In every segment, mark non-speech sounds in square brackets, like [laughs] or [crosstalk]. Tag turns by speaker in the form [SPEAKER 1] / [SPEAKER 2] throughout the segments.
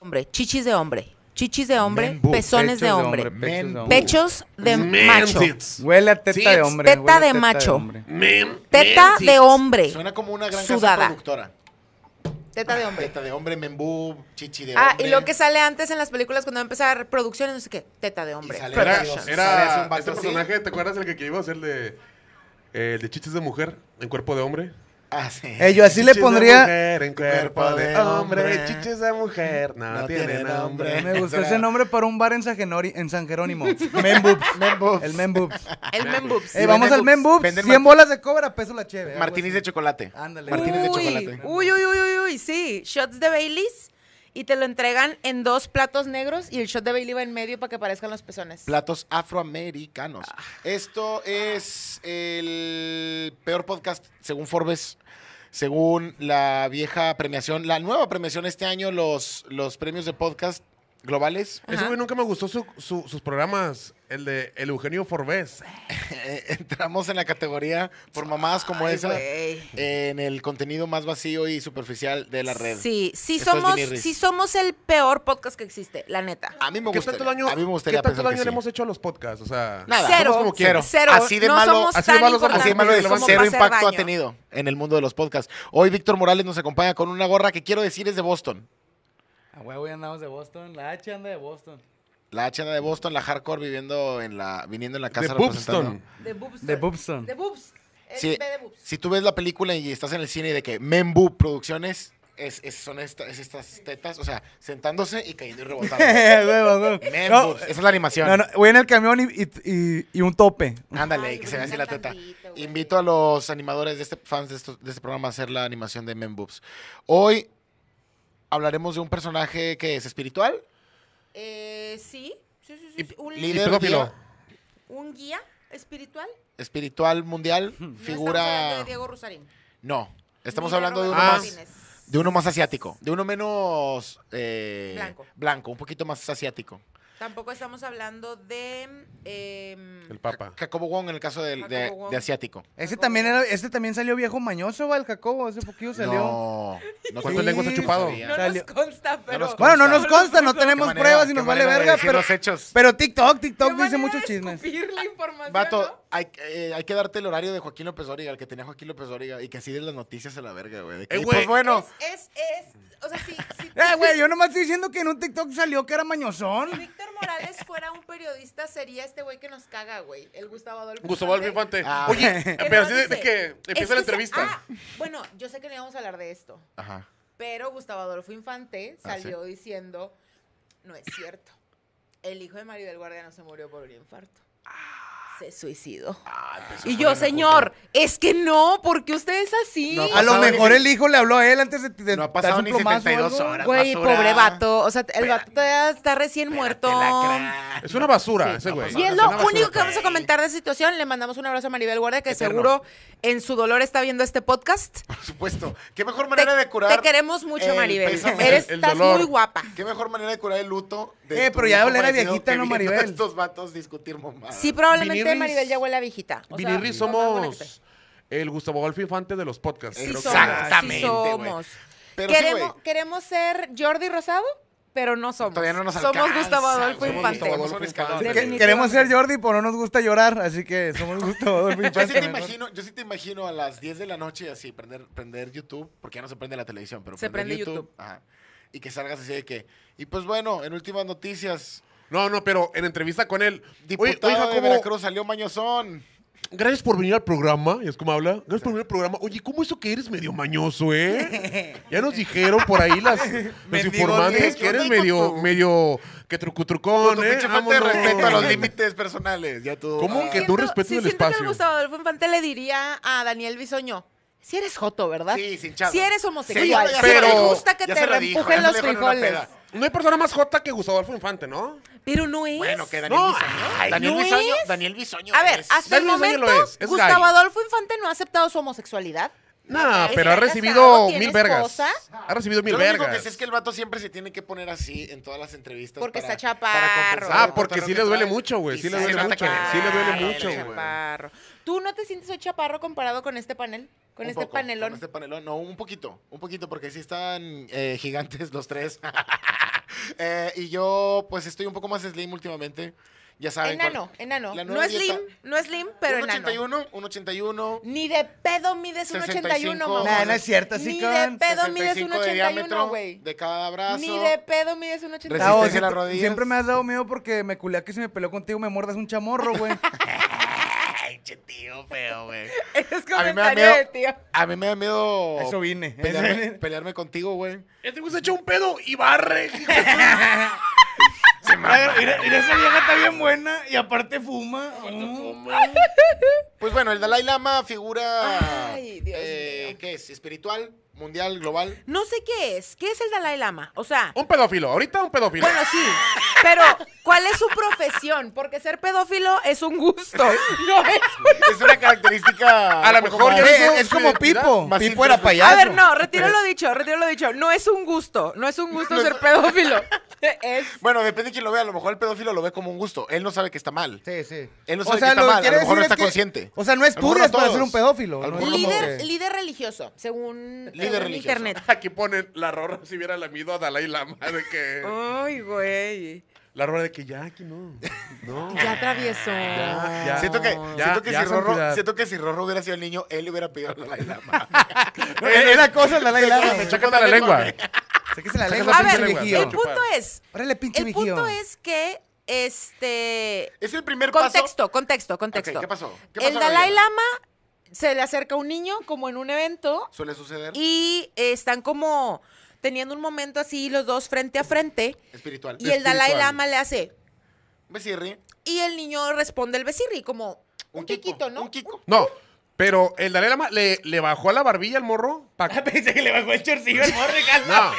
[SPEAKER 1] hombre, chichis de hombre, chichis de hombre,
[SPEAKER 2] Men boob,
[SPEAKER 1] pezones
[SPEAKER 2] pechos
[SPEAKER 1] de hombre,
[SPEAKER 2] pechos de hombre.
[SPEAKER 1] pechos de
[SPEAKER 3] Man
[SPEAKER 1] macho,
[SPEAKER 3] tits.
[SPEAKER 2] Huele a teta
[SPEAKER 3] Sí,
[SPEAKER 2] de
[SPEAKER 3] es
[SPEAKER 2] hombre.
[SPEAKER 1] teta
[SPEAKER 2] huele a
[SPEAKER 1] de macho.
[SPEAKER 2] hombre.
[SPEAKER 3] Man-
[SPEAKER 1] teta
[SPEAKER 3] man
[SPEAKER 1] de
[SPEAKER 3] tits.
[SPEAKER 1] hombre,
[SPEAKER 4] Suena como una gran
[SPEAKER 1] Sudada.
[SPEAKER 4] casa productora.
[SPEAKER 1] teta de hombre.
[SPEAKER 4] Teta de hombre, membú, chichi de
[SPEAKER 1] Ah,
[SPEAKER 4] hombre.
[SPEAKER 1] y lo que sale antes en las películas cuando va a empezar producciones, no sé qué, teta de hombre.
[SPEAKER 4] Y sale-
[SPEAKER 3] Era,
[SPEAKER 1] productions.
[SPEAKER 4] Sale así
[SPEAKER 3] era
[SPEAKER 4] un vato
[SPEAKER 3] este
[SPEAKER 4] así.
[SPEAKER 3] personaje, ¿te acuerdas el que, que iba a hacer de, el de chichis de mujer en cuerpo de hombre?
[SPEAKER 4] Ah, sí.
[SPEAKER 2] Eh, yo así le
[SPEAKER 3] Chichis de
[SPEAKER 2] pondría.
[SPEAKER 3] mujer en cuerpo de hombre, chichis de mujer, no,
[SPEAKER 4] No
[SPEAKER 3] tiene,
[SPEAKER 4] tiene
[SPEAKER 3] nombre.
[SPEAKER 4] nombre.
[SPEAKER 2] Me gustó
[SPEAKER 4] Era-
[SPEAKER 2] ese nombre para un bar en San, Genori- en San Jerónimo. [laughs] Men boobs. El men boobs.
[SPEAKER 1] El men boobs.
[SPEAKER 2] Eh, vamos al men boobs.
[SPEAKER 4] Venden
[SPEAKER 2] 100
[SPEAKER 4] mar-
[SPEAKER 2] bolas de cobra, peso la cheve. algo
[SPEAKER 4] Martínez
[SPEAKER 3] Ah,
[SPEAKER 4] de
[SPEAKER 2] así.
[SPEAKER 4] chocolate.
[SPEAKER 1] Ah.
[SPEAKER 2] Ándale.
[SPEAKER 4] Martínez de
[SPEAKER 1] uy,
[SPEAKER 4] chocolate.
[SPEAKER 1] Uy, uy, uy, uy, uy, sí. Shots de Baileys y te lo entregan en dos platos negros y el shot de Bailey va en medio para que parezcan los pezones.
[SPEAKER 4] Platos afroamericanos.
[SPEAKER 1] Ah.
[SPEAKER 4] Esto es el peor podcast según Forbes, según la vieja premiación, la nueva premiación este año, los, los premios de podcast
[SPEAKER 1] [laughs]
[SPEAKER 4] globales.
[SPEAKER 3] Ese güey nunca me gustó su- su- sus programas, el de el Eugenio Forbes.
[SPEAKER 4] Eh, Entramos en la categoría por mamadas como
[SPEAKER 1] Ay,
[SPEAKER 4] esa,
[SPEAKER 1] güey.
[SPEAKER 4] en el contenido más vacío y superficial de la red.
[SPEAKER 1] Sí, sí
[SPEAKER 4] Esto es
[SPEAKER 1] somos,
[SPEAKER 4] Vinirris.
[SPEAKER 1] sí somos el peor podcast que existe, la neta.
[SPEAKER 4] A mí me
[SPEAKER 3] ¿Qué
[SPEAKER 4] gustaría,
[SPEAKER 3] tanto daño,
[SPEAKER 4] a mí me
[SPEAKER 3] ¿qué
[SPEAKER 4] gustaría
[SPEAKER 3] tanto
[SPEAKER 4] pensar
[SPEAKER 3] daño
[SPEAKER 4] que
[SPEAKER 3] le
[SPEAKER 4] sí.
[SPEAKER 3] hemos hecho a los podcasts? O sea,
[SPEAKER 4] Nada,
[SPEAKER 1] cero,
[SPEAKER 3] somos como quiero.
[SPEAKER 1] cero.
[SPEAKER 4] Así de
[SPEAKER 1] no
[SPEAKER 4] malo-
[SPEAKER 1] somos
[SPEAKER 3] así de
[SPEAKER 1] tan
[SPEAKER 3] malos somos,
[SPEAKER 4] Así de
[SPEAKER 3] Importante,
[SPEAKER 4] malo,
[SPEAKER 1] importantes
[SPEAKER 3] relevante.
[SPEAKER 1] como
[SPEAKER 4] cero
[SPEAKER 1] para hacer
[SPEAKER 4] impacto ha
[SPEAKER 1] daño.
[SPEAKER 4] tenido en el mundo de los podcasts. Hoy Víctor Morales nos acompaña con una gorra que quiero decir es de Boston.
[SPEAKER 2] A huevo, ya andamos de Boston. La H anda de [laughs] Boston.
[SPEAKER 4] La H anda de Boston, la hardcore viviendo en la, viniendo en la
[SPEAKER 3] de
[SPEAKER 4] casa
[SPEAKER 3] Boobston.
[SPEAKER 4] representando.
[SPEAKER 1] De boobs.
[SPEAKER 2] De Boobston.
[SPEAKER 1] De boobs. Es
[SPEAKER 4] Sí,
[SPEAKER 1] B de boobs.
[SPEAKER 4] si tú ves la película y estás en el cine de que Membu Producciones es, es- son esta- es estas tetas, o sea, sentándose y cayendo y rebotando.
[SPEAKER 3] [laughs]
[SPEAKER 2] Huevo, huevo.
[SPEAKER 4] Membu,
[SPEAKER 2] No,
[SPEAKER 4] esa es la animación.
[SPEAKER 2] no, no, voy en el camión y, y, y- y un tope.
[SPEAKER 4] Ándale,
[SPEAKER 1] Ay, pues
[SPEAKER 4] que se vea así la teta.
[SPEAKER 1] tantito, güey.
[SPEAKER 4] Invito a los animadores de este fans de, esto- de este programa a hacer la animación de Men Boobs. Hoy hablaremos de un personaje que es espiritual.
[SPEAKER 1] Eh, sí, sí, sí, sí,
[SPEAKER 4] Y-
[SPEAKER 1] sí, Un,
[SPEAKER 4] líder-
[SPEAKER 3] Y pedófilo.
[SPEAKER 1] un guía espiritual. No
[SPEAKER 4] espiritual mundial,
[SPEAKER 1] estamos hablando
[SPEAKER 4] figura...
[SPEAKER 1] de Diego Rosarín.
[SPEAKER 4] No, estamos
[SPEAKER 1] Ni de
[SPEAKER 4] hablando de uno,
[SPEAKER 1] Roberto
[SPEAKER 3] Ah.
[SPEAKER 4] más,
[SPEAKER 1] Martínez.
[SPEAKER 4] de uno más asiático, de uno menos eh,
[SPEAKER 1] Blanco.
[SPEAKER 4] un poquito más asiático.
[SPEAKER 1] Tampoco estamos hablando de. em,
[SPEAKER 3] El Papa.
[SPEAKER 4] Jacobo Wong en el caso del- de,
[SPEAKER 1] Jacobo Wong.
[SPEAKER 4] de asiático.
[SPEAKER 2] Ese también, era, ese también salió viejo mañoso, va, el Jacobo. Ese poquillo salió.
[SPEAKER 4] No, no
[SPEAKER 3] ¿Cuántas
[SPEAKER 4] tenía-
[SPEAKER 3] lenguas ha
[SPEAKER 4] no
[SPEAKER 3] chupado?
[SPEAKER 4] sabía.
[SPEAKER 1] no
[SPEAKER 2] Salió.
[SPEAKER 1] nos consta, pero.
[SPEAKER 4] nos
[SPEAKER 2] Bueno, no
[SPEAKER 4] consta.
[SPEAKER 2] nos consta, no
[SPEAKER 4] Qué
[SPEAKER 2] tenemos
[SPEAKER 4] manera-
[SPEAKER 2] pruebas y nos
[SPEAKER 4] qué
[SPEAKER 2] vale
[SPEAKER 4] manera de
[SPEAKER 2] verga,
[SPEAKER 4] decir
[SPEAKER 2] pero,
[SPEAKER 4] los hechos.
[SPEAKER 2] pero TikTok, TikTok
[SPEAKER 1] Qué
[SPEAKER 2] dice
[SPEAKER 1] manera
[SPEAKER 2] muchos
[SPEAKER 1] de
[SPEAKER 2] chismes.
[SPEAKER 1] escupir [laughs] la información,
[SPEAKER 4] Vato,
[SPEAKER 1] ¿no?
[SPEAKER 4] hay, eh, hay que darte el horario de Joaquín López Origa, el que tenía Joaquín López Origa, y que así de las noticias a la verga, güey. de que,
[SPEAKER 3] Eh,
[SPEAKER 4] y
[SPEAKER 3] güey.
[SPEAKER 4] pues bueno,
[SPEAKER 1] Es, es, es- O sea, si, si-
[SPEAKER 2] Eh, güey, yo nomás estoy diciendo que en un TikTok salió que era
[SPEAKER 4] [laughs]
[SPEAKER 2] mañosón.
[SPEAKER 1] si Víctor Morales fuera un periodista, sería este güey que nos caga, güey. El Gustavo Adolfo.
[SPEAKER 3] Gustavo Adolfo
[SPEAKER 1] Infante.
[SPEAKER 3] Infante.
[SPEAKER 4] Ah.
[SPEAKER 3] Oye,
[SPEAKER 1] Que
[SPEAKER 3] pero
[SPEAKER 1] nos
[SPEAKER 3] así de, de
[SPEAKER 1] dice,
[SPEAKER 3] que
[SPEAKER 1] "Es
[SPEAKER 3] empieza la
[SPEAKER 1] se-
[SPEAKER 3] entrevista.
[SPEAKER 1] ah, bueno, yo sé que no íbamos a hablar de esto,
[SPEAKER 4] ajá,
[SPEAKER 1] pero Gustavo Adolfo Infante
[SPEAKER 4] Ah, sí.
[SPEAKER 1] salió diciendo, no es cierto, el hijo de Maribel Guardia no se murió por un infarto. Se suicidó. y yo, señor, es que no, porque usted es así.
[SPEAKER 4] No ha
[SPEAKER 2] A lo
[SPEAKER 4] pasado ni
[SPEAKER 2] mejor
[SPEAKER 4] se-
[SPEAKER 2] el hijo le habló a él antes de, de
[SPEAKER 4] No ha
[SPEAKER 2] darse
[SPEAKER 4] pasado
[SPEAKER 2] un
[SPEAKER 4] ni
[SPEAKER 2] plomazo o
[SPEAKER 4] 72
[SPEAKER 2] algo.
[SPEAKER 4] horas.
[SPEAKER 1] Güey,
[SPEAKER 4] basura.
[SPEAKER 1] pobre vato. O sea, el vato todavía está recién muerto.
[SPEAKER 3] Es una basura ese güey.
[SPEAKER 1] Y es
[SPEAKER 3] una
[SPEAKER 1] lo
[SPEAKER 3] basura.
[SPEAKER 1] único que vamos a comentar de esa situación. Le mandamos un abrazo a Maribel Guardia, que
[SPEAKER 3] Eterno.
[SPEAKER 1] seguro en su dolor está viendo este podcast.
[SPEAKER 4] por supuesto. ¿Qué mejor
[SPEAKER 1] Te,
[SPEAKER 4] manera de curar?
[SPEAKER 1] te queremos mucho,
[SPEAKER 4] el
[SPEAKER 1] Maribel.
[SPEAKER 4] pésame,
[SPEAKER 1] Eres,
[SPEAKER 3] el
[SPEAKER 1] estás
[SPEAKER 3] dolor.
[SPEAKER 1] muy guapa.
[SPEAKER 4] ¿Qué mejor manera de curar el luto?
[SPEAKER 2] Eh,
[SPEAKER 4] tu
[SPEAKER 2] pero ya
[SPEAKER 4] hijo
[SPEAKER 2] olera
[SPEAKER 4] fallecido
[SPEAKER 2] viejita,
[SPEAKER 4] que
[SPEAKER 2] ¿no,
[SPEAKER 4] viendo
[SPEAKER 2] Maribel?
[SPEAKER 4] a estos vatos discutir mamadas.
[SPEAKER 1] Sí, probablemente
[SPEAKER 3] Vinirris-
[SPEAKER 1] Maribel ya huele a viejita. O sea,
[SPEAKER 3] Vinirri
[SPEAKER 1] lo más buena que
[SPEAKER 3] somos
[SPEAKER 1] te-
[SPEAKER 3] el Gustavo Adolfo Infante de los podcasts.
[SPEAKER 1] Sí
[SPEAKER 3] creo que-
[SPEAKER 1] somos,
[SPEAKER 4] Exactamente,
[SPEAKER 1] sí somos.
[SPEAKER 4] Pero sí,
[SPEAKER 1] queremos,
[SPEAKER 4] güey.
[SPEAKER 1] queremos ser Jordi Rosado, pero no somos.
[SPEAKER 4] Todavía no nos
[SPEAKER 1] Somos
[SPEAKER 4] alcanza,
[SPEAKER 1] Gustavo Adolfo
[SPEAKER 4] somos
[SPEAKER 1] Infante.
[SPEAKER 4] Gustavo Adolfo Infante.
[SPEAKER 3] Que-
[SPEAKER 2] Que-
[SPEAKER 1] Definitivamente.
[SPEAKER 2] Queremos ser Jordi, pero no nos gusta llorar, así que somos Gustavo Adolfo
[SPEAKER 4] [laughs] Yo sí,
[SPEAKER 2] Infante
[SPEAKER 4] te
[SPEAKER 2] mejor.
[SPEAKER 4] imagino, yo sí te imagino a las 10 de la noche así, prender, prender YouTube, porque ya no se prende la televisión, pero
[SPEAKER 1] Se
[SPEAKER 4] prender
[SPEAKER 1] prende YouTube.
[SPEAKER 4] ajá, y que salgas así de que, y pues bueno, en últimas noticias,
[SPEAKER 3] No, no, pero en entrevista con él. Oye,
[SPEAKER 4] diputado
[SPEAKER 3] oye,
[SPEAKER 4] de
[SPEAKER 3] Jacobo,
[SPEAKER 4] Veracruz salió mañosón.
[SPEAKER 3] Gracias por venir al programa, y es como habla. Gracias por venir al programa. Oye, ¿cómo eso que eres medio mañoso, eh?
[SPEAKER 4] [laughs]
[SPEAKER 3] Ya nos dijeron por ahí las, los
[SPEAKER 2] Mendigo
[SPEAKER 3] informantes
[SPEAKER 2] viejo,
[SPEAKER 3] que eres
[SPEAKER 4] hijo de
[SPEAKER 3] medio,
[SPEAKER 4] tu-
[SPEAKER 3] medio que
[SPEAKER 4] Con
[SPEAKER 3] trucutrucón,
[SPEAKER 4] tu
[SPEAKER 3] eh.
[SPEAKER 4] pinche falta de
[SPEAKER 3] Vámonos.
[SPEAKER 4] respeto a
[SPEAKER 3] [laughs]
[SPEAKER 4] los límites personales, ya tú.
[SPEAKER 3] ¿Cómo
[SPEAKER 4] ah,
[SPEAKER 3] que
[SPEAKER 1] Siento-
[SPEAKER 3] tú respetas
[SPEAKER 1] sí
[SPEAKER 3] el
[SPEAKER 1] siento que
[SPEAKER 3] espacio.
[SPEAKER 1] Gustavo Adolfo Infante le diría a Daniel Bisoño, si eres joto, ¿verdad?
[SPEAKER 4] Sí, sin chavo.
[SPEAKER 1] Si eres homosexual,
[SPEAKER 4] Sí, ya
[SPEAKER 1] si
[SPEAKER 3] se lo
[SPEAKER 1] te
[SPEAKER 3] dijo.
[SPEAKER 1] gusta que
[SPEAKER 4] Ya
[SPEAKER 1] te
[SPEAKER 4] se lo dijo,
[SPEAKER 1] reempujen
[SPEAKER 4] ya se
[SPEAKER 1] los
[SPEAKER 4] lo dijo en una
[SPEAKER 1] frijoles.
[SPEAKER 4] peda.
[SPEAKER 3] No hay persona más jota que Gustavo Adolfo Infante, ¿no?
[SPEAKER 1] Pero no es.
[SPEAKER 4] Bueno, que Daniel
[SPEAKER 3] No,
[SPEAKER 4] Bisoño.
[SPEAKER 3] ay,
[SPEAKER 4] Daniel
[SPEAKER 1] ¿no
[SPEAKER 4] Bisoño.
[SPEAKER 1] es?
[SPEAKER 4] Daniel Bisoño.
[SPEAKER 1] a ver,
[SPEAKER 4] es-
[SPEAKER 1] hasta el
[SPEAKER 3] Daniel Bisoño
[SPEAKER 1] momento,
[SPEAKER 3] lo es, es
[SPEAKER 1] Gustavo
[SPEAKER 3] gay.
[SPEAKER 1] Adolfo Infante no ha aceptado su homosexualidad.
[SPEAKER 3] Nah,
[SPEAKER 1] Es
[SPEAKER 3] pero ha
[SPEAKER 1] casado,
[SPEAKER 3] recibido
[SPEAKER 1] tiene
[SPEAKER 3] mil vergas.
[SPEAKER 1] esposa.
[SPEAKER 3] Ha recibido mil
[SPEAKER 4] Yo lo único que
[SPEAKER 3] vergas.
[SPEAKER 4] sé es que el vato siempre se tiene que poner así en todas las entrevistas.
[SPEAKER 1] Porque
[SPEAKER 4] para-
[SPEAKER 1] está
[SPEAKER 4] para
[SPEAKER 1] chaparro.
[SPEAKER 4] compensar
[SPEAKER 3] Ah,
[SPEAKER 4] el
[SPEAKER 3] porque
[SPEAKER 4] cotorreo
[SPEAKER 3] sí
[SPEAKER 4] que
[SPEAKER 3] le duele
[SPEAKER 4] trae.
[SPEAKER 3] mucho, güey. Sí
[SPEAKER 4] Y
[SPEAKER 3] le
[SPEAKER 4] se
[SPEAKER 3] duele
[SPEAKER 4] nota
[SPEAKER 3] mucho.
[SPEAKER 4] que le-
[SPEAKER 3] Sí le duele
[SPEAKER 1] Chaparro,
[SPEAKER 3] mucho, güey.
[SPEAKER 1] chaparro. ¿Tú no te sientes un chaparro comparado con este panel? Con
[SPEAKER 4] Un
[SPEAKER 1] este
[SPEAKER 4] poco,
[SPEAKER 1] panelón.
[SPEAKER 4] [laughs] Con este panelón, no, un poquito, un poquito, porque sí están eh, gigantes los tres. Eh, y yo, pues, estoy un poco más slim últimamente. Ya saben.
[SPEAKER 1] Enano, enano.
[SPEAKER 4] La
[SPEAKER 1] No
[SPEAKER 4] nueva
[SPEAKER 1] es slim,
[SPEAKER 4] dieta-
[SPEAKER 1] no es slim, pero enano.
[SPEAKER 4] 181, 181.
[SPEAKER 1] Ni de pedo mides un 81,
[SPEAKER 4] 65.
[SPEAKER 1] mamá.
[SPEAKER 4] Nah,
[SPEAKER 2] no es cierto, sí,
[SPEAKER 1] Ni de
[SPEAKER 2] con
[SPEAKER 1] pedo mides un
[SPEAKER 4] 65 de
[SPEAKER 1] 81,
[SPEAKER 4] diámetro
[SPEAKER 1] güey.
[SPEAKER 4] De cada brazo.
[SPEAKER 1] Ni de pedo mides un
[SPEAKER 4] Resistencia
[SPEAKER 2] Tao,
[SPEAKER 1] 81.
[SPEAKER 4] en
[SPEAKER 2] siempre,
[SPEAKER 4] las rodillas.
[SPEAKER 2] siempre me has dado miedo porque me culea que si me peleo contigo me muerdas un chamorro,
[SPEAKER 4] [laughs]
[SPEAKER 2] güey.
[SPEAKER 4] Ay, che, tío, feo, güey.
[SPEAKER 1] [laughs] Es
[SPEAKER 4] A mí me da
[SPEAKER 1] comentario
[SPEAKER 4] miedo.
[SPEAKER 1] de tío.
[SPEAKER 4] A mí me da miedo.
[SPEAKER 2] A eso vine.
[SPEAKER 4] Oh,
[SPEAKER 3] [laughs]
[SPEAKER 4] Pelearme,
[SPEAKER 2] [laughs]
[SPEAKER 4] pelearme contigo, güey.
[SPEAKER 3] Este güey se echa un pedo y barre. se mira, mira esa vieja está bien buena y aparte fuma.
[SPEAKER 4] Pues bueno, el Dalai Lama figura.
[SPEAKER 1] Ay, Dios
[SPEAKER 4] eh,
[SPEAKER 1] mío.
[SPEAKER 4] ¿Qué es? ¿Espiritual? ¿Mundial? ¿Global? [laughs]
[SPEAKER 1] No sé qué es. ¿Qué es el Dalai Lama? O sea,
[SPEAKER 3] [laughs] Un pedófilo, ahorita un pedófilo.
[SPEAKER 1] bueno, sí. Pero, ¿cuál es su profesión? Porque ser pedófilo es un gusto. No es
[SPEAKER 4] Es una característica.
[SPEAKER 3] A lo
[SPEAKER 4] un poco
[SPEAKER 3] mejor
[SPEAKER 4] más-
[SPEAKER 3] yo
[SPEAKER 2] Eh,
[SPEAKER 3] digo,
[SPEAKER 2] es, como
[SPEAKER 3] sí,
[SPEAKER 2] Pipo.
[SPEAKER 4] más
[SPEAKER 2] Pipo era
[SPEAKER 4] simple.
[SPEAKER 2] payaso.
[SPEAKER 1] A ver, no, retiro lo dicho, retiro lo dicho. No es un gusto, no es un gusto ser pedófilo. Es
[SPEAKER 4] Bueno, depende de quién lo vea. A lo mejor el pedófilo lo ve como un gusto. Él no sabe que está mal.
[SPEAKER 2] Sí, sí.
[SPEAKER 4] Él no sabe que está
[SPEAKER 2] lo
[SPEAKER 4] mal, a
[SPEAKER 2] quiere
[SPEAKER 4] lo mejor no
[SPEAKER 2] decir
[SPEAKER 4] está
[SPEAKER 2] es que-
[SPEAKER 4] consciente.
[SPEAKER 2] O sea, no
[SPEAKER 4] A lo mejor
[SPEAKER 2] estudias
[SPEAKER 4] no
[SPEAKER 2] para ser
[SPEAKER 4] todos.
[SPEAKER 2] un pedófilo.
[SPEAKER 4] A lo
[SPEAKER 2] no
[SPEAKER 4] mejor
[SPEAKER 2] es como
[SPEAKER 1] líder,
[SPEAKER 2] que-
[SPEAKER 1] líder religioso, según,
[SPEAKER 4] Líder
[SPEAKER 1] según
[SPEAKER 4] religioso.
[SPEAKER 1] internet.
[SPEAKER 3] Aquí ponen la rorra si hubiera lamido a Dalai Lama de
[SPEAKER 1] [laughs]
[SPEAKER 3] que.
[SPEAKER 1] Ay, güey.
[SPEAKER 3] La rorra de que ya, aquí no. No.
[SPEAKER 1] Ya atravieso.
[SPEAKER 3] Ya, ya.
[SPEAKER 4] Siento que,
[SPEAKER 3] Ya,
[SPEAKER 4] siento, que
[SPEAKER 3] ya,
[SPEAKER 4] si Rorro,
[SPEAKER 3] santidad.
[SPEAKER 4] siento que si Rorro hubiera sido el niño, él le hubiera pedido al Dalai
[SPEAKER 3] [laughs]
[SPEAKER 4] Lama.
[SPEAKER 2] Eh, Era cosa el Dalai Lama.
[SPEAKER 3] Me chocando la lengua.
[SPEAKER 2] Sáquese la
[SPEAKER 3] Sácate
[SPEAKER 2] lengua,
[SPEAKER 1] A
[SPEAKER 3] pinche
[SPEAKER 1] ver,
[SPEAKER 2] pinche
[SPEAKER 3] lengua,
[SPEAKER 1] el
[SPEAKER 2] vigío.
[SPEAKER 3] pinche
[SPEAKER 1] punto es,
[SPEAKER 2] Órale, pinche
[SPEAKER 1] el
[SPEAKER 2] vigío.
[SPEAKER 1] punto es que, este,
[SPEAKER 4] Es el primer paso.
[SPEAKER 1] contexto, contexto, contexto.
[SPEAKER 4] Ok, ¿Qué pasó? ¿Qué
[SPEAKER 1] El
[SPEAKER 4] pasó,
[SPEAKER 1] Dalai
[SPEAKER 4] Gabriela?
[SPEAKER 1] Lama se le acerca a un niño como en un evento
[SPEAKER 4] Suele suceder.
[SPEAKER 1] y eh, están como teniendo un momento así los dos frente a frente
[SPEAKER 4] Espiritual.
[SPEAKER 1] y el Dalai
[SPEAKER 3] Espiritual.
[SPEAKER 1] Lama le hace
[SPEAKER 4] Besirri.
[SPEAKER 1] y el niño responde el besirri como un,
[SPEAKER 4] Un
[SPEAKER 1] chiquito,
[SPEAKER 4] kiko,
[SPEAKER 1] ¿no?
[SPEAKER 4] Un kiko.
[SPEAKER 3] No, pero el Dalai Lama le, le bajó a la barbilla al morro. Pa...
[SPEAKER 5] Pensé que le bajó el chorcillo al morro,
[SPEAKER 3] No.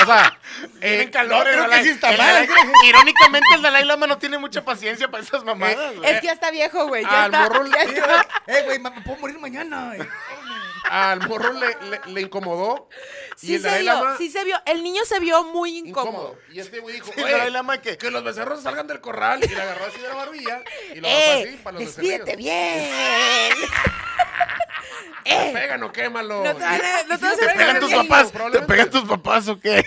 [SPEAKER 3] O sea, eh,
[SPEAKER 4] calor,
[SPEAKER 3] no,
[SPEAKER 4] el
[SPEAKER 3] creo que
[SPEAKER 4] Dalai-
[SPEAKER 3] sí está
[SPEAKER 4] el
[SPEAKER 3] mal.
[SPEAKER 4] Dalai- [laughs] Irónicamente, el Dalai Lama no tiene mucha paciencia para esas mamadas. güey.
[SPEAKER 1] Es que ya está viejo, güey.
[SPEAKER 4] Ah,
[SPEAKER 1] Ya
[SPEAKER 3] Al
[SPEAKER 1] está.
[SPEAKER 3] morro, le-
[SPEAKER 2] Eh, güey, ma- me puedo morir mañana. eh.
[SPEAKER 3] al morro le, le- le incomodó. y
[SPEAKER 1] Sí
[SPEAKER 3] el
[SPEAKER 1] se
[SPEAKER 3] Dalai
[SPEAKER 1] vio,
[SPEAKER 3] Lama
[SPEAKER 1] sí se vio. El niño se vio muy incómodo.
[SPEAKER 3] incómodo. Y este güey dijo,
[SPEAKER 4] El
[SPEAKER 3] "Oye,
[SPEAKER 4] Dalai Lama que.
[SPEAKER 3] que los becerros salgan del corral. Y le agarró así de la barbilla. Y lo bajó así
[SPEAKER 1] ¡Eh!
[SPEAKER 3] para los
[SPEAKER 1] ¡Despídete
[SPEAKER 3] becerrillos.
[SPEAKER 1] bien! [laughs] ¡Eh!
[SPEAKER 3] Pegan o quémalo.
[SPEAKER 1] No te van a- no te vas a
[SPEAKER 3] Te
[SPEAKER 1] pegar
[SPEAKER 3] pegan
[SPEAKER 1] a
[SPEAKER 3] tus
[SPEAKER 1] ti.
[SPEAKER 3] papás.
[SPEAKER 4] ¿Te pegan tus papás o qué?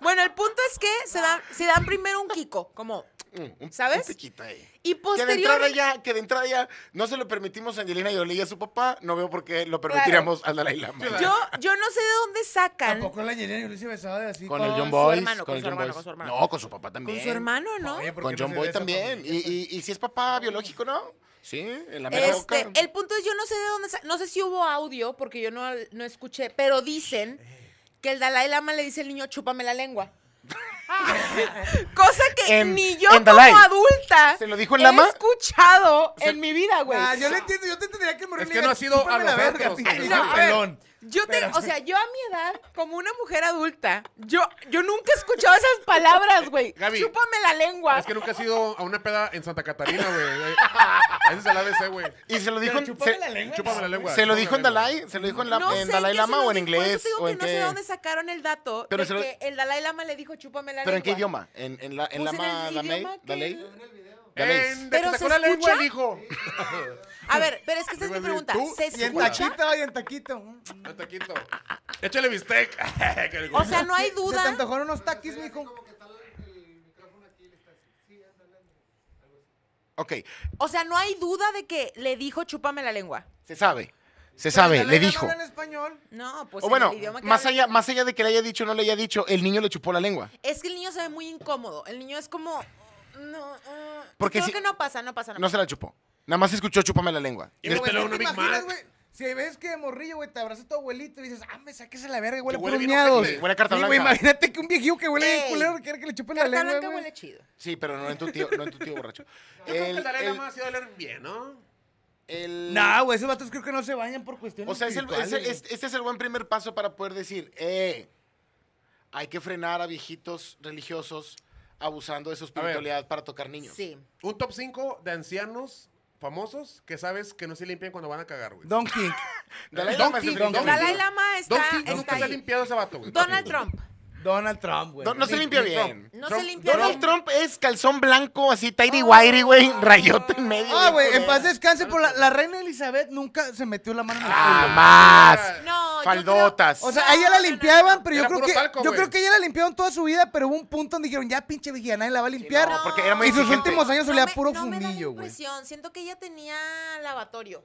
[SPEAKER 1] Bueno, el punto es que se dan, se dan primero un kiko, como...
[SPEAKER 3] Mm,
[SPEAKER 4] Un-
[SPEAKER 1] ¿Sabes?
[SPEAKER 4] Un piquito ahí.
[SPEAKER 1] Y
[SPEAKER 4] Que de entrada
[SPEAKER 1] posterior...
[SPEAKER 4] ya, que de entrada ya no se lo permitimos a Angelina Jolie y a su papá, no veo por qué lo permitiríamos al Dalai Lama.
[SPEAKER 1] Yo, yo no sé de dónde sacan...
[SPEAKER 2] Tampoco la Angelina Jolie se besaba de así.
[SPEAKER 4] con el John
[SPEAKER 1] su
[SPEAKER 4] Boy.
[SPEAKER 1] hermano, con
[SPEAKER 4] el
[SPEAKER 1] su
[SPEAKER 4] John
[SPEAKER 1] hermano,
[SPEAKER 4] Boyce.
[SPEAKER 1] con su hermano.
[SPEAKER 4] No, con su papá también.
[SPEAKER 1] Con su hermano, ¿no?
[SPEAKER 2] Oye, ¿por
[SPEAKER 4] Con
[SPEAKER 2] qué no
[SPEAKER 4] John
[SPEAKER 2] se
[SPEAKER 4] Boy
[SPEAKER 2] besa
[SPEAKER 4] también.
[SPEAKER 2] con-
[SPEAKER 4] Y, y, y si es papá biológico, ¿no? Sí, en la mera
[SPEAKER 1] Este,
[SPEAKER 4] boca.
[SPEAKER 1] el punto es, yo no sé de dónde... sa- No sé si hubo audio, porque yo no, no escuché, pero dicen que el Dalai Lama le dice al niño, chúpame la
[SPEAKER 4] [laughs]
[SPEAKER 1] lengua. Cosa que
[SPEAKER 4] En-
[SPEAKER 1] ni yo
[SPEAKER 4] en Dalai.
[SPEAKER 1] como adulta
[SPEAKER 4] ¿Se lo dijo el
[SPEAKER 1] he
[SPEAKER 4] Lama?
[SPEAKER 1] escuchado
[SPEAKER 4] Se-
[SPEAKER 1] en mi vida, güey.
[SPEAKER 2] Ah, yo le entiendo, yo te tendría que morir.
[SPEAKER 3] Es que no ha sido a
[SPEAKER 2] Chúpame la
[SPEAKER 3] nosotros,
[SPEAKER 2] verga, pinche
[SPEAKER 3] pero-
[SPEAKER 1] No,
[SPEAKER 2] viejo
[SPEAKER 1] a ver,
[SPEAKER 2] pelón.
[SPEAKER 1] yo te, o sea, yo a mi edad, como una mujer adulta, yo, yo nunca he escuchado esas palabras, güey.
[SPEAKER 3] Gaby,
[SPEAKER 1] Chúpame la lengua.
[SPEAKER 3] Es que nunca has ido a una peda en Santa Catarina, güey. Eh, Ese es el ABC, güey.
[SPEAKER 4] Y se lo dijo, en-
[SPEAKER 2] chúpame
[SPEAKER 4] se-
[SPEAKER 2] la lengua.
[SPEAKER 3] Chúpame la lengua.
[SPEAKER 4] se lo
[SPEAKER 3] chúpame
[SPEAKER 4] dijo en
[SPEAKER 3] la lengua.
[SPEAKER 4] Dalai, se lo dijo en, la-
[SPEAKER 1] no
[SPEAKER 4] en
[SPEAKER 1] sé
[SPEAKER 4] Dalai
[SPEAKER 1] qué
[SPEAKER 4] Lama
[SPEAKER 1] se
[SPEAKER 4] o
[SPEAKER 1] lo dijo,
[SPEAKER 4] en
[SPEAKER 1] por eso
[SPEAKER 4] inglés
[SPEAKER 1] te digo
[SPEAKER 4] o
[SPEAKER 1] que
[SPEAKER 4] en
[SPEAKER 1] no sé
[SPEAKER 4] qué.
[SPEAKER 1] de dónde sacaron el dato
[SPEAKER 4] Pero
[SPEAKER 1] de
[SPEAKER 4] se lo-
[SPEAKER 1] que el Dalai Lama le dijo chúpame la
[SPEAKER 4] ¿Pero en qué
[SPEAKER 1] lengua.
[SPEAKER 4] idioma? ¿En, en la, en
[SPEAKER 1] Pues
[SPEAKER 4] Lama
[SPEAKER 1] en el
[SPEAKER 4] Dalai?
[SPEAKER 1] idioma que-
[SPEAKER 4] Dalai?
[SPEAKER 3] En,
[SPEAKER 4] Dalai.
[SPEAKER 3] de
[SPEAKER 1] Pero
[SPEAKER 3] que sacó
[SPEAKER 1] ¿se
[SPEAKER 3] la lengua
[SPEAKER 1] escucha?
[SPEAKER 3] el hijo.
[SPEAKER 1] A ver, pero es que esa es mi
[SPEAKER 3] Iba a decir,
[SPEAKER 1] pregunta.
[SPEAKER 3] ¿tú?
[SPEAKER 1] ¿Se
[SPEAKER 2] Y en
[SPEAKER 1] escucha?
[SPEAKER 2] taquito, y en taquito.
[SPEAKER 3] Un taquito. Échale bistec. [laughs] Que le-
[SPEAKER 1] O sea, no hay
[SPEAKER 2] Se te
[SPEAKER 1] duda.
[SPEAKER 2] antojaron unos taquis, mijo.
[SPEAKER 4] Ok,
[SPEAKER 1] O sea, no hay duda de que le dijo chúpame la lengua.
[SPEAKER 4] se sabe, se sabe, le dijo.
[SPEAKER 2] No habla en español.
[SPEAKER 1] No, pues
[SPEAKER 4] O
[SPEAKER 1] en
[SPEAKER 4] bueno,
[SPEAKER 1] el idioma que
[SPEAKER 4] más
[SPEAKER 1] hablan-
[SPEAKER 4] allá, más allá de que le haya dicho o no le haya dicho, el niño le chupó la lengua.
[SPEAKER 1] Es que el niño se ve muy incómodo. El niño es como no, ah,
[SPEAKER 4] Porque
[SPEAKER 1] creo
[SPEAKER 4] si-
[SPEAKER 1] que no pasa, no pasa, no
[SPEAKER 4] No
[SPEAKER 1] pasa.
[SPEAKER 4] se la chupó. Nada más escuchó chúpame la lengua.
[SPEAKER 3] Y me
[SPEAKER 2] Güey,
[SPEAKER 3] peló
[SPEAKER 2] ¿tú
[SPEAKER 3] una
[SPEAKER 2] te
[SPEAKER 3] Big
[SPEAKER 2] imaginas,
[SPEAKER 3] Mac.
[SPEAKER 2] güey? Si hay veces que de morrillo, güey, te abraza tu abuelito y dices, ah, me saques a la verga, huele
[SPEAKER 3] Que
[SPEAKER 2] a
[SPEAKER 3] huele
[SPEAKER 2] puros
[SPEAKER 3] bien
[SPEAKER 2] miados.
[SPEAKER 3] ojete.
[SPEAKER 4] Huele a carta
[SPEAKER 2] Sí,
[SPEAKER 4] blanca.
[SPEAKER 2] güey, imagínate que un viejillo que huele de
[SPEAKER 1] Ey.
[SPEAKER 2] culero que quiere que le chupen la
[SPEAKER 1] Carta
[SPEAKER 2] lengua,
[SPEAKER 1] blanca
[SPEAKER 2] güey.
[SPEAKER 1] huele chido.
[SPEAKER 4] Sí, pero no en tu tío, no en tu
[SPEAKER 1] [laughs]
[SPEAKER 4] tío borracho.
[SPEAKER 3] Yo creo que el
[SPEAKER 4] El-
[SPEAKER 3] Dalai
[SPEAKER 4] el-
[SPEAKER 3] Lama ha sido leer bien, ¿no?
[SPEAKER 4] el-
[SPEAKER 2] No, güey, esos vatos creo que no se bañan por cuestiones
[SPEAKER 4] O sea, es el- es-
[SPEAKER 2] espirituales,
[SPEAKER 4] es- este es el buen primer paso para poder decir, eh, hay que frenar a viejitos religiosos abusando de su
[SPEAKER 3] ver.
[SPEAKER 4] espiritualidad para tocar niños.
[SPEAKER 1] Sí.
[SPEAKER 3] Un top 5 de ancianos famosos que sabes que no se limpian cuando van a cagar, güey.
[SPEAKER 2] güey. Don King.
[SPEAKER 4] Dalai
[SPEAKER 3] Don
[SPEAKER 4] Lama es el
[SPEAKER 3] King, Don
[SPEAKER 4] primer-
[SPEAKER 1] Dalai Lama está,
[SPEAKER 3] Don King
[SPEAKER 1] está
[SPEAKER 3] nunca se ha
[SPEAKER 1] ahí.
[SPEAKER 3] limpiado ese vato, güey.
[SPEAKER 1] Donald Trump.
[SPEAKER 2] Donald Trump, güey.
[SPEAKER 4] No, no se limpia bien.
[SPEAKER 1] No
[SPEAKER 4] Trump-
[SPEAKER 1] se limpia
[SPEAKER 4] Donald
[SPEAKER 1] bien.
[SPEAKER 4] Trump es calzón blanco, así, tidy wiry, güey, rayota en medio.
[SPEAKER 2] Ah, güey, en paz descanse por la, la reina Elizabeth nunca se metió la mano en el
[SPEAKER 4] Ah,
[SPEAKER 2] culo.
[SPEAKER 4] Jamás.
[SPEAKER 1] No, yo
[SPEAKER 4] Faldotas.
[SPEAKER 2] O sea, a ella la limpiaban, pero yo
[SPEAKER 4] Era
[SPEAKER 2] creo
[SPEAKER 4] puro
[SPEAKER 2] que
[SPEAKER 4] talco,
[SPEAKER 2] yo
[SPEAKER 4] güey.
[SPEAKER 2] creo que ella la limpiaron toda su vida, pero hubo un punto donde dijeron, ya pinche viejilla, nadie la va a limpiar.
[SPEAKER 1] no,
[SPEAKER 4] porque era muy
[SPEAKER 2] y sus
[SPEAKER 4] exigente.
[SPEAKER 2] últimos años
[SPEAKER 1] no
[SPEAKER 2] olía
[SPEAKER 1] me-
[SPEAKER 2] puro
[SPEAKER 1] no me da la
[SPEAKER 2] fundillo, güey.
[SPEAKER 1] impresión. Siento que ella tenía lavatorio.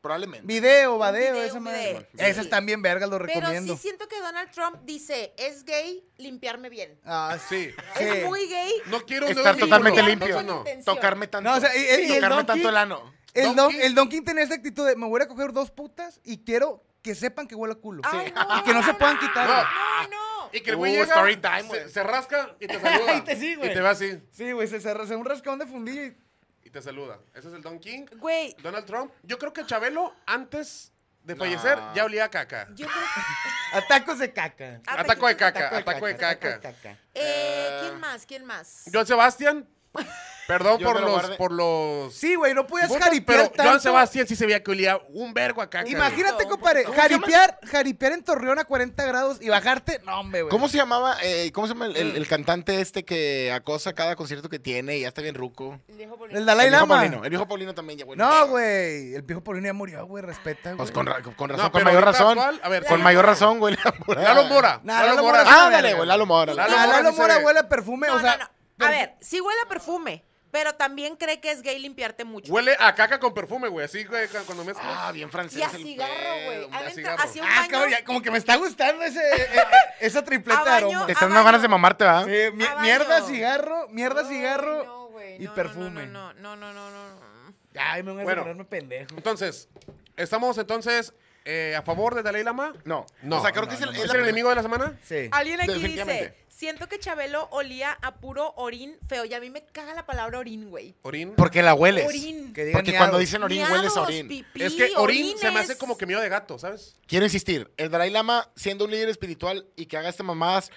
[SPEAKER 4] Probablemente.
[SPEAKER 2] Video, vadeo,
[SPEAKER 1] video,
[SPEAKER 2] esa
[SPEAKER 1] un
[SPEAKER 2] madre.
[SPEAKER 1] video.
[SPEAKER 2] Esas
[SPEAKER 1] Sí.
[SPEAKER 2] también vergas, lo
[SPEAKER 1] Pero
[SPEAKER 2] recomiendo.
[SPEAKER 1] sí siento que Donald Trump dice, es gay, limpiarme bien.
[SPEAKER 2] Ah, sí.
[SPEAKER 3] Sí.
[SPEAKER 2] Sí.
[SPEAKER 1] Es muy gay.
[SPEAKER 3] No quiero
[SPEAKER 4] Estar
[SPEAKER 3] dedos
[SPEAKER 4] totalmente
[SPEAKER 3] ninguno.
[SPEAKER 4] limpio.
[SPEAKER 3] No, no.
[SPEAKER 4] Tocarme tanto.
[SPEAKER 2] No, o sea, y- y- y el
[SPEAKER 4] tocarme
[SPEAKER 2] Donkey-
[SPEAKER 4] tanto el ano.
[SPEAKER 2] El, don,
[SPEAKER 3] Don King.
[SPEAKER 2] el Don King tenía esta actitud de, me voy a coger dos putas y quiero que sepan que huele a culo.
[SPEAKER 1] Ay, no,
[SPEAKER 2] Y que no se puedan quitar. Ah. güey.
[SPEAKER 1] No, no.
[SPEAKER 3] Y que el güey
[SPEAKER 4] Uh,
[SPEAKER 3] llega,
[SPEAKER 4] story time, güey.
[SPEAKER 3] se, se rasca y te saluda.
[SPEAKER 2] Y te sí, güey.
[SPEAKER 3] Y te va así.
[SPEAKER 2] Sí, güey, se cerró, se un rascón de fundillo y...
[SPEAKER 3] Y te saluda. Ese es el Don King.
[SPEAKER 1] Güey,
[SPEAKER 3] Donald Trump. Yo creo que Chabelo, antes de fallecer, ya olía a caca.
[SPEAKER 1] yo creo que...
[SPEAKER 2] Atacos de caca.
[SPEAKER 1] Ah,
[SPEAKER 3] Ataco de
[SPEAKER 1] taquitos
[SPEAKER 3] caca, ataco de caca.
[SPEAKER 1] Eh, ¿Quién más? ¿Quién más?
[SPEAKER 3] John Sebastián, perdón
[SPEAKER 4] Yo
[SPEAKER 3] por
[SPEAKER 4] me lo
[SPEAKER 3] los,
[SPEAKER 4] guardé.
[SPEAKER 3] por los...
[SPEAKER 2] Sí, güey, no podías
[SPEAKER 3] Putas,
[SPEAKER 2] jaripear
[SPEAKER 3] pero
[SPEAKER 2] tanto.
[SPEAKER 3] Joan Sebastián sí se veía que olía un vergo a caca. güey.
[SPEAKER 2] Imagínate,
[SPEAKER 1] Un
[SPEAKER 2] compadre,
[SPEAKER 1] poquito.
[SPEAKER 2] jaripear, jaripear en Torreón a 40 grados y bajarte. No, hombre, güey.
[SPEAKER 4] ¿Cómo se llamaba? eh, ¿Cómo se llama el, el- el cantante este que acosa cada concierto que tiene y ya está bien ruco?
[SPEAKER 1] El viejo Paulino.
[SPEAKER 2] El Dalai
[SPEAKER 4] el viejo
[SPEAKER 2] Lama.
[SPEAKER 4] Paulino. El viejo Paulino también ya bueno.
[SPEAKER 2] No, güey. El viejo Paulino ya murió, güey. Respeta, güey.
[SPEAKER 4] Pues con, ra- con razón,
[SPEAKER 3] No,
[SPEAKER 4] con
[SPEAKER 3] pero
[SPEAKER 4] mayor
[SPEAKER 3] ahorita
[SPEAKER 4] razón.
[SPEAKER 3] actual, a ver,
[SPEAKER 4] con
[SPEAKER 1] Lalo
[SPEAKER 4] mayor
[SPEAKER 1] Mora.
[SPEAKER 4] razón, güey. Lalo Mora.
[SPEAKER 3] Lalo Mora.
[SPEAKER 2] Nah, Lalo Mora.
[SPEAKER 3] sí.
[SPEAKER 4] Ah,
[SPEAKER 2] Ándale,
[SPEAKER 4] dale, güey, Lalo Mora.
[SPEAKER 2] Ah,
[SPEAKER 3] Lalo
[SPEAKER 2] Lalo,
[SPEAKER 3] Mora sí
[SPEAKER 2] Mora
[SPEAKER 3] se-
[SPEAKER 2] huele a perfume.
[SPEAKER 1] No,
[SPEAKER 2] o sea,
[SPEAKER 1] no, no. A ver, sí huele a perfume, pero también cree que es gay limpiarte mucho.
[SPEAKER 3] Huele a caca con perfume, güey. Así, güey, cu- cuando mezclas.
[SPEAKER 4] Ah, bien francés.
[SPEAKER 1] y a
[SPEAKER 4] el
[SPEAKER 1] cigarro,
[SPEAKER 4] pedo,
[SPEAKER 1] güey.
[SPEAKER 4] hombre.
[SPEAKER 3] a
[SPEAKER 1] Adentro,
[SPEAKER 3] cigarro.
[SPEAKER 1] hacia un
[SPEAKER 2] Ah,
[SPEAKER 1] baño.
[SPEAKER 2] cabrón, ya como que me está gustando
[SPEAKER 1] [laughs]
[SPEAKER 2] ese, eh, eh, esa tripleta
[SPEAKER 1] A
[SPEAKER 2] de
[SPEAKER 1] baño-
[SPEAKER 2] aroma.
[SPEAKER 1] a
[SPEAKER 4] Te están dando ganas
[SPEAKER 1] Ah, baño.
[SPEAKER 4] de mamarte, ¿verdad?
[SPEAKER 2] Sí, mi-
[SPEAKER 1] a baño.
[SPEAKER 2] mierda, cigarro, mierda,
[SPEAKER 1] Ay,
[SPEAKER 2] cigarro
[SPEAKER 1] no, güey,
[SPEAKER 2] y
[SPEAKER 1] no, no, no,
[SPEAKER 2] perfume.
[SPEAKER 1] No, no, no, no, no, no.
[SPEAKER 2] Ay, me voy a
[SPEAKER 3] Bueno.
[SPEAKER 2] ponerme pendejo.
[SPEAKER 3] Entonces, ¿estamos entonces eh, a favor de Dalai Lama?
[SPEAKER 4] No.
[SPEAKER 3] No.
[SPEAKER 4] O sea, creo que es el, es
[SPEAKER 3] ¿Es
[SPEAKER 4] la
[SPEAKER 3] el
[SPEAKER 4] primera-
[SPEAKER 3] enemigo de la semana?
[SPEAKER 2] Sí.
[SPEAKER 1] Alguien aquí dice,
[SPEAKER 4] Definitivamente.
[SPEAKER 1] siento que Chabelo olía a puro orín feo. Y a mí me caga la palabra orín, güey.
[SPEAKER 3] Orín.
[SPEAKER 4] Porque la hueles.
[SPEAKER 1] Orín.
[SPEAKER 2] Que digan
[SPEAKER 4] Porque
[SPEAKER 2] miados.
[SPEAKER 4] cuando dicen orín, hueles a
[SPEAKER 1] Miados,
[SPEAKER 4] orín.
[SPEAKER 1] pipí,
[SPEAKER 3] es que orín se me hace
[SPEAKER 1] orines.
[SPEAKER 3] como que miedo de gato, ¿sabes?
[SPEAKER 4] Quiero insistir, el Dalai Lama, siendo un líder espiritual y que haga estas mamadas,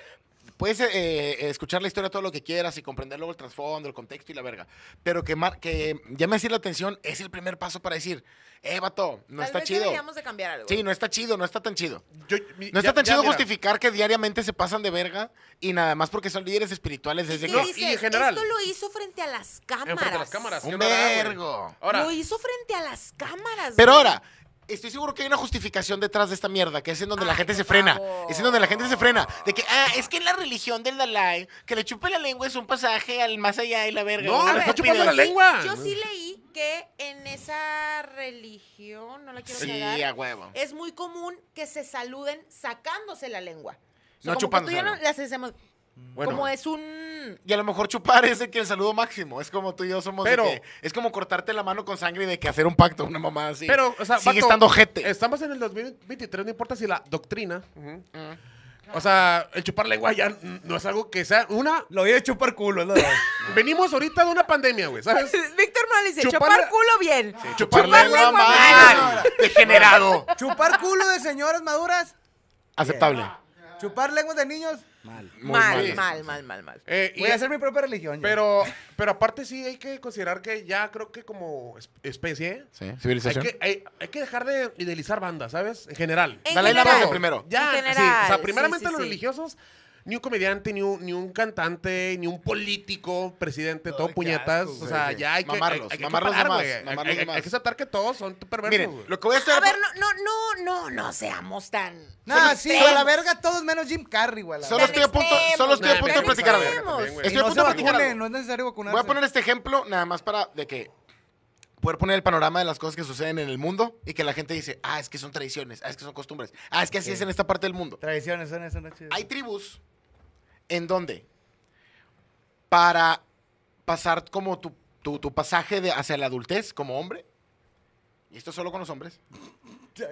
[SPEAKER 4] puedes eh, eh, escuchar la historia todo lo que quieras y comprender luego el trasfondo, el contexto y la verga. Pero que, mar- que llame así la atención es el primer paso para decir, eh, vato, no
[SPEAKER 1] Tal
[SPEAKER 4] está
[SPEAKER 1] vez
[SPEAKER 4] chido.
[SPEAKER 1] deberíamos de cambiar algo.
[SPEAKER 4] Sí, no está chido, no está tan chido.
[SPEAKER 3] Yo- mi-
[SPEAKER 4] No
[SPEAKER 3] ya-
[SPEAKER 4] está tan
[SPEAKER 3] ya,
[SPEAKER 4] chido
[SPEAKER 3] mira,
[SPEAKER 4] justificar que diariamente se pasan de verga y nada más porque son líderes espirituales desde
[SPEAKER 1] ¿Qué
[SPEAKER 4] que...
[SPEAKER 1] dices?
[SPEAKER 3] y en general.
[SPEAKER 1] Esto lo hizo frente a las cámaras.
[SPEAKER 3] Enfrente de las cámaras. ¿qué
[SPEAKER 4] Un
[SPEAKER 3] no hará, güey?
[SPEAKER 4] vergo.
[SPEAKER 3] Ahora,
[SPEAKER 1] Lo hizo frente a las cámaras.
[SPEAKER 4] Pero
[SPEAKER 1] güey.
[SPEAKER 4] ahora, estoy seguro que hay una justificación detrás de esta mierda, que es en donde la
[SPEAKER 1] Ay,
[SPEAKER 4] gente
[SPEAKER 1] por
[SPEAKER 4] se frena.
[SPEAKER 1] favor.
[SPEAKER 4] Es en donde la gente se frena. De que, ah, es que en la religión del Dalai, que le chupe la lengua es un pasaje al más allá y la verga.
[SPEAKER 3] No,
[SPEAKER 4] Y
[SPEAKER 1] le
[SPEAKER 4] la
[SPEAKER 1] está
[SPEAKER 4] estupidez.
[SPEAKER 3] chupando la lengua.
[SPEAKER 1] Yo sí leí que en esa religión, no la quiero
[SPEAKER 4] Sí, a
[SPEAKER 1] cagar,
[SPEAKER 4] huevo.
[SPEAKER 1] es muy común que se saluden sacándose la lengua. O
[SPEAKER 4] No
[SPEAKER 1] sea, como que
[SPEAKER 4] chupándosela.
[SPEAKER 1] tú y yo no las hacemos.
[SPEAKER 3] Bueno.
[SPEAKER 1] Como es un.
[SPEAKER 4] Y a lo mejor chupar es de que el saludo máximo. Es como tú y yo somos. de
[SPEAKER 3] Pero-
[SPEAKER 4] que- es como cortarte la mano con sangre y de que hacer un pacto, una mamá así.
[SPEAKER 3] pero, o sea,
[SPEAKER 4] Sigue
[SPEAKER 3] vato,
[SPEAKER 4] estando gente.
[SPEAKER 3] Estamos en el 2023, no importa si la doctrina. O sea, el chupar lengua ya mm, no es algo que sea una.
[SPEAKER 2] Lo voy a chupar culo, es la verdad.
[SPEAKER 4] [laughs]
[SPEAKER 3] Venimos ahorita de una pandemia, güey, ¿sabes?
[SPEAKER 1] [laughs] Víctor Morales dice:
[SPEAKER 3] Chupar-
[SPEAKER 1] chupar culo bien.
[SPEAKER 3] Ah,
[SPEAKER 4] Chupar
[SPEAKER 1] chupar
[SPEAKER 4] lengua,
[SPEAKER 1] lengua
[SPEAKER 4] mal.
[SPEAKER 2] mal.
[SPEAKER 4] Degenerado.
[SPEAKER 2] Chupar culo de señoras maduras.
[SPEAKER 4] Aceptable.
[SPEAKER 2] Chupar lenguas de niños.
[SPEAKER 1] Mal, mal, mal, mal, mal.
[SPEAKER 3] Eh, y-
[SPEAKER 2] Voy a hacer mi propia religión. ya.
[SPEAKER 3] pero, pero aparte sí hay que considerar que ya creo que como es- especie
[SPEAKER 4] Sí,
[SPEAKER 3] hay
[SPEAKER 4] civilización.
[SPEAKER 3] que, hay, hay que dejar de idealizar bandas, ¿sabes? En general.
[SPEAKER 1] En
[SPEAKER 4] Dalai Lama
[SPEAKER 1] general.
[SPEAKER 4] es el primero.
[SPEAKER 3] Ya,
[SPEAKER 1] En general,
[SPEAKER 3] sí, o sea,
[SPEAKER 1] sí,
[SPEAKER 3] primeramente
[SPEAKER 1] sí,
[SPEAKER 3] los
[SPEAKER 1] sí.
[SPEAKER 3] religiosos, ni un comediante, ni un, ni un cantante, ni un político, presidente, todo
[SPEAKER 2] qué
[SPEAKER 3] puñetas.
[SPEAKER 2] asco,
[SPEAKER 3] o
[SPEAKER 2] güey,
[SPEAKER 3] sea,
[SPEAKER 2] sí.
[SPEAKER 3] ya hay que.
[SPEAKER 4] Mamarlos,
[SPEAKER 3] hay, hay que
[SPEAKER 4] mamarlos de
[SPEAKER 3] parar,
[SPEAKER 4] más,
[SPEAKER 3] güey. Hay-
[SPEAKER 4] mamarlos
[SPEAKER 3] hay,
[SPEAKER 4] de
[SPEAKER 3] hay
[SPEAKER 4] más.
[SPEAKER 3] que aceptar que todos son perversos.
[SPEAKER 4] Miren,
[SPEAKER 3] güey.
[SPEAKER 4] lo que voy a hacer.
[SPEAKER 1] A ver, no, no, no, no, no seamos tan.
[SPEAKER 2] Nah,
[SPEAKER 1] tan
[SPEAKER 2] sí,
[SPEAKER 1] extremos.
[SPEAKER 2] a la verga todos menos Jim Carrey, güey. a la
[SPEAKER 4] Solo
[SPEAKER 2] verga.
[SPEAKER 4] estoy a punto- solo estoy
[SPEAKER 3] a punto de platicar, a ver.
[SPEAKER 1] extremos.
[SPEAKER 3] También, güey.
[SPEAKER 2] Y
[SPEAKER 4] Estoy a
[SPEAKER 2] no se
[SPEAKER 4] punto de platicar
[SPEAKER 2] vacune,
[SPEAKER 4] algo.
[SPEAKER 2] no es necesario vacunarse.
[SPEAKER 4] Voy a poner este ejemplo nada más para de que poder poner el panorama de las cosas que suceden en el mundo y que la gente dice, ah, es que son tradiciones, ah, es que son costumbres, ah, es que así es en esta parte del mundo.
[SPEAKER 2] Tradiciones son esas noches.
[SPEAKER 4] Hay tribus en donde para pasar como tu, tu- tu pasaje de- hacia la adultez como hombre, y esto solo con los
[SPEAKER 3] [laughs]
[SPEAKER 4] hombres,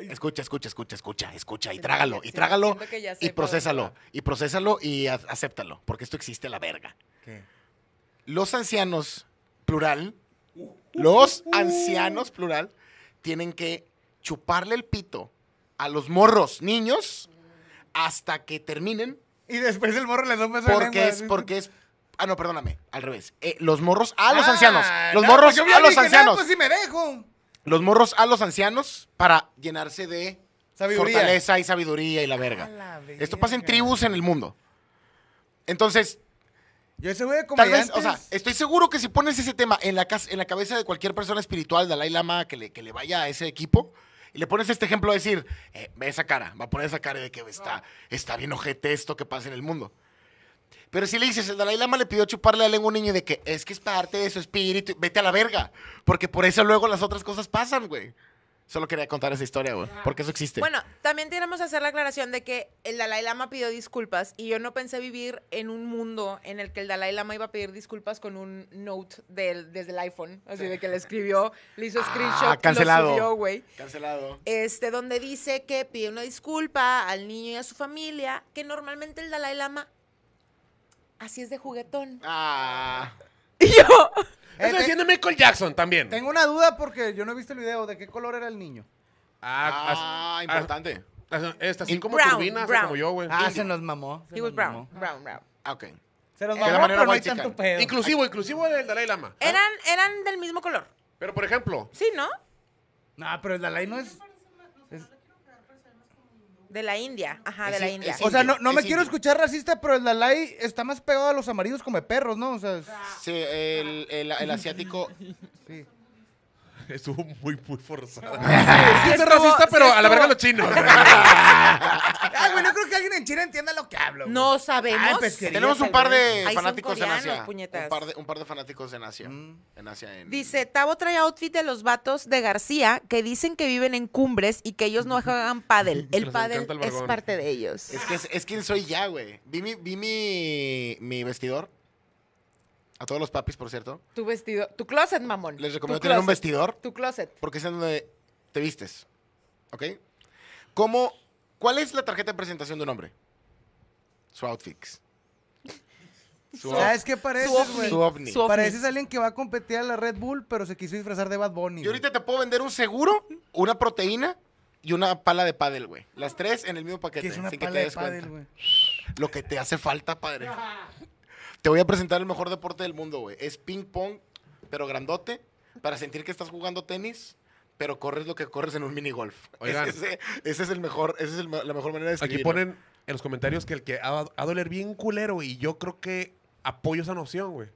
[SPEAKER 4] escucha, escucha, escucha, escucha, escucha, y trágalo, y
[SPEAKER 1] siento-
[SPEAKER 4] trágalo,
[SPEAKER 1] siento que ya sé
[SPEAKER 4] y
[SPEAKER 1] por dónde
[SPEAKER 4] procésalo,
[SPEAKER 1] va.
[SPEAKER 4] y procésalo y a- acéptalo, porque esto existe a la verga.
[SPEAKER 2] ¿Qué?
[SPEAKER 4] los ancianos, plural, los ancianos, plural, tienen que chuparle el pito a los morros niños hasta que terminen,
[SPEAKER 2] Y después el morro les da un beso de
[SPEAKER 4] porque
[SPEAKER 2] lengua,
[SPEAKER 4] es,
[SPEAKER 2] así.
[SPEAKER 4] porque es, ah, no, perdóname, al revés, Eh, los morros a los
[SPEAKER 2] Ah,
[SPEAKER 4] ancianos, los
[SPEAKER 2] no,
[SPEAKER 4] morros
[SPEAKER 2] pues yo
[SPEAKER 4] a
[SPEAKER 2] vi
[SPEAKER 4] los
[SPEAKER 2] dije,
[SPEAKER 4] ancianos,
[SPEAKER 2] "No, pues sí me dejo.
[SPEAKER 4] los morros a los ancianos para llenarse de
[SPEAKER 2] Sabiduría.
[SPEAKER 4] fortaleza y sabiduría y la verga.
[SPEAKER 2] A la
[SPEAKER 4] Esto pasa en
[SPEAKER 2] verga.
[SPEAKER 4] tribus en el mundo. Entonces,
[SPEAKER 2] Yo ese güey de
[SPEAKER 4] tal vez,
[SPEAKER 2] comediantes.
[SPEAKER 4] o sea, estoy seguro que si pones ese tema en la, cas- en la cabeza de cualquier persona espiritual, Dalai Lama, que le, que le vaya a ese equipo, y le pones este ejemplo a decir, eh, ve esa cara, va a poner esa cara de que está, está bien ojete esto que pasa en el mundo. Pero si le dices, el Dalai Lama le pidió chuparle la lengua a un niño y de que es que es parte de su espíritu, vete a la verga, porque por eso luego las otras cosas pasan, güey. Solo quería contar esa historia, güey, porque eso existe.
[SPEAKER 1] Bueno, también tenemos que hacer la aclaración de que el Dalai Lama pidió disculpas y yo no pensé vivir en un mundo en el que el Dalai Lama iba a pedir disculpas con un note del, desde el iPhone, así de que le escribió, le hizo
[SPEAKER 4] Ah,
[SPEAKER 1] screenshot,
[SPEAKER 4] cancelado.
[SPEAKER 1] lo subió, güey.
[SPEAKER 4] Cancelado.
[SPEAKER 1] Este, donde dice que pide una disculpa al niño y a su familia, que normalmente el Dalai Lama así es de juguetón.
[SPEAKER 4] Ah.
[SPEAKER 1] Y yo,
[SPEAKER 2] Eh,
[SPEAKER 3] Eso
[SPEAKER 2] te-
[SPEAKER 3] haciendo Michael Jackson también.
[SPEAKER 2] Tengo una duda porque yo no he visto el video. ¿De qué color era el niño?
[SPEAKER 4] Ah,
[SPEAKER 3] as-
[SPEAKER 4] importante.
[SPEAKER 3] as- pues, as- Esta, así
[SPEAKER 1] Y
[SPEAKER 3] como
[SPEAKER 1] brown,
[SPEAKER 3] turbina, así
[SPEAKER 1] brown.
[SPEAKER 3] como yo, güey.
[SPEAKER 2] Ah, se nos mamó. Se
[SPEAKER 1] he
[SPEAKER 2] nos
[SPEAKER 1] was brown,
[SPEAKER 2] mamó.
[SPEAKER 1] brown, brown.
[SPEAKER 4] Ah, ok.
[SPEAKER 2] Se nos
[SPEAKER 4] De
[SPEAKER 2] mamó,
[SPEAKER 4] la manera
[SPEAKER 2] pero no hay
[SPEAKER 4] white chican.
[SPEAKER 2] tanto pedo.
[SPEAKER 3] Inclusivo, inclusivo del Dalai Lama.
[SPEAKER 1] Eran, eran del mismo color,
[SPEAKER 3] Pero, por ejemplo,
[SPEAKER 1] ¿sí, no?
[SPEAKER 2] No, pero el Dalai no es...
[SPEAKER 1] De la India, ajá, de
[SPEAKER 4] Es
[SPEAKER 1] la
[SPEAKER 4] in-
[SPEAKER 1] India.
[SPEAKER 4] es
[SPEAKER 2] O sea,
[SPEAKER 4] indio,
[SPEAKER 2] no, no
[SPEAKER 4] es
[SPEAKER 2] me quiero
[SPEAKER 4] indio.
[SPEAKER 2] escuchar racista, pero el Dalai está más pegado a los amarillos como perros, ¿no? O sea, es-
[SPEAKER 1] Ah.
[SPEAKER 4] Sí, el, el-
[SPEAKER 2] [laughs]
[SPEAKER 4] el asiático.
[SPEAKER 2] sí.
[SPEAKER 3] estuvo muy, muy forzado.
[SPEAKER 1] Sí
[SPEAKER 3] es
[SPEAKER 1] estuvo-
[SPEAKER 3] racista,
[SPEAKER 1] sí
[SPEAKER 3] pero a la verga
[SPEAKER 1] estuvo-
[SPEAKER 3] los chinos.
[SPEAKER 1] [laughs]
[SPEAKER 2] Ah, güey, no creo que alguien en China entienda lo que hablo. güey.
[SPEAKER 1] No sabemos.
[SPEAKER 2] Ay, pues, que-
[SPEAKER 4] Tenemos un par de
[SPEAKER 1] Ahí son
[SPEAKER 4] fanáticos en
[SPEAKER 1] coreanos,
[SPEAKER 4] Asia.
[SPEAKER 1] puñetas.
[SPEAKER 4] Un par de, un par de fanáticos en Asia.
[SPEAKER 2] Mm.
[SPEAKER 4] En Asia. en-
[SPEAKER 1] Dice, Tavo trae outfit de los vatos de García que dicen que viven en cumbres y que ellos no juegan
[SPEAKER 4] [laughs]
[SPEAKER 1] pádel.
[SPEAKER 3] Que
[SPEAKER 1] El
[SPEAKER 3] les
[SPEAKER 1] pádel
[SPEAKER 3] encanta el
[SPEAKER 1] es
[SPEAKER 3] vagón.
[SPEAKER 1] parte de ellos.
[SPEAKER 4] Es que es, es quien soy ya, güey. Vi, mi, vi mi, mi vestidor. A todos los papis, por cierto.
[SPEAKER 1] Tu vestido, tu closet, mamón.
[SPEAKER 4] Les
[SPEAKER 1] Tu
[SPEAKER 4] recomiendo tener un
[SPEAKER 1] closet,
[SPEAKER 4] vestidor
[SPEAKER 1] Tu closet.
[SPEAKER 4] porque es en donde te vistes. ¿Ok? ¿Cómo, ¿Cuál es la tarjeta de presentación de un hombre? Su outfit. Su,
[SPEAKER 1] Ah,
[SPEAKER 2] ¿Sabes qué parece,
[SPEAKER 1] Su ovni.
[SPEAKER 2] güey?
[SPEAKER 4] Su ovni.
[SPEAKER 1] Su ovni.
[SPEAKER 2] Pareces alguien que va a competir a la Red Bull, pero se quiso disfrazar de Bad Bunny.
[SPEAKER 4] Yo
[SPEAKER 2] güey.
[SPEAKER 4] ahorita te puedo vender un seguro, una proteína y una pala de pádel, güey. Las tres en el mismo paquete.
[SPEAKER 2] que es una
[SPEAKER 4] sin que
[SPEAKER 2] pala
[SPEAKER 4] te
[SPEAKER 2] de
[SPEAKER 4] des
[SPEAKER 2] pádel,
[SPEAKER 4] cuenta.
[SPEAKER 2] güey.
[SPEAKER 4] Lo que te hace falta, padre. Te voy a presentar el mejor deporte del mundo, güey. Es ping pong, pero grandote, para sentir que estás jugando tenis, pero corres lo que corres en un minigolf.
[SPEAKER 3] [laughs] Oigan.
[SPEAKER 4] Ese, ese es el mejor, esa es el me- la mejor manera de
[SPEAKER 3] Aquí
[SPEAKER 4] escribirlo.
[SPEAKER 3] ponen en los comentarios que el que ha, ha doler bien culero y yo creo que apoyo esa noción, güey.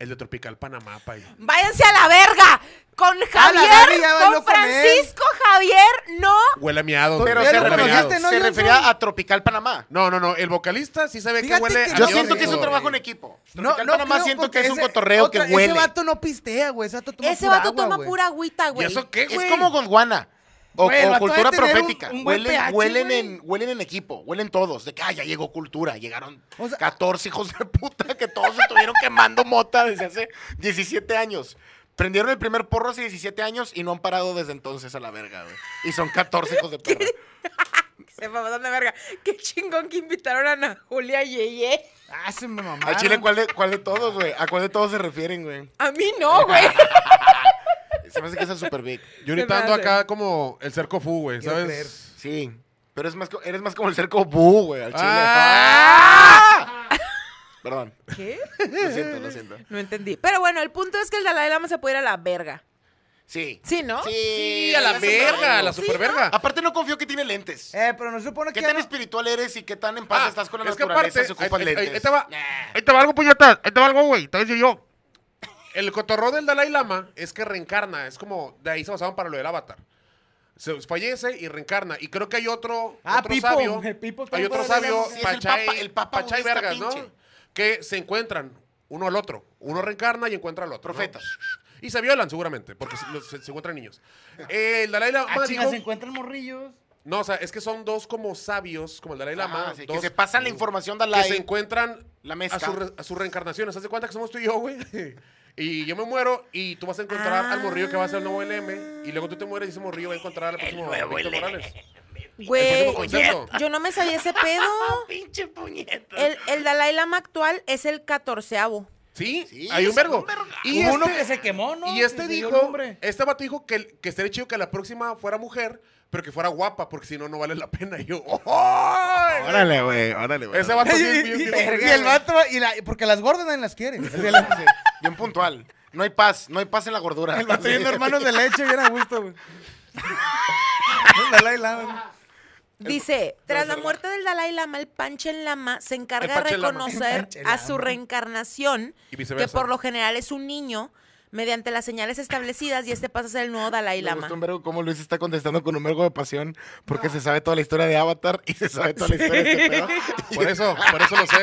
[SPEAKER 3] El de Tropical Panamá, país.
[SPEAKER 1] Váyanse a la verga. Con
[SPEAKER 2] Ah, Gaby
[SPEAKER 1] Javier,
[SPEAKER 2] ya
[SPEAKER 1] con
[SPEAKER 2] bailó con él.
[SPEAKER 1] Francisco Javier, no.
[SPEAKER 3] Huele a miado. güey,
[SPEAKER 4] Pero
[SPEAKER 2] Ya
[SPEAKER 4] se,
[SPEAKER 2] lo
[SPEAKER 3] huele a
[SPEAKER 4] refería,
[SPEAKER 3] miado.
[SPEAKER 2] conociste, ¿no,
[SPEAKER 4] se
[SPEAKER 2] Johnson?
[SPEAKER 4] refería a Tropical Panamá.
[SPEAKER 3] No, no, no. El vocalista sí se ve
[SPEAKER 2] Fíjate
[SPEAKER 3] que huele
[SPEAKER 2] que
[SPEAKER 3] a
[SPEAKER 4] Yo
[SPEAKER 2] Dios,
[SPEAKER 4] siento
[SPEAKER 3] miado,
[SPEAKER 4] que es un
[SPEAKER 3] güey.
[SPEAKER 4] trabajo en equipo.
[SPEAKER 2] No,
[SPEAKER 4] Tropical
[SPEAKER 2] no,
[SPEAKER 4] Panamá
[SPEAKER 2] creo,
[SPEAKER 4] siento
[SPEAKER 2] porque
[SPEAKER 4] que es un
[SPEAKER 2] ese-
[SPEAKER 4] cotorreo
[SPEAKER 2] otra-
[SPEAKER 4] que huele.
[SPEAKER 2] Ese vato no pistea, güey. Ese vato toma
[SPEAKER 1] Ese
[SPEAKER 2] pura
[SPEAKER 1] vato
[SPEAKER 2] agua,
[SPEAKER 1] toma
[SPEAKER 2] güey.
[SPEAKER 1] pura agüita,
[SPEAKER 3] ¿Y
[SPEAKER 1] güey.
[SPEAKER 3] eso qué, güey?
[SPEAKER 4] Es como Gondwana. O,
[SPEAKER 2] Güey, el
[SPEAKER 4] o
[SPEAKER 2] vato ha de
[SPEAKER 4] cultura
[SPEAKER 2] tener un-
[SPEAKER 4] profética.
[SPEAKER 2] un buen
[SPEAKER 4] huelen,
[SPEAKER 2] pH,
[SPEAKER 4] huelen,
[SPEAKER 2] güey.
[SPEAKER 4] en, huelen en equipo, huelen todos. De que, ah, ya llegó cultura. Llegaron
[SPEAKER 2] O sea-
[SPEAKER 4] 14 hijos de puta que todos estuvieron [laughs] quemando mota desde hace 17 años. Prendieron el primer porro hace 17 años y no han parado desde entonces a la verga, güey. Y son 14
[SPEAKER 2] [laughs]
[SPEAKER 4] hijos de perra.
[SPEAKER 1] Sepa, pasan de verga. Qué chingón que invitaron a Ana Julia Yeye.
[SPEAKER 2] Ah, se me mamaron.
[SPEAKER 4] ¿A Chile cuál de, cuál de todos, güey? ¿A cuál de todos se refieren, güey?
[SPEAKER 1] A mí no,
[SPEAKER 2] [laughs]
[SPEAKER 1] güey.
[SPEAKER 4] Se me hace que es el Super Big.
[SPEAKER 1] Se
[SPEAKER 3] Yo
[SPEAKER 1] me
[SPEAKER 3] ahorita ando
[SPEAKER 1] hace.
[SPEAKER 3] acá como el cerco fu, güey,
[SPEAKER 2] Quiero
[SPEAKER 3] ¿sabes?
[SPEAKER 2] creer.
[SPEAKER 4] Sí. Pero es más, co- eres más como el cerco Boo, güey, al chile.
[SPEAKER 3] ¡Ah!
[SPEAKER 4] Perdón.
[SPEAKER 1] ¿Qué?
[SPEAKER 4] Lo siento, lo siento.
[SPEAKER 1] No entendí. Pero bueno, el punto es que el Dalai Lama se puede ir a la verga.
[SPEAKER 4] Sí.
[SPEAKER 1] Sí, ¿no?
[SPEAKER 3] Sí, a la
[SPEAKER 4] es un verbo.
[SPEAKER 3] verga, a la
[SPEAKER 1] Sí,
[SPEAKER 3] superverga.
[SPEAKER 4] Aparte no confío que tiene lentes.
[SPEAKER 2] Eh, pero no se supone
[SPEAKER 4] ¿Qué
[SPEAKER 2] que...
[SPEAKER 4] tan
[SPEAKER 2] ya no-
[SPEAKER 4] espiritual eres y qué tan en paz
[SPEAKER 3] Ah,
[SPEAKER 4] estás con la
[SPEAKER 3] es que
[SPEAKER 4] naturaleza?
[SPEAKER 3] aparte,
[SPEAKER 4] se ocupan
[SPEAKER 3] ahí- ahí-
[SPEAKER 4] lentes.
[SPEAKER 3] ahí te va.
[SPEAKER 4] Nah.
[SPEAKER 3] Ahí te va algo, puñetas. Ahí te va algo, güey. Te voy a decir yo. El cotorro del Dalai Lama es que reencarna. Es como, de ahí se basaban para lo del avatar. Se fallece y reencarna. Y creo que hay otro,
[SPEAKER 2] Ah,
[SPEAKER 3] otro
[SPEAKER 2] Pipo.
[SPEAKER 3] sabio.
[SPEAKER 2] El Pipo está
[SPEAKER 3] hay otro
[SPEAKER 2] fuera de
[SPEAKER 3] sabio,
[SPEAKER 4] la- Sí, es el
[SPEAKER 3] Pachay,
[SPEAKER 4] papa- el papa
[SPEAKER 3] Pachay
[SPEAKER 4] budista
[SPEAKER 3] Vergas, ¿no?
[SPEAKER 4] pinche.
[SPEAKER 3] Que se encuentran uno al otro. Uno reencarna y encuentra al otro. ¿no?
[SPEAKER 4] Profetas.
[SPEAKER 3] Y se violan seguramente, porque se, los- se- se encuentran niños. El Dalai Lama
[SPEAKER 2] Ah, chinga,
[SPEAKER 3] dijo-
[SPEAKER 2] se encuentran morrillos.
[SPEAKER 3] No, o sea, es que son dos como sabios, como el Dalai Lama.
[SPEAKER 4] Ah, sí, que
[SPEAKER 3] dos-
[SPEAKER 4] se pasan la información de
[SPEAKER 3] que
[SPEAKER 4] la...
[SPEAKER 3] se encuentran
[SPEAKER 4] la
[SPEAKER 3] a,
[SPEAKER 4] mezcla.
[SPEAKER 3] su re- a sus reencarnaciones. Haz de cuenta que somos tú y yo, güey. [laughs] Y yo me muero y tú vas a encontrar al morrillo que va a ser el nuevo LM. Y luego tú te mueres y ese morrillo va a encontrar al próximo
[SPEAKER 5] nuevo
[SPEAKER 3] Víctor
[SPEAKER 5] LM.
[SPEAKER 3] Morales.
[SPEAKER 1] Güey,
[SPEAKER 3] mismo concepto.
[SPEAKER 1] yo no me sabía ese pedo.
[SPEAKER 5] Pinche puñeta.
[SPEAKER 1] El, el Dalai Lama actual es el catorceavo.
[SPEAKER 3] ¿Sí?
[SPEAKER 4] Sí,
[SPEAKER 3] hay un
[SPEAKER 4] es
[SPEAKER 3] vergo.
[SPEAKER 4] un verga.
[SPEAKER 3] Y
[SPEAKER 2] Hubo
[SPEAKER 3] este,
[SPEAKER 2] uno que se quemó, ¿no?
[SPEAKER 3] y este
[SPEAKER 2] Que se dio el
[SPEAKER 3] dijo,
[SPEAKER 2] nombre. [laughs]
[SPEAKER 3] este vato dijo que, el- que estaría chido que la próxima fuera mujer, pero que fuera guapa, porque si no, no vale la pena. Y yo, [laughs] ¡ay!
[SPEAKER 4] Órale, güey, órale, güey.
[SPEAKER 3] Ese vato
[SPEAKER 2] Y,
[SPEAKER 3] sí es bien-
[SPEAKER 2] y-
[SPEAKER 3] bien-
[SPEAKER 2] y el vato, y la, porque las gordas nadie las quiere. El [laughs]
[SPEAKER 4] Sí, Bien puntual. No hay paz, no hay paz en la gordura.
[SPEAKER 2] vato viendo hermanos de leche, bien a gusto, güey. Dalai Lama.
[SPEAKER 1] Dice, tras la muerte del Dalai Lama, el Panchen Lama se encarga de
[SPEAKER 3] Panchen Lama.
[SPEAKER 1] reconocer
[SPEAKER 2] Panchen
[SPEAKER 1] a su
[SPEAKER 2] Lama.
[SPEAKER 1] reencarnación,
[SPEAKER 3] Y
[SPEAKER 1] que
[SPEAKER 3] viceversa.
[SPEAKER 1] por lo general es un niño, mediante las señales establecidas, y este pasa a ser el nuevo Dalai
[SPEAKER 4] Me
[SPEAKER 1] Lama.
[SPEAKER 4] gustó un vergo cómo Luis está contestando con un vergo de pasión porque se sabe toda la historia de Avatar y se sabe toda la historia de este pedo.
[SPEAKER 3] Por eso, por eso lo sé.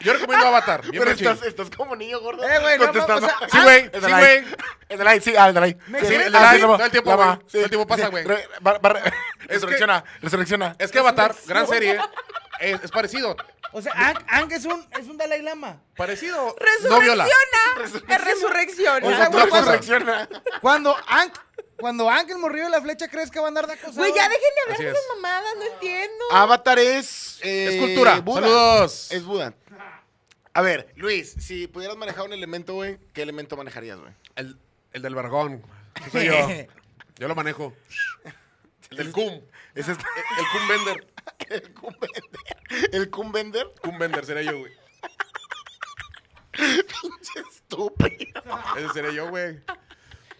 [SPEAKER 3] Yo recomiendo Avatar. Bien
[SPEAKER 4] Pero
[SPEAKER 3] machín.
[SPEAKER 4] estás, estás como niño gordo.
[SPEAKER 2] Eh, güey, no,
[SPEAKER 4] contestando.
[SPEAKER 2] o sea,
[SPEAKER 3] Sí, güey,
[SPEAKER 4] El
[SPEAKER 3] sí,
[SPEAKER 4] Dalai.
[SPEAKER 3] güey.
[SPEAKER 4] El Dalai, sí, ah, el Dalai.
[SPEAKER 2] Me-
[SPEAKER 4] Sí,
[SPEAKER 2] sí,
[SPEAKER 4] el
[SPEAKER 2] el
[SPEAKER 4] Dalai,
[SPEAKER 3] Dalai,
[SPEAKER 4] Lama,
[SPEAKER 3] todo el tiempo,
[SPEAKER 4] Lama,
[SPEAKER 3] güey, todo el tiempo pasa, güey.
[SPEAKER 4] Re- bar- bar-
[SPEAKER 3] que-
[SPEAKER 4] Resurrecciona, resurrecciona.
[SPEAKER 3] Es que Avatar, gran serie, es, es parecido.
[SPEAKER 2] O sea, Ang, Ang es, un, es un Dalai Lama.
[SPEAKER 3] Parecido, no viola.
[SPEAKER 1] ¡Resurrecciona! ¡Que resurrecciona!
[SPEAKER 2] O sea,
[SPEAKER 4] Otra
[SPEAKER 2] güey, cuando-
[SPEAKER 4] resurrecciona.
[SPEAKER 2] Cuando Ang, cuando Ang, el morrillo de la flecha, crees que va a andar de acosado.
[SPEAKER 1] Güey, ya dejen de hablar
[SPEAKER 3] Así
[SPEAKER 1] de
[SPEAKER 3] es. Ah,
[SPEAKER 1] esas mamadas, no entiendo.
[SPEAKER 4] Avatar es. eh,
[SPEAKER 3] Es cultura.
[SPEAKER 4] Buda.
[SPEAKER 3] Saludos.
[SPEAKER 4] Es Buda. A ver, Luis, si pudieras manejar un elemento, güey, ¿qué elemento manejarías, güey?
[SPEAKER 3] El, el del vergón. Ese Soy yo. Yo lo manejo. El del cum.
[SPEAKER 4] Ese es
[SPEAKER 3] El cum vender.
[SPEAKER 4] el Kumbender. [laughs] El Kumbender. [laughs]
[SPEAKER 3] Cum vender sería yo, güey.
[SPEAKER 4] Estúpido.
[SPEAKER 3] Ese sería yo, güey.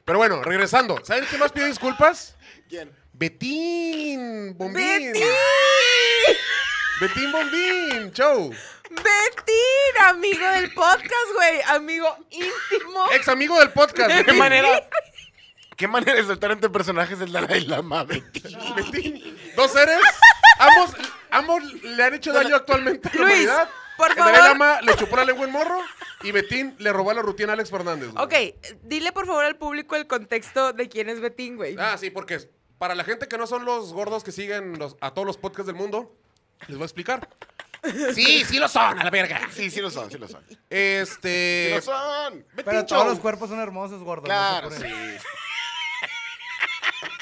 [SPEAKER 3] Pero bueno, regresando. ¿Saben qué más pido disculpas?
[SPEAKER 4] ¿Quién?
[SPEAKER 3] Betín Bombín.
[SPEAKER 1] ¡Betín!
[SPEAKER 3] Betín Bombín. Show.
[SPEAKER 1] ¡Betín! Amigo del podcast, güey. Amigo íntimo.
[SPEAKER 3] Ex amigo del podcast.
[SPEAKER 4] ¿Qué
[SPEAKER 3] Betín.
[SPEAKER 4] manera? ¿Qué manera de saltar entre personajes del Dalai Lama, Betty?
[SPEAKER 3] [laughs] Betín. Dos seres. Ambos, ambos le han hecho daño actualmente a la
[SPEAKER 1] Luis,
[SPEAKER 3] humanidad.
[SPEAKER 1] por
[SPEAKER 3] El Dalai
[SPEAKER 1] favor.
[SPEAKER 3] Lama le chupó la lengua en morro y Betín le robó la rutina a Alex Fernández. güey.
[SPEAKER 1] Ok, dile por favor al público el contexto de quién es Betín, güey.
[SPEAKER 3] Ah, sí, porque para la gente que no son los gordos que siguen los- a todos los podcasts del mundo, les voy a explicar. Sí, sí lo son, a la verga.
[SPEAKER 4] Sí, sí lo son, sí lo son. Sí
[SPEAKER 3] Este.
[SPEAKER 4] lo son.
[SPEAKER 2] Pero
[SPEAKER 3] Betín
[SPEAKER 2] todos
[SPEAKER 3] Show.
[SPEAKER 2] los cuerpos son hermosos, gordo.
[SPEAKER 4] Claro,
[SPEAKER 2] no se
[SPEAKER 4] sí.
[SPEAKER 2] apuren.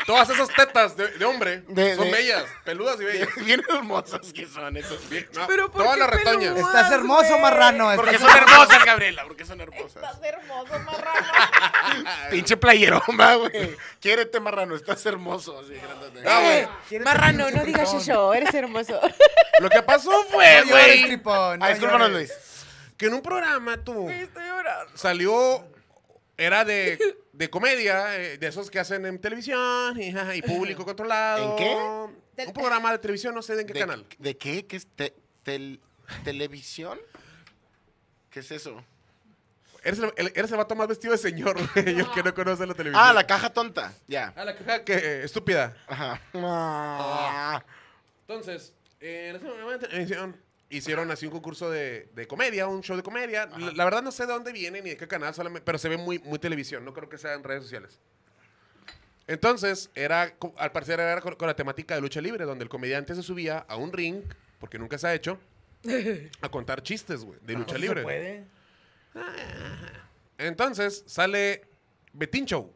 [SPEAKER 3] Todas esas tetas de, de hombre
[SPEAKER 4] De-
[SPEAKER 3] son
[SPEAKER 4] de-
[SPEAKER 3] bellas, peludas y bellas.
[SPEAKER 4] [laughs] Bien hermosas que son esos.
[SPEAKER 3] Bien, no,
[SPEAKER 1] Pero ¿por
[SPEAKER 3] todas
[SPEAKER 1] qué
[SPEAKER 3] las retoñas.
[SPEAKER 1] peludas?
[SPEAKER 2] Estás hermoso,
[SPEAKER 1] güey.
[SPEAKER 2] marrano.
[SPEAKER 4] Porque
[SPEAKER 2] estás
[SPEAKER 4] son hermosas, Gabriela, porque son hermosas.
[SPEAKER 1] Estás hermoso, [laughs] marrano.
[SPEAKER 4] Pinche playeroma, güey. Quiérete, marrano, estás hermoso. Así, grandote.
[SPEAKER 3] No, güey.
[SPEAKER 1] Eh,
[SPEAKER 2] [laughs]
[SPEAKER 1] marrano, no digas eso, eres [laughs] hermoso.
[SPEAKER 3] Lo que pasó
[SPEAKER 2] No
[SPEAKER 3] fue,
[SPEAKER 2] llores,
[SPEAKER 3] Eh, güey,
[SPEAKER 2] tripón. no
[SPEAKER 4] Ah, discúlpanos,
[SPEAKER 2] llores.
[SPEAKER 4] Luis.
[SPEAKER 3] que en un programa tú
[SPEAKER 1] Güey, Estoy llorando.
[SPEAKER 3] salió. Era de, de comedia, eh, de esos que hacen en televisión y, ajá, y público controlado.
[SPEAKER 4] ¿En qué?
[SPEAKER 3] Un programa de televisión, no sé de en qué
[SPEAKER 4] ¿De,
[SPEAKER 3] canal.
[SPEAKER 4] ¿De qué? ¿Qué es? Te- tel- ¿Televisión? ¿Qué es eso?
[SPEAKER 3] Eres el, el- eres el vato más vestido de señor, [laughs] güey. Yo que no conoce la televisión.
[SPEAKER 4] Ah, la caja tonta. Ya.
[SPEAKER 3] Ah, la caja que, eh, estúpida.
[SPEAKER 4] Ajá. Ah.
[SPEAKER 3] Entonces, eh, en ese momento, eh, hicieron, hicieron así un concurso de, de comedia, un show de comedia. La, la verdad no sé de dónde viene ni de qué canal, solamente- pero se ve muy, muy televisión. No creo que sea en redes sociales. Entonces, era, co- al parecer era con, con la temática de lucha libre, donde el comediante se subía a un ring, porque nunca se
[SPEAKER 2] [laughs]
[SPEAKER 3] ha hecho, a contar chistes, güey, de lucha
[SPEAKER 2] No Ah, pues, se
[SPEAKER 3] libre.
[SPEAKER 2] puede.
[SPEAKER 3] Entonces sale Betín Show.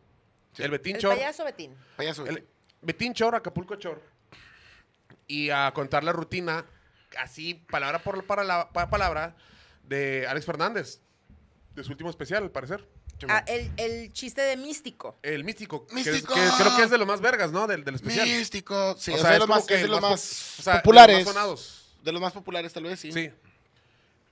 [SPEAKER 3] El Betín
[SPEAKER 1] El
[SPEAKER 3] Show.
[SPEAKER 1] payaso Betín.
[SPEAKER 4] Payaso.
[SPEAKER 3] el Betín Chor, Acapulco Chor. Y a contar la rutina, así, palabra por para la- pa- palabra, de Alex Fernández. De su último especial, al parecer.
[SPEAKER 1] Ah, el, el chiste de místico.
[SPEAKER 3] El místico. que es-
[SPEAKER 4] eh, Místico.
[SPEAKER 3] Que, creo que es de lo más vergas, ¿no? Del, del especial.
[SPEAKER 4] Místico. Sí,
[SPEAKER 3] O
[SPEAKER 4] o,
[SPEAKER 3] sea,
[SPEAKER 4] sea,
[SPEAKER 3] es
[SPEAKER 4] de los
[SPEAKER 3] como
[SPEAKER 4] más,
[SPEAKER 3] que
[SPEAKER 4] es de
[SPEAKER 3] el
[SPEAKER 4] los
[SPEAKER 3] más
[SPEAKER 4] más
[SPEAKER 3] po- o sea, de los más
[SPEAKER 4] populares.
[SPEAKER 3] sonados.
[SPEAKER 4] De los más populares, tal vez, sí.
[SPEAKER 3] Sí.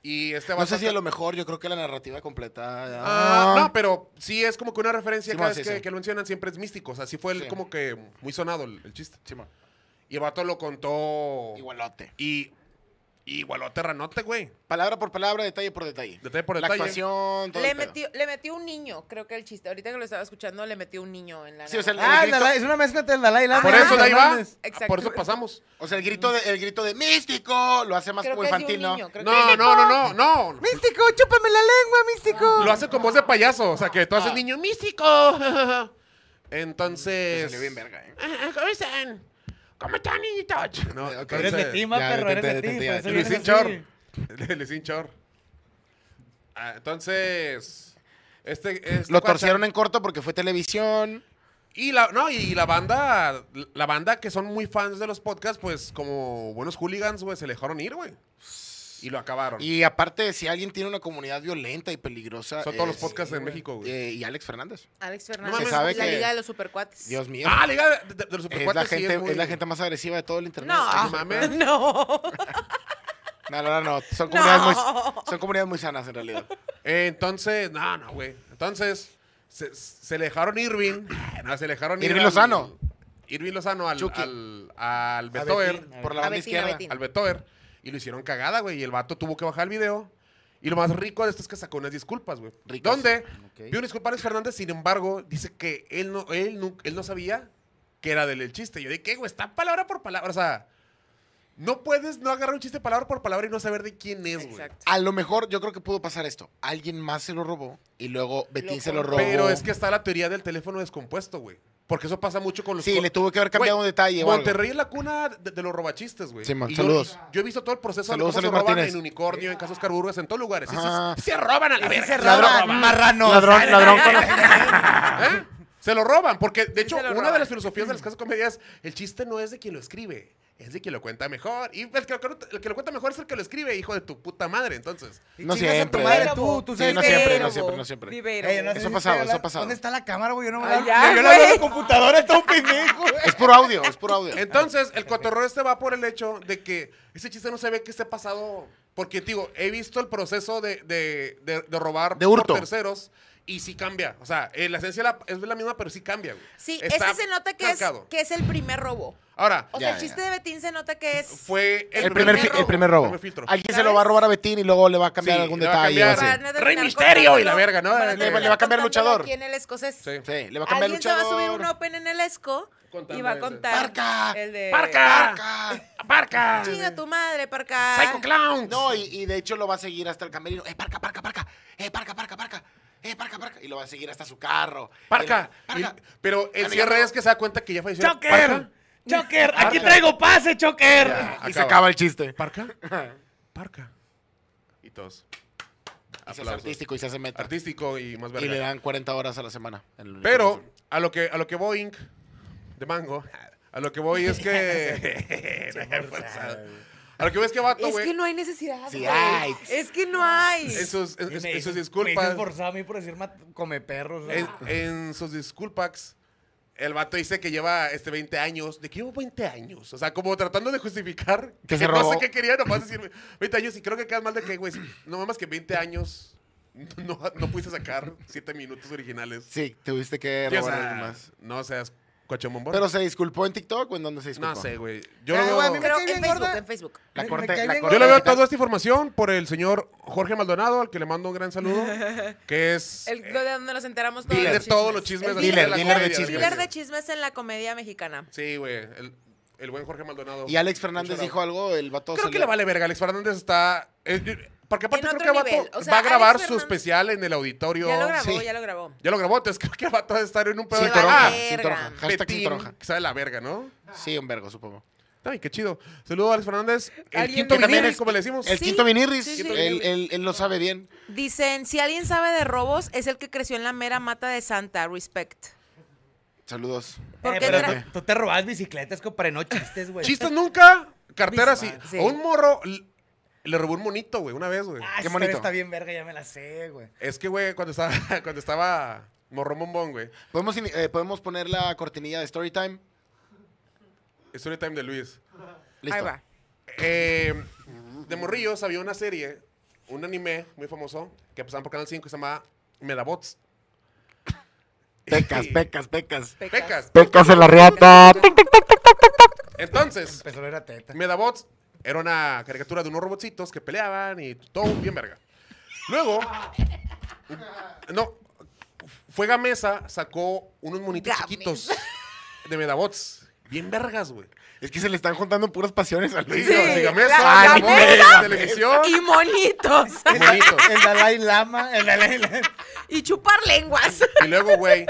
[SPEAKER 3] Y este
[SPEAKER 4] No
[SPEAKER 3] vato
[SPEAKER 4] sé si a
[SPEAKER 3] acá-
[SPEAKER 4] lo mejor, yo creo que la narrativa completa. ya.
[SPEAKER 3] Ah, no, pero sí es como que una referencia
[SPEAKER 4] Sí,
[SPEAKER 3] cada
[SPEAKER 4] bueno,
[SPEAKER 3] vez
[SPEAKER 4] sí,
[SPEAKER 3] que,
[SPEAKER 4] sí.
[SPEAKER 3] que lo mencionan siempre es místico. O sea, sí fue el-
[SPEAKER 4] Sí.
[SPEAKER 3] como que muy sonado el, el chiste.
[SPEAKER 4] Sí, ma.
[SPEAKER 3] Y el vato lo contó.
[SPEAKER 4] Igualote.
[SPEAKER 3] Y. Igualote ranote, güey.
[SPEAKER 4] Palabra por palabra, detalle por detalle.
[SPEAKER 3] Detalle por
[SPEAKER 4] La
[SPEAKER 3] detalle.
[SPEAKER 4] actuación, todo
[SPEAKER 1] Le
[SPEAKER 4] el pedo.
[SPEAKER 1] metió, le metió un niño, creo que el chiste. Ahorita que lo estaba escuchando, le metió un niño en la
[SPEAKER 4] Sí, o sea,
[SPEAKER 1] narración.
[SPEAKER 2] Ah,
[SPEAKER 4] El
[SPEAKER 2] el
[SPEAKER 4] grito-
[SPEAKER 2] Dalai- es una mezcla entre el Dalai Lama.
[SPEAKER 3] Por
[SPEAKER 2] y
[SPEAKER 3] eso de ahí va. Ah,
[SPEAKER 2] Fernández.
[SPEAKER 1] Exacto.
[SPEAKER 3] Por eso pasamos.
[SPEAKER 4] O sea, el grito de, el grito de místico lo hace más
[SPEAKER 1] Creo
[SPEAKER 4] como
[SPEAKER 1] que es de un
[SPEAKER 4] infantil, ¿no?
[SPEAKER 1] niño, creo que-
[SPEAKER 3] No, no, no, no, no.
[SPEAKER 2] Místico, chúpame la lengua, místico.
[SPEAKER 3] Lo hace con voz de payaso. O sea, que tú
[SPEAKER 1] Ah.
[SPEAKER 3] haces niño místico. [laughs] Entonces.
[SPEAKER 4] Salió bien verga, ¿eh?
[SPEAKER 3] Ah, ¿Cómo están? ¿Cómo están, niñitos? No,
[SPEAKER 4] Ok.
[SPEAKER 2] Eres de
[SPEAKER 3] entonces- [laughs]
[SPEAKER 2] ti, ma,
[SPEAKER 4] Ya,
[SPEAKER 2] perro, eres
[SPEAKER 4] detente,
[SPEAKER 2] de ti. por
[SPEAKER 4] detente, ya.
[SPEAKER 2] eso
[SPEAKER 3] El
[SPEAKER 2] vienes
[SPEAKER 3] Luisín
[SPEAKER 2] así.
[SPEAKER 3] Chor. El [laughs] Luisín Chor. Ah, entonces. Este, este
[SPEAKER 4] Lo
[SPEAKER 3] cuate-
[SPEAKER 4] torcieron en corto porque fue televisión.
[SPEAKER 3] Y la, no, y la banda, la banda que son muy fans de los podcasts, pues como buenos hooligans, güey, se le dejaron ir, güey. Y lo acabaron.
[SPEAKER 4] Y aparte, si alguien tiene una comunidad violenta y peligrosa.
[SPEAKER 3] Son todos los
[SPEAKER 4] es,
[SPEAKER 3] podcasts en
[SPEAKER 4] eh,
[SPEAKER 3] México, güey.
[SPEAKER 4] eh, y Alex Fernández.
[SPEAKER 1] Alex
[SPEAKER 3] No
[SPEAKER 1] Fernández.
[SPEAKER 3] mames,
[SPEAKER 4] sabe
[SPEAKER 1] la
[SPEAKER 4] que-
[SPEAKER 1] Liga de los Supercuates.
[SPEAKER 4] Dios mío.
[SPEAKER 3] ah, liga de, de- de
[SPEAKER 4] es
[SPEAKER 3] los
[SPEAKER 4] la,
[SPEAKER 3] supercuates sí
[SPEAKER 4] gente, es,
[SPEAKER 3] muy-
[SPEAKER 4] la gente más agresiva de todo el internet.
[SPEAKER 1] No,
[SPEAKER 3] no
[SPEAKER 1] [laughs]
[SPEAKER 3] mames.
[SPEAKER 1] no.
[SPEAKER 4] No, no, no, no.
[SPEAKER 1] [laughs]
[SPEAKER 4] Son,
[SPEAKER 1] No.
[SPEAKER 4] comunidades Muy, son comunidades muy sanas en realidad.
[SPEAKER 3] Eh, entonces, no, no, güey. Entonces, se, se le dejaron Irving. [clears throat] No, se le dejaron
[SPEAKER 4] Irving Lozano.
[SPEAKER 3] al- Irving Lozano al,
[SPEAKER 4] Chucky.
[SPEAKER 3] al, al
[SPEAKER 4] A
[SPEAKER 3] Betoer.
[SPEAKER 4] Betín, por la
[SPEAKER 1] A Betín,
[SPEAKER 4] banda
[SPEAKER 1] a
[SPEAKER 4] izquierda.
[SPEAKER 1] Betín.
[SPEAKER 3] al Betoer y lo hicieron cagada, güey. Y el vato tuvo que bajar el video. Y lo más rico de esto es que sacó unas disculpas, güey.
[SPEAKER 4] Ricas.
[SPEAKER 3] ¿Dónde?
[SPEAKER 2] Ok.
[SPEAKER 3] Vio disculpar a Luis Fernández, sin embargo, dice que él no, él, nu- él no sabía que era del el chiste. Yo de qué, güey, está palabra por palabra. O sea, no puedes no agarrar un chiste palabra por palabra y no saber de quién es, güey.
[SPEAKER 1] Exacto.
[SPEAKER 4] A lo mejor yo creo que pudo pasar esto. Alguien más se lo robó y luego Betín se lo robó.
[SPEAKER 3] Pero es que está la teoría del teléfono descompuesto, güey. Porque eso pasa mucho con los...
[SPEAKER 4] Sí,
[SPEAKER 3] co-
[SPEAKER 4] le tuvo que haber cambiado
[SPEAKER 3] Güey,
[SPEAKER 4] un detalle. o algo.
[SPEAKER 3] Monterrey es la cuna de, de los robachistes, güey.
[SPEAKER 4] Sí, man,
[SPEAKER 3] Y yo-
[SPEAKER 4] saludos.
[SPEAKER 3] Yo, he visto todo el proceso
[SPEAKER 4] Saludos a
[SPEAKER 3] de cómo
[SPEAKER 4] Luis
[SPEAKER 3] se roban
[SPEAKER 4] Martínez.
[SPEAKER 3] en Unicornio, en Casos Carburgas, en todos lugares. Sí, sí,
[SPEAKER 4] Ajá.
[SPEAKER 3] se roban a la verga.
[SPEAKER 1] se
[SPEAKER 2] Ladrón,
[SPEAKER 1] roban.
[SPEAKER 2] marrano.
[SPEAKER 4] Ladrón,
[SPEAKER 3] [laughs]
[SPEAKER 4] ladrón.
[SPEAKER 3] ¿Eh? Se lo roban, porque de hecho,
[SPEAKER 1] se lo
[SPEAKER 3] una
[SPEAKER 1] roban.
[SPEAKER 3] de las filosofías de las casas comedias, el chiste no es de quien lo escribe, es de quien lo cuenta mejor. Y el que, lo- el que lo cuenta mejor es el que lo escribe, hijo de tu puta madre. Entonces,
[SPEAKER 4] No
[SPEAKER 2] Y chingas a tu
[SPEAKER 4] siempre.
[SPEAKER 2] madre,
[SPEAKER 1] Pero,
[SPEAKER 2] tú, tú
[SPEAKER 4] Sí,
[SPEAKER 2] sabes
[SPEAKER 4] no
[SPEAKER 2] que-
[SPEAKER 4] siempre, no
[SPEAKER 1] Vivero,
[SPEAKER 4] siempre, no siempre.
[SPEAKER 1] vivero.
[SPEAKER 2] Ey, yo no sé
[SPEAKER 4] Eso ha
[SPEAKER 2] si
[SPEAKER 4] pasado,
[SPEAKER 2] estoy
[SPEAKER 4] eso ha
[SPEAKER 2] hablando-
[SPEAKER 4] pasado.
[SPEAKER 2] ¿Dónde está la cámara, güey? Yo no me
[SPEAKER 1] Ah,
[SPEAKER 2] la-
[SPEAKER 1] ya,
[SPEAKER 2] me vio la
[SPEAKER 1] güey.
[SPEAKER 2] de computadora, está un pendejo.
[SPEAKER 4] Es por audio, es por audio.
[SPEAKER 3] entonces el cotorreo este va por el hecho de que ese chiste no se ve que esté pasado. Porque, digo, he visto el proceso de, de- de- de robar
[SPEAKER 4] De hurto.
[SPEAKER 3] por terceros y sí cambia. O sea, eh, la esencia la- es la misma, pero sí cambia. güey.
[SPEAKER 1] Sí,
[SPEAKER 3] Está
[SPEAKER 1] ese se nota que es,
[SPEAKER 3] marcado.
[SPEAKER 1] que es el primer robo.
[SPEAKER 3] Ahora,
[SPEAKER 1] O
[SPEAKER 4] Ya,
[SPEAKER 1] sea, el
[SPEAKER 4] ya.
[SPEAKER 1] chiste de Betín se nota que es
[SPEAKER 3] fue el,
[SPEAKER 4] El primer, fi- el primer robo.
[SPEAKER 3] primer filtro.
[SPEAKER 4] Alguien se
[SPEAKER 1] ¿Sabes?
[SPEAKER 4] lo va a robar a Betín y luego le va a cambiar
[SPEAKER 3] Sí,
[SPEAKER 4] algún
[SPEAKER 3] le va a
[SPEAKER 4] detalle.
[SPEAKER 3] cambiar.
[SPEAKER 4] sí.
[SPEAKER 1] Van a
[SPEAKER 3] Rey
[SPEAKER 1] terminar
[SPEAKER 3] Misterio y la
[SPEAKER 1] contándolo-
[SPEAKER 3] verga, ¿no?
[SPEAKER 1] van
[SPEAKER 3] Le- le
[SPEAKER 1] terminar
[SPEAKER 4] va a cambiar
[SPEAKER 1] contándolo
[SPEAKER 4] luchador.
[SPEAKER 1] Aquí en el escocés.
[SPEAKER 3] Sí.
[SPEAKER 4] Sí, le va a cambiar
[SPEAKER 1] Alguien se va a subir
[SPEAKER 4] luchador.
[SPEAKER 1] un open en el esco y
[SPEAKER 3] Contando
[SPEAKER 1] va a
[SPEAKER 3] ese.
[SPEAKER 1] contar.
[SPEAKER 4] ¡Parca!
[SPEAKER 1] El de...
[SPEAKER 3] ¡Parca! ¡Parca!
[SPEAKER 1] Chinga tu madre, parca.
[SPEAKER 3] ¡Psycho Clown!
[SPEAKER 4] No, y, y de hecho lo va a seguir hasta el camerino. ¡Eh, parca, parca, parca! ¡Eh, parca, parca, parca! ¡Eh, parca, parca! Y lo va a seguir hasta su carro.
[SPEAKER 3] ¡Parca!
[SPEAKER 4] Y lo-
[SPEAKER 3] Y-
[SPEAKER 4] ¡Parca!
[SPEAKER 3] pero el
[SPEAKER 4] Ya me
[SPEAKER 3] cierre
[SPEAKER 4] llamó.
[SPEAKER 3] es que se da cuenta que ya falleció.
[SPEAKER 5] ¡Choker! ¡Choker! ¡Aquí traigo pase, Choker!
[SPEAKER 3] Parca.
[SPEAKER 4] Y se acaba el chiste.
[SPEAKER 3] ¿Parca?
[SPEAKER 4] [laughs]
[SPEAKER 3] Parca. Y todos.
[SPEAKER 4] Y se hace
[SPEAKER 3] Aplausos.
[SPEAKER 4] artístico y se hace meta.
[SPEAKER 3] Artístico y más
[SPEAKER 4] Y le
[SPEAKER 3] verga.
[SPEAKER 4] dan 40 horas a la semana. en el
[SPEAKER 3] Pero
[SPEAKER 4] uniforme.
[SPEAKER 3] a lo que a lo que voy Inc, de Mango, a lo que [laughs] voy es
[SPEAKER 4] [laughs]
[SPEAKER 3] que A lo que voy es que vato,
[SPEAKER 1] Es que
[SPEAKER 3] güey.
[SPEAKER 1] no hay necesidad,
[SPEAKER 4] Sí
[SPEAKER 1] güey.
[SPEAKER 4] hay.
[SPEAKER 1] Es que no hay.
[SPEAKER 3] En sus,
[SPEAKER 2] Y
[SPEAKER 3] en-
[SPEAKER 2] me
[SPEAKER 3] en
[SPEAKER 2] dices-
[SPEAKER 3] sus
[SPEAKER 2] Me
[SPEAKER 3] disculpas.
[SPEAKER 2] dices forzado a mí por decir mat- come perros.
[SPEAKER 3] En, en sus disculpas, el vato dice que lleva este 20 años. ¿De qué llevo 20 años? O sea, como tratando de justificar
[SPEAKER 4] Que
[SPEAKER 3] que,
[SPEAKER 4] se
[SPEAKER 3] no
[SPEAKER 4] robó.
[SPEAKER 3] sé qué quería, nomás decirme 20 años. Y creo que quedas mal de que, güey, no más que 20 años no, no pudiste sacar 7 minutos originales.
[SPEAKER 4] Sí, tuviste que
[SPEAKER 3] Sí, o
[SPEAKER 4] robar
[SPEAKER 3] sea,
[SPEAKER 4] algo más.
[SPEAKER 3] No seas cuachamombón.
[SPEAKER 4] Pero se disculpó en TikTok o en dónde se disculpó.
[SPEAKER 3] no sé, güey. Yo,
[SPEAKER 2] Ah,
[SPEAKER 3] lo veo-
[SPEAKER 2] güey, a mí me
[SPEAKER 1] Pero
[SPEAKER 2] cae
[SPEAKER 1] en
[SPEAKER 2] bien
[SPEAKER 1] Facebook,
[SPEAKER 2] gorda.
[SPEAKER 1] en Facebook.
[SPEAKER 4] La
[SPEAKER 2] Me-
[SPEAKER 4] corte,
[SPEAKER 2] me cae
[SPEAKER 4] la
[SPEAKER 2] bien
[SPEAKER 4] corte
[SPEAKER 3] yo le veo
[SPEAKER 4] digital-
[SPEAKER 3] toda esta información por el señor Jorge Maldonado, al que le mando un gran
[SPEAKER 1] [laughs]
[SPEAKER 3] saludo, que es
[SPEAKER 1] El, lo de donde nos enteramos todos
[SPEAKER 3] Eh, dealer
[SPEAKER 1] los
[SPEAKER 3] de
[SPEAKER 1] chismes.
[SPEAKER 3] todos los chismes.
[SPEAKER 1] El
[SPEAKER 3] de
[SPEAKER 4] dealer,
[SPEAKER 3] la
[SPEAKER 4] dealer de
[SPEAKER 3] comedia,
[SPEAKER 4] chismes.
[SPEAKER 1] Dealer de chismes en la comedia mexicana.
[SPEAKER 3] Sí, güey. El, el buen Jorge Maldonado.
[SPEAKER 4] Y Alex
[SPEAKER 3] Un
[SPEAKER 4] Fernández
[SPEAKER 3] shout-out.
[SPEAKER 4] dijo algo, el vato
[SPEAKER 3] Creo
[SPEAKER 4] salió-
[SPEAKER 3] que le vale verga. Alex Fernández está. eh, yo- porque aparte
[SPEAKER 1] En
[SPEAKER 3] creo
[SPEAKER 1] otro
[SPEAKER 3] que el vato
[SPEAKER 1] nivel, o sea,
[SPEAKER 3] va a grabar
[SPEAKER 1] Alex
[SPEAKER 3] su
[SPEAKER 1] Fernández-
[SPEAKER 3] especial en el auditorio.
[SPEAKER 1] Ya lo grabó,
[SPEAKER 4] sí.
[SPEAKER 1] ya lo grabó.
[SPEAKER 3] Ya lo grabó, entonces creo que el vato va a estar en un pedo
[SPEAKER 4] Sin
[SPEAKER 3] de
[SPEAKER 4] toronja,
[SPEAKER 3] ah,
[SPEAKER 4] sin
[SPEAKER 1] verga.
[SPEAKER 4] toronja. Hashtag sin
[SPEAKER 3] Betín,
[SPEAKER 4] toronja.
[SPEAKER 3] Que sabe la verga, ¿no?
[SPEAKER 4] Sí, un vergo, supongo.
[SPEAKER 3] Ay, qué chido. Saludo a Alex Fernández. El
[SPEAKER 1] Alguien
[SPEAKER 3] quinto
[SPEAKER 1] que también
[SPEAKER 3] vinil,
[SPEAKER 1] es-
[SPEAKER 3] como le decimos.
[SPEAKER 4] El
[SPEAKER 1] Pues Sí,
[SPEAKER 4] quinto vinirris,
[SPEAKER 1] sí, sí.
[SPEAKER 4] Él, él- él lo sabe bien.
[SPEAKER 1] Dicen, si alguien sabe de robos, es el que creció en la mera mata de Santa. Respect.
[SPEAKER 3] Eh,
[SPEAKER 4] Saludos.
[SPEAKER 1] ¿Por
[SPEAKER 2] Eh,
[SPEAKER 1] qué
[SPEAKER 2] pero
[SPEAKER 1] tra-
[SPEAKER 2] tú, tú te robas bicicletas, compadre, no chistes, güey.
[SPEAKER 3] Chistes nunca, carteras sí.
[SPEAKER 1] Sí.
[SPEAKER 3] A un morro l- le robó un monito, güey, una vez, güey.
[SPEAKER 2] Ah,
[SPEAKER 4] Qué
[SPEAKER 2] qué
[SPEAKER 4] bonito.
[SPEAKER 2] Está bien verga, ya me la sé, güey.
[SPEAKER 3] Es que, güey, cuando estaba, [laughs] cuando estaba morro bombón, güey.
[SPEAKER 4] ¿Podemos, ini- eh, ¿Podemos poner la cortinilla de Storytime?
[SPEAKER 3] Story time de Luis.
[SPEAKER 4] Listo.
[SPEAKER 1] Ahí va.
[SPEAKER 3] Eh, de morrillos había una serie, un anime muy famoso que pasaban por Canal 5 que se llamaba Medabots. [laughs]
[SPEAKER 4] Pecas, pecas, pecas.
[SPEAKER 3] Pecas.
[SPEAKER 4] Pecas en la riata.
[SPEAKER 3] Entonces,
[SPEAKER 2] Empezó a ver a teta.
[SPEAKER 3] Este, Medabots era una caricatura de unos robotcitos que peleaban y todo bien verga.
[SPEAKER 1] [laughs]
[SPEAKER 3] Luego, no, fue Gamesa, sacó unos monitos
[SPEAKER 1] Gamesa.
[SPEAKER 3] chiquitos de Medabots. Bien vergas, güey.
[SPEAKER 4] Es que se le están juntando puras pasiones al Luis.
[SPEAKER 1] Sí.
[SPEAKER 3] Digo, de Gamesa,
[SPEAKER 1] la-
[SPEAKER 3] Medabots,
[SPEAKER 1] Gamesa.
[SPEAKER 3] televisión.
[SPEAKER 1] Y monitos.
[SPEAKER 3] Monitos.
[SPEAKER 2] [laughs] El Dalai Lama, el Dalai Lama.
[SPEAKER 1] y chupar lenguas.
[SPEAKER 3] Y luego, güey.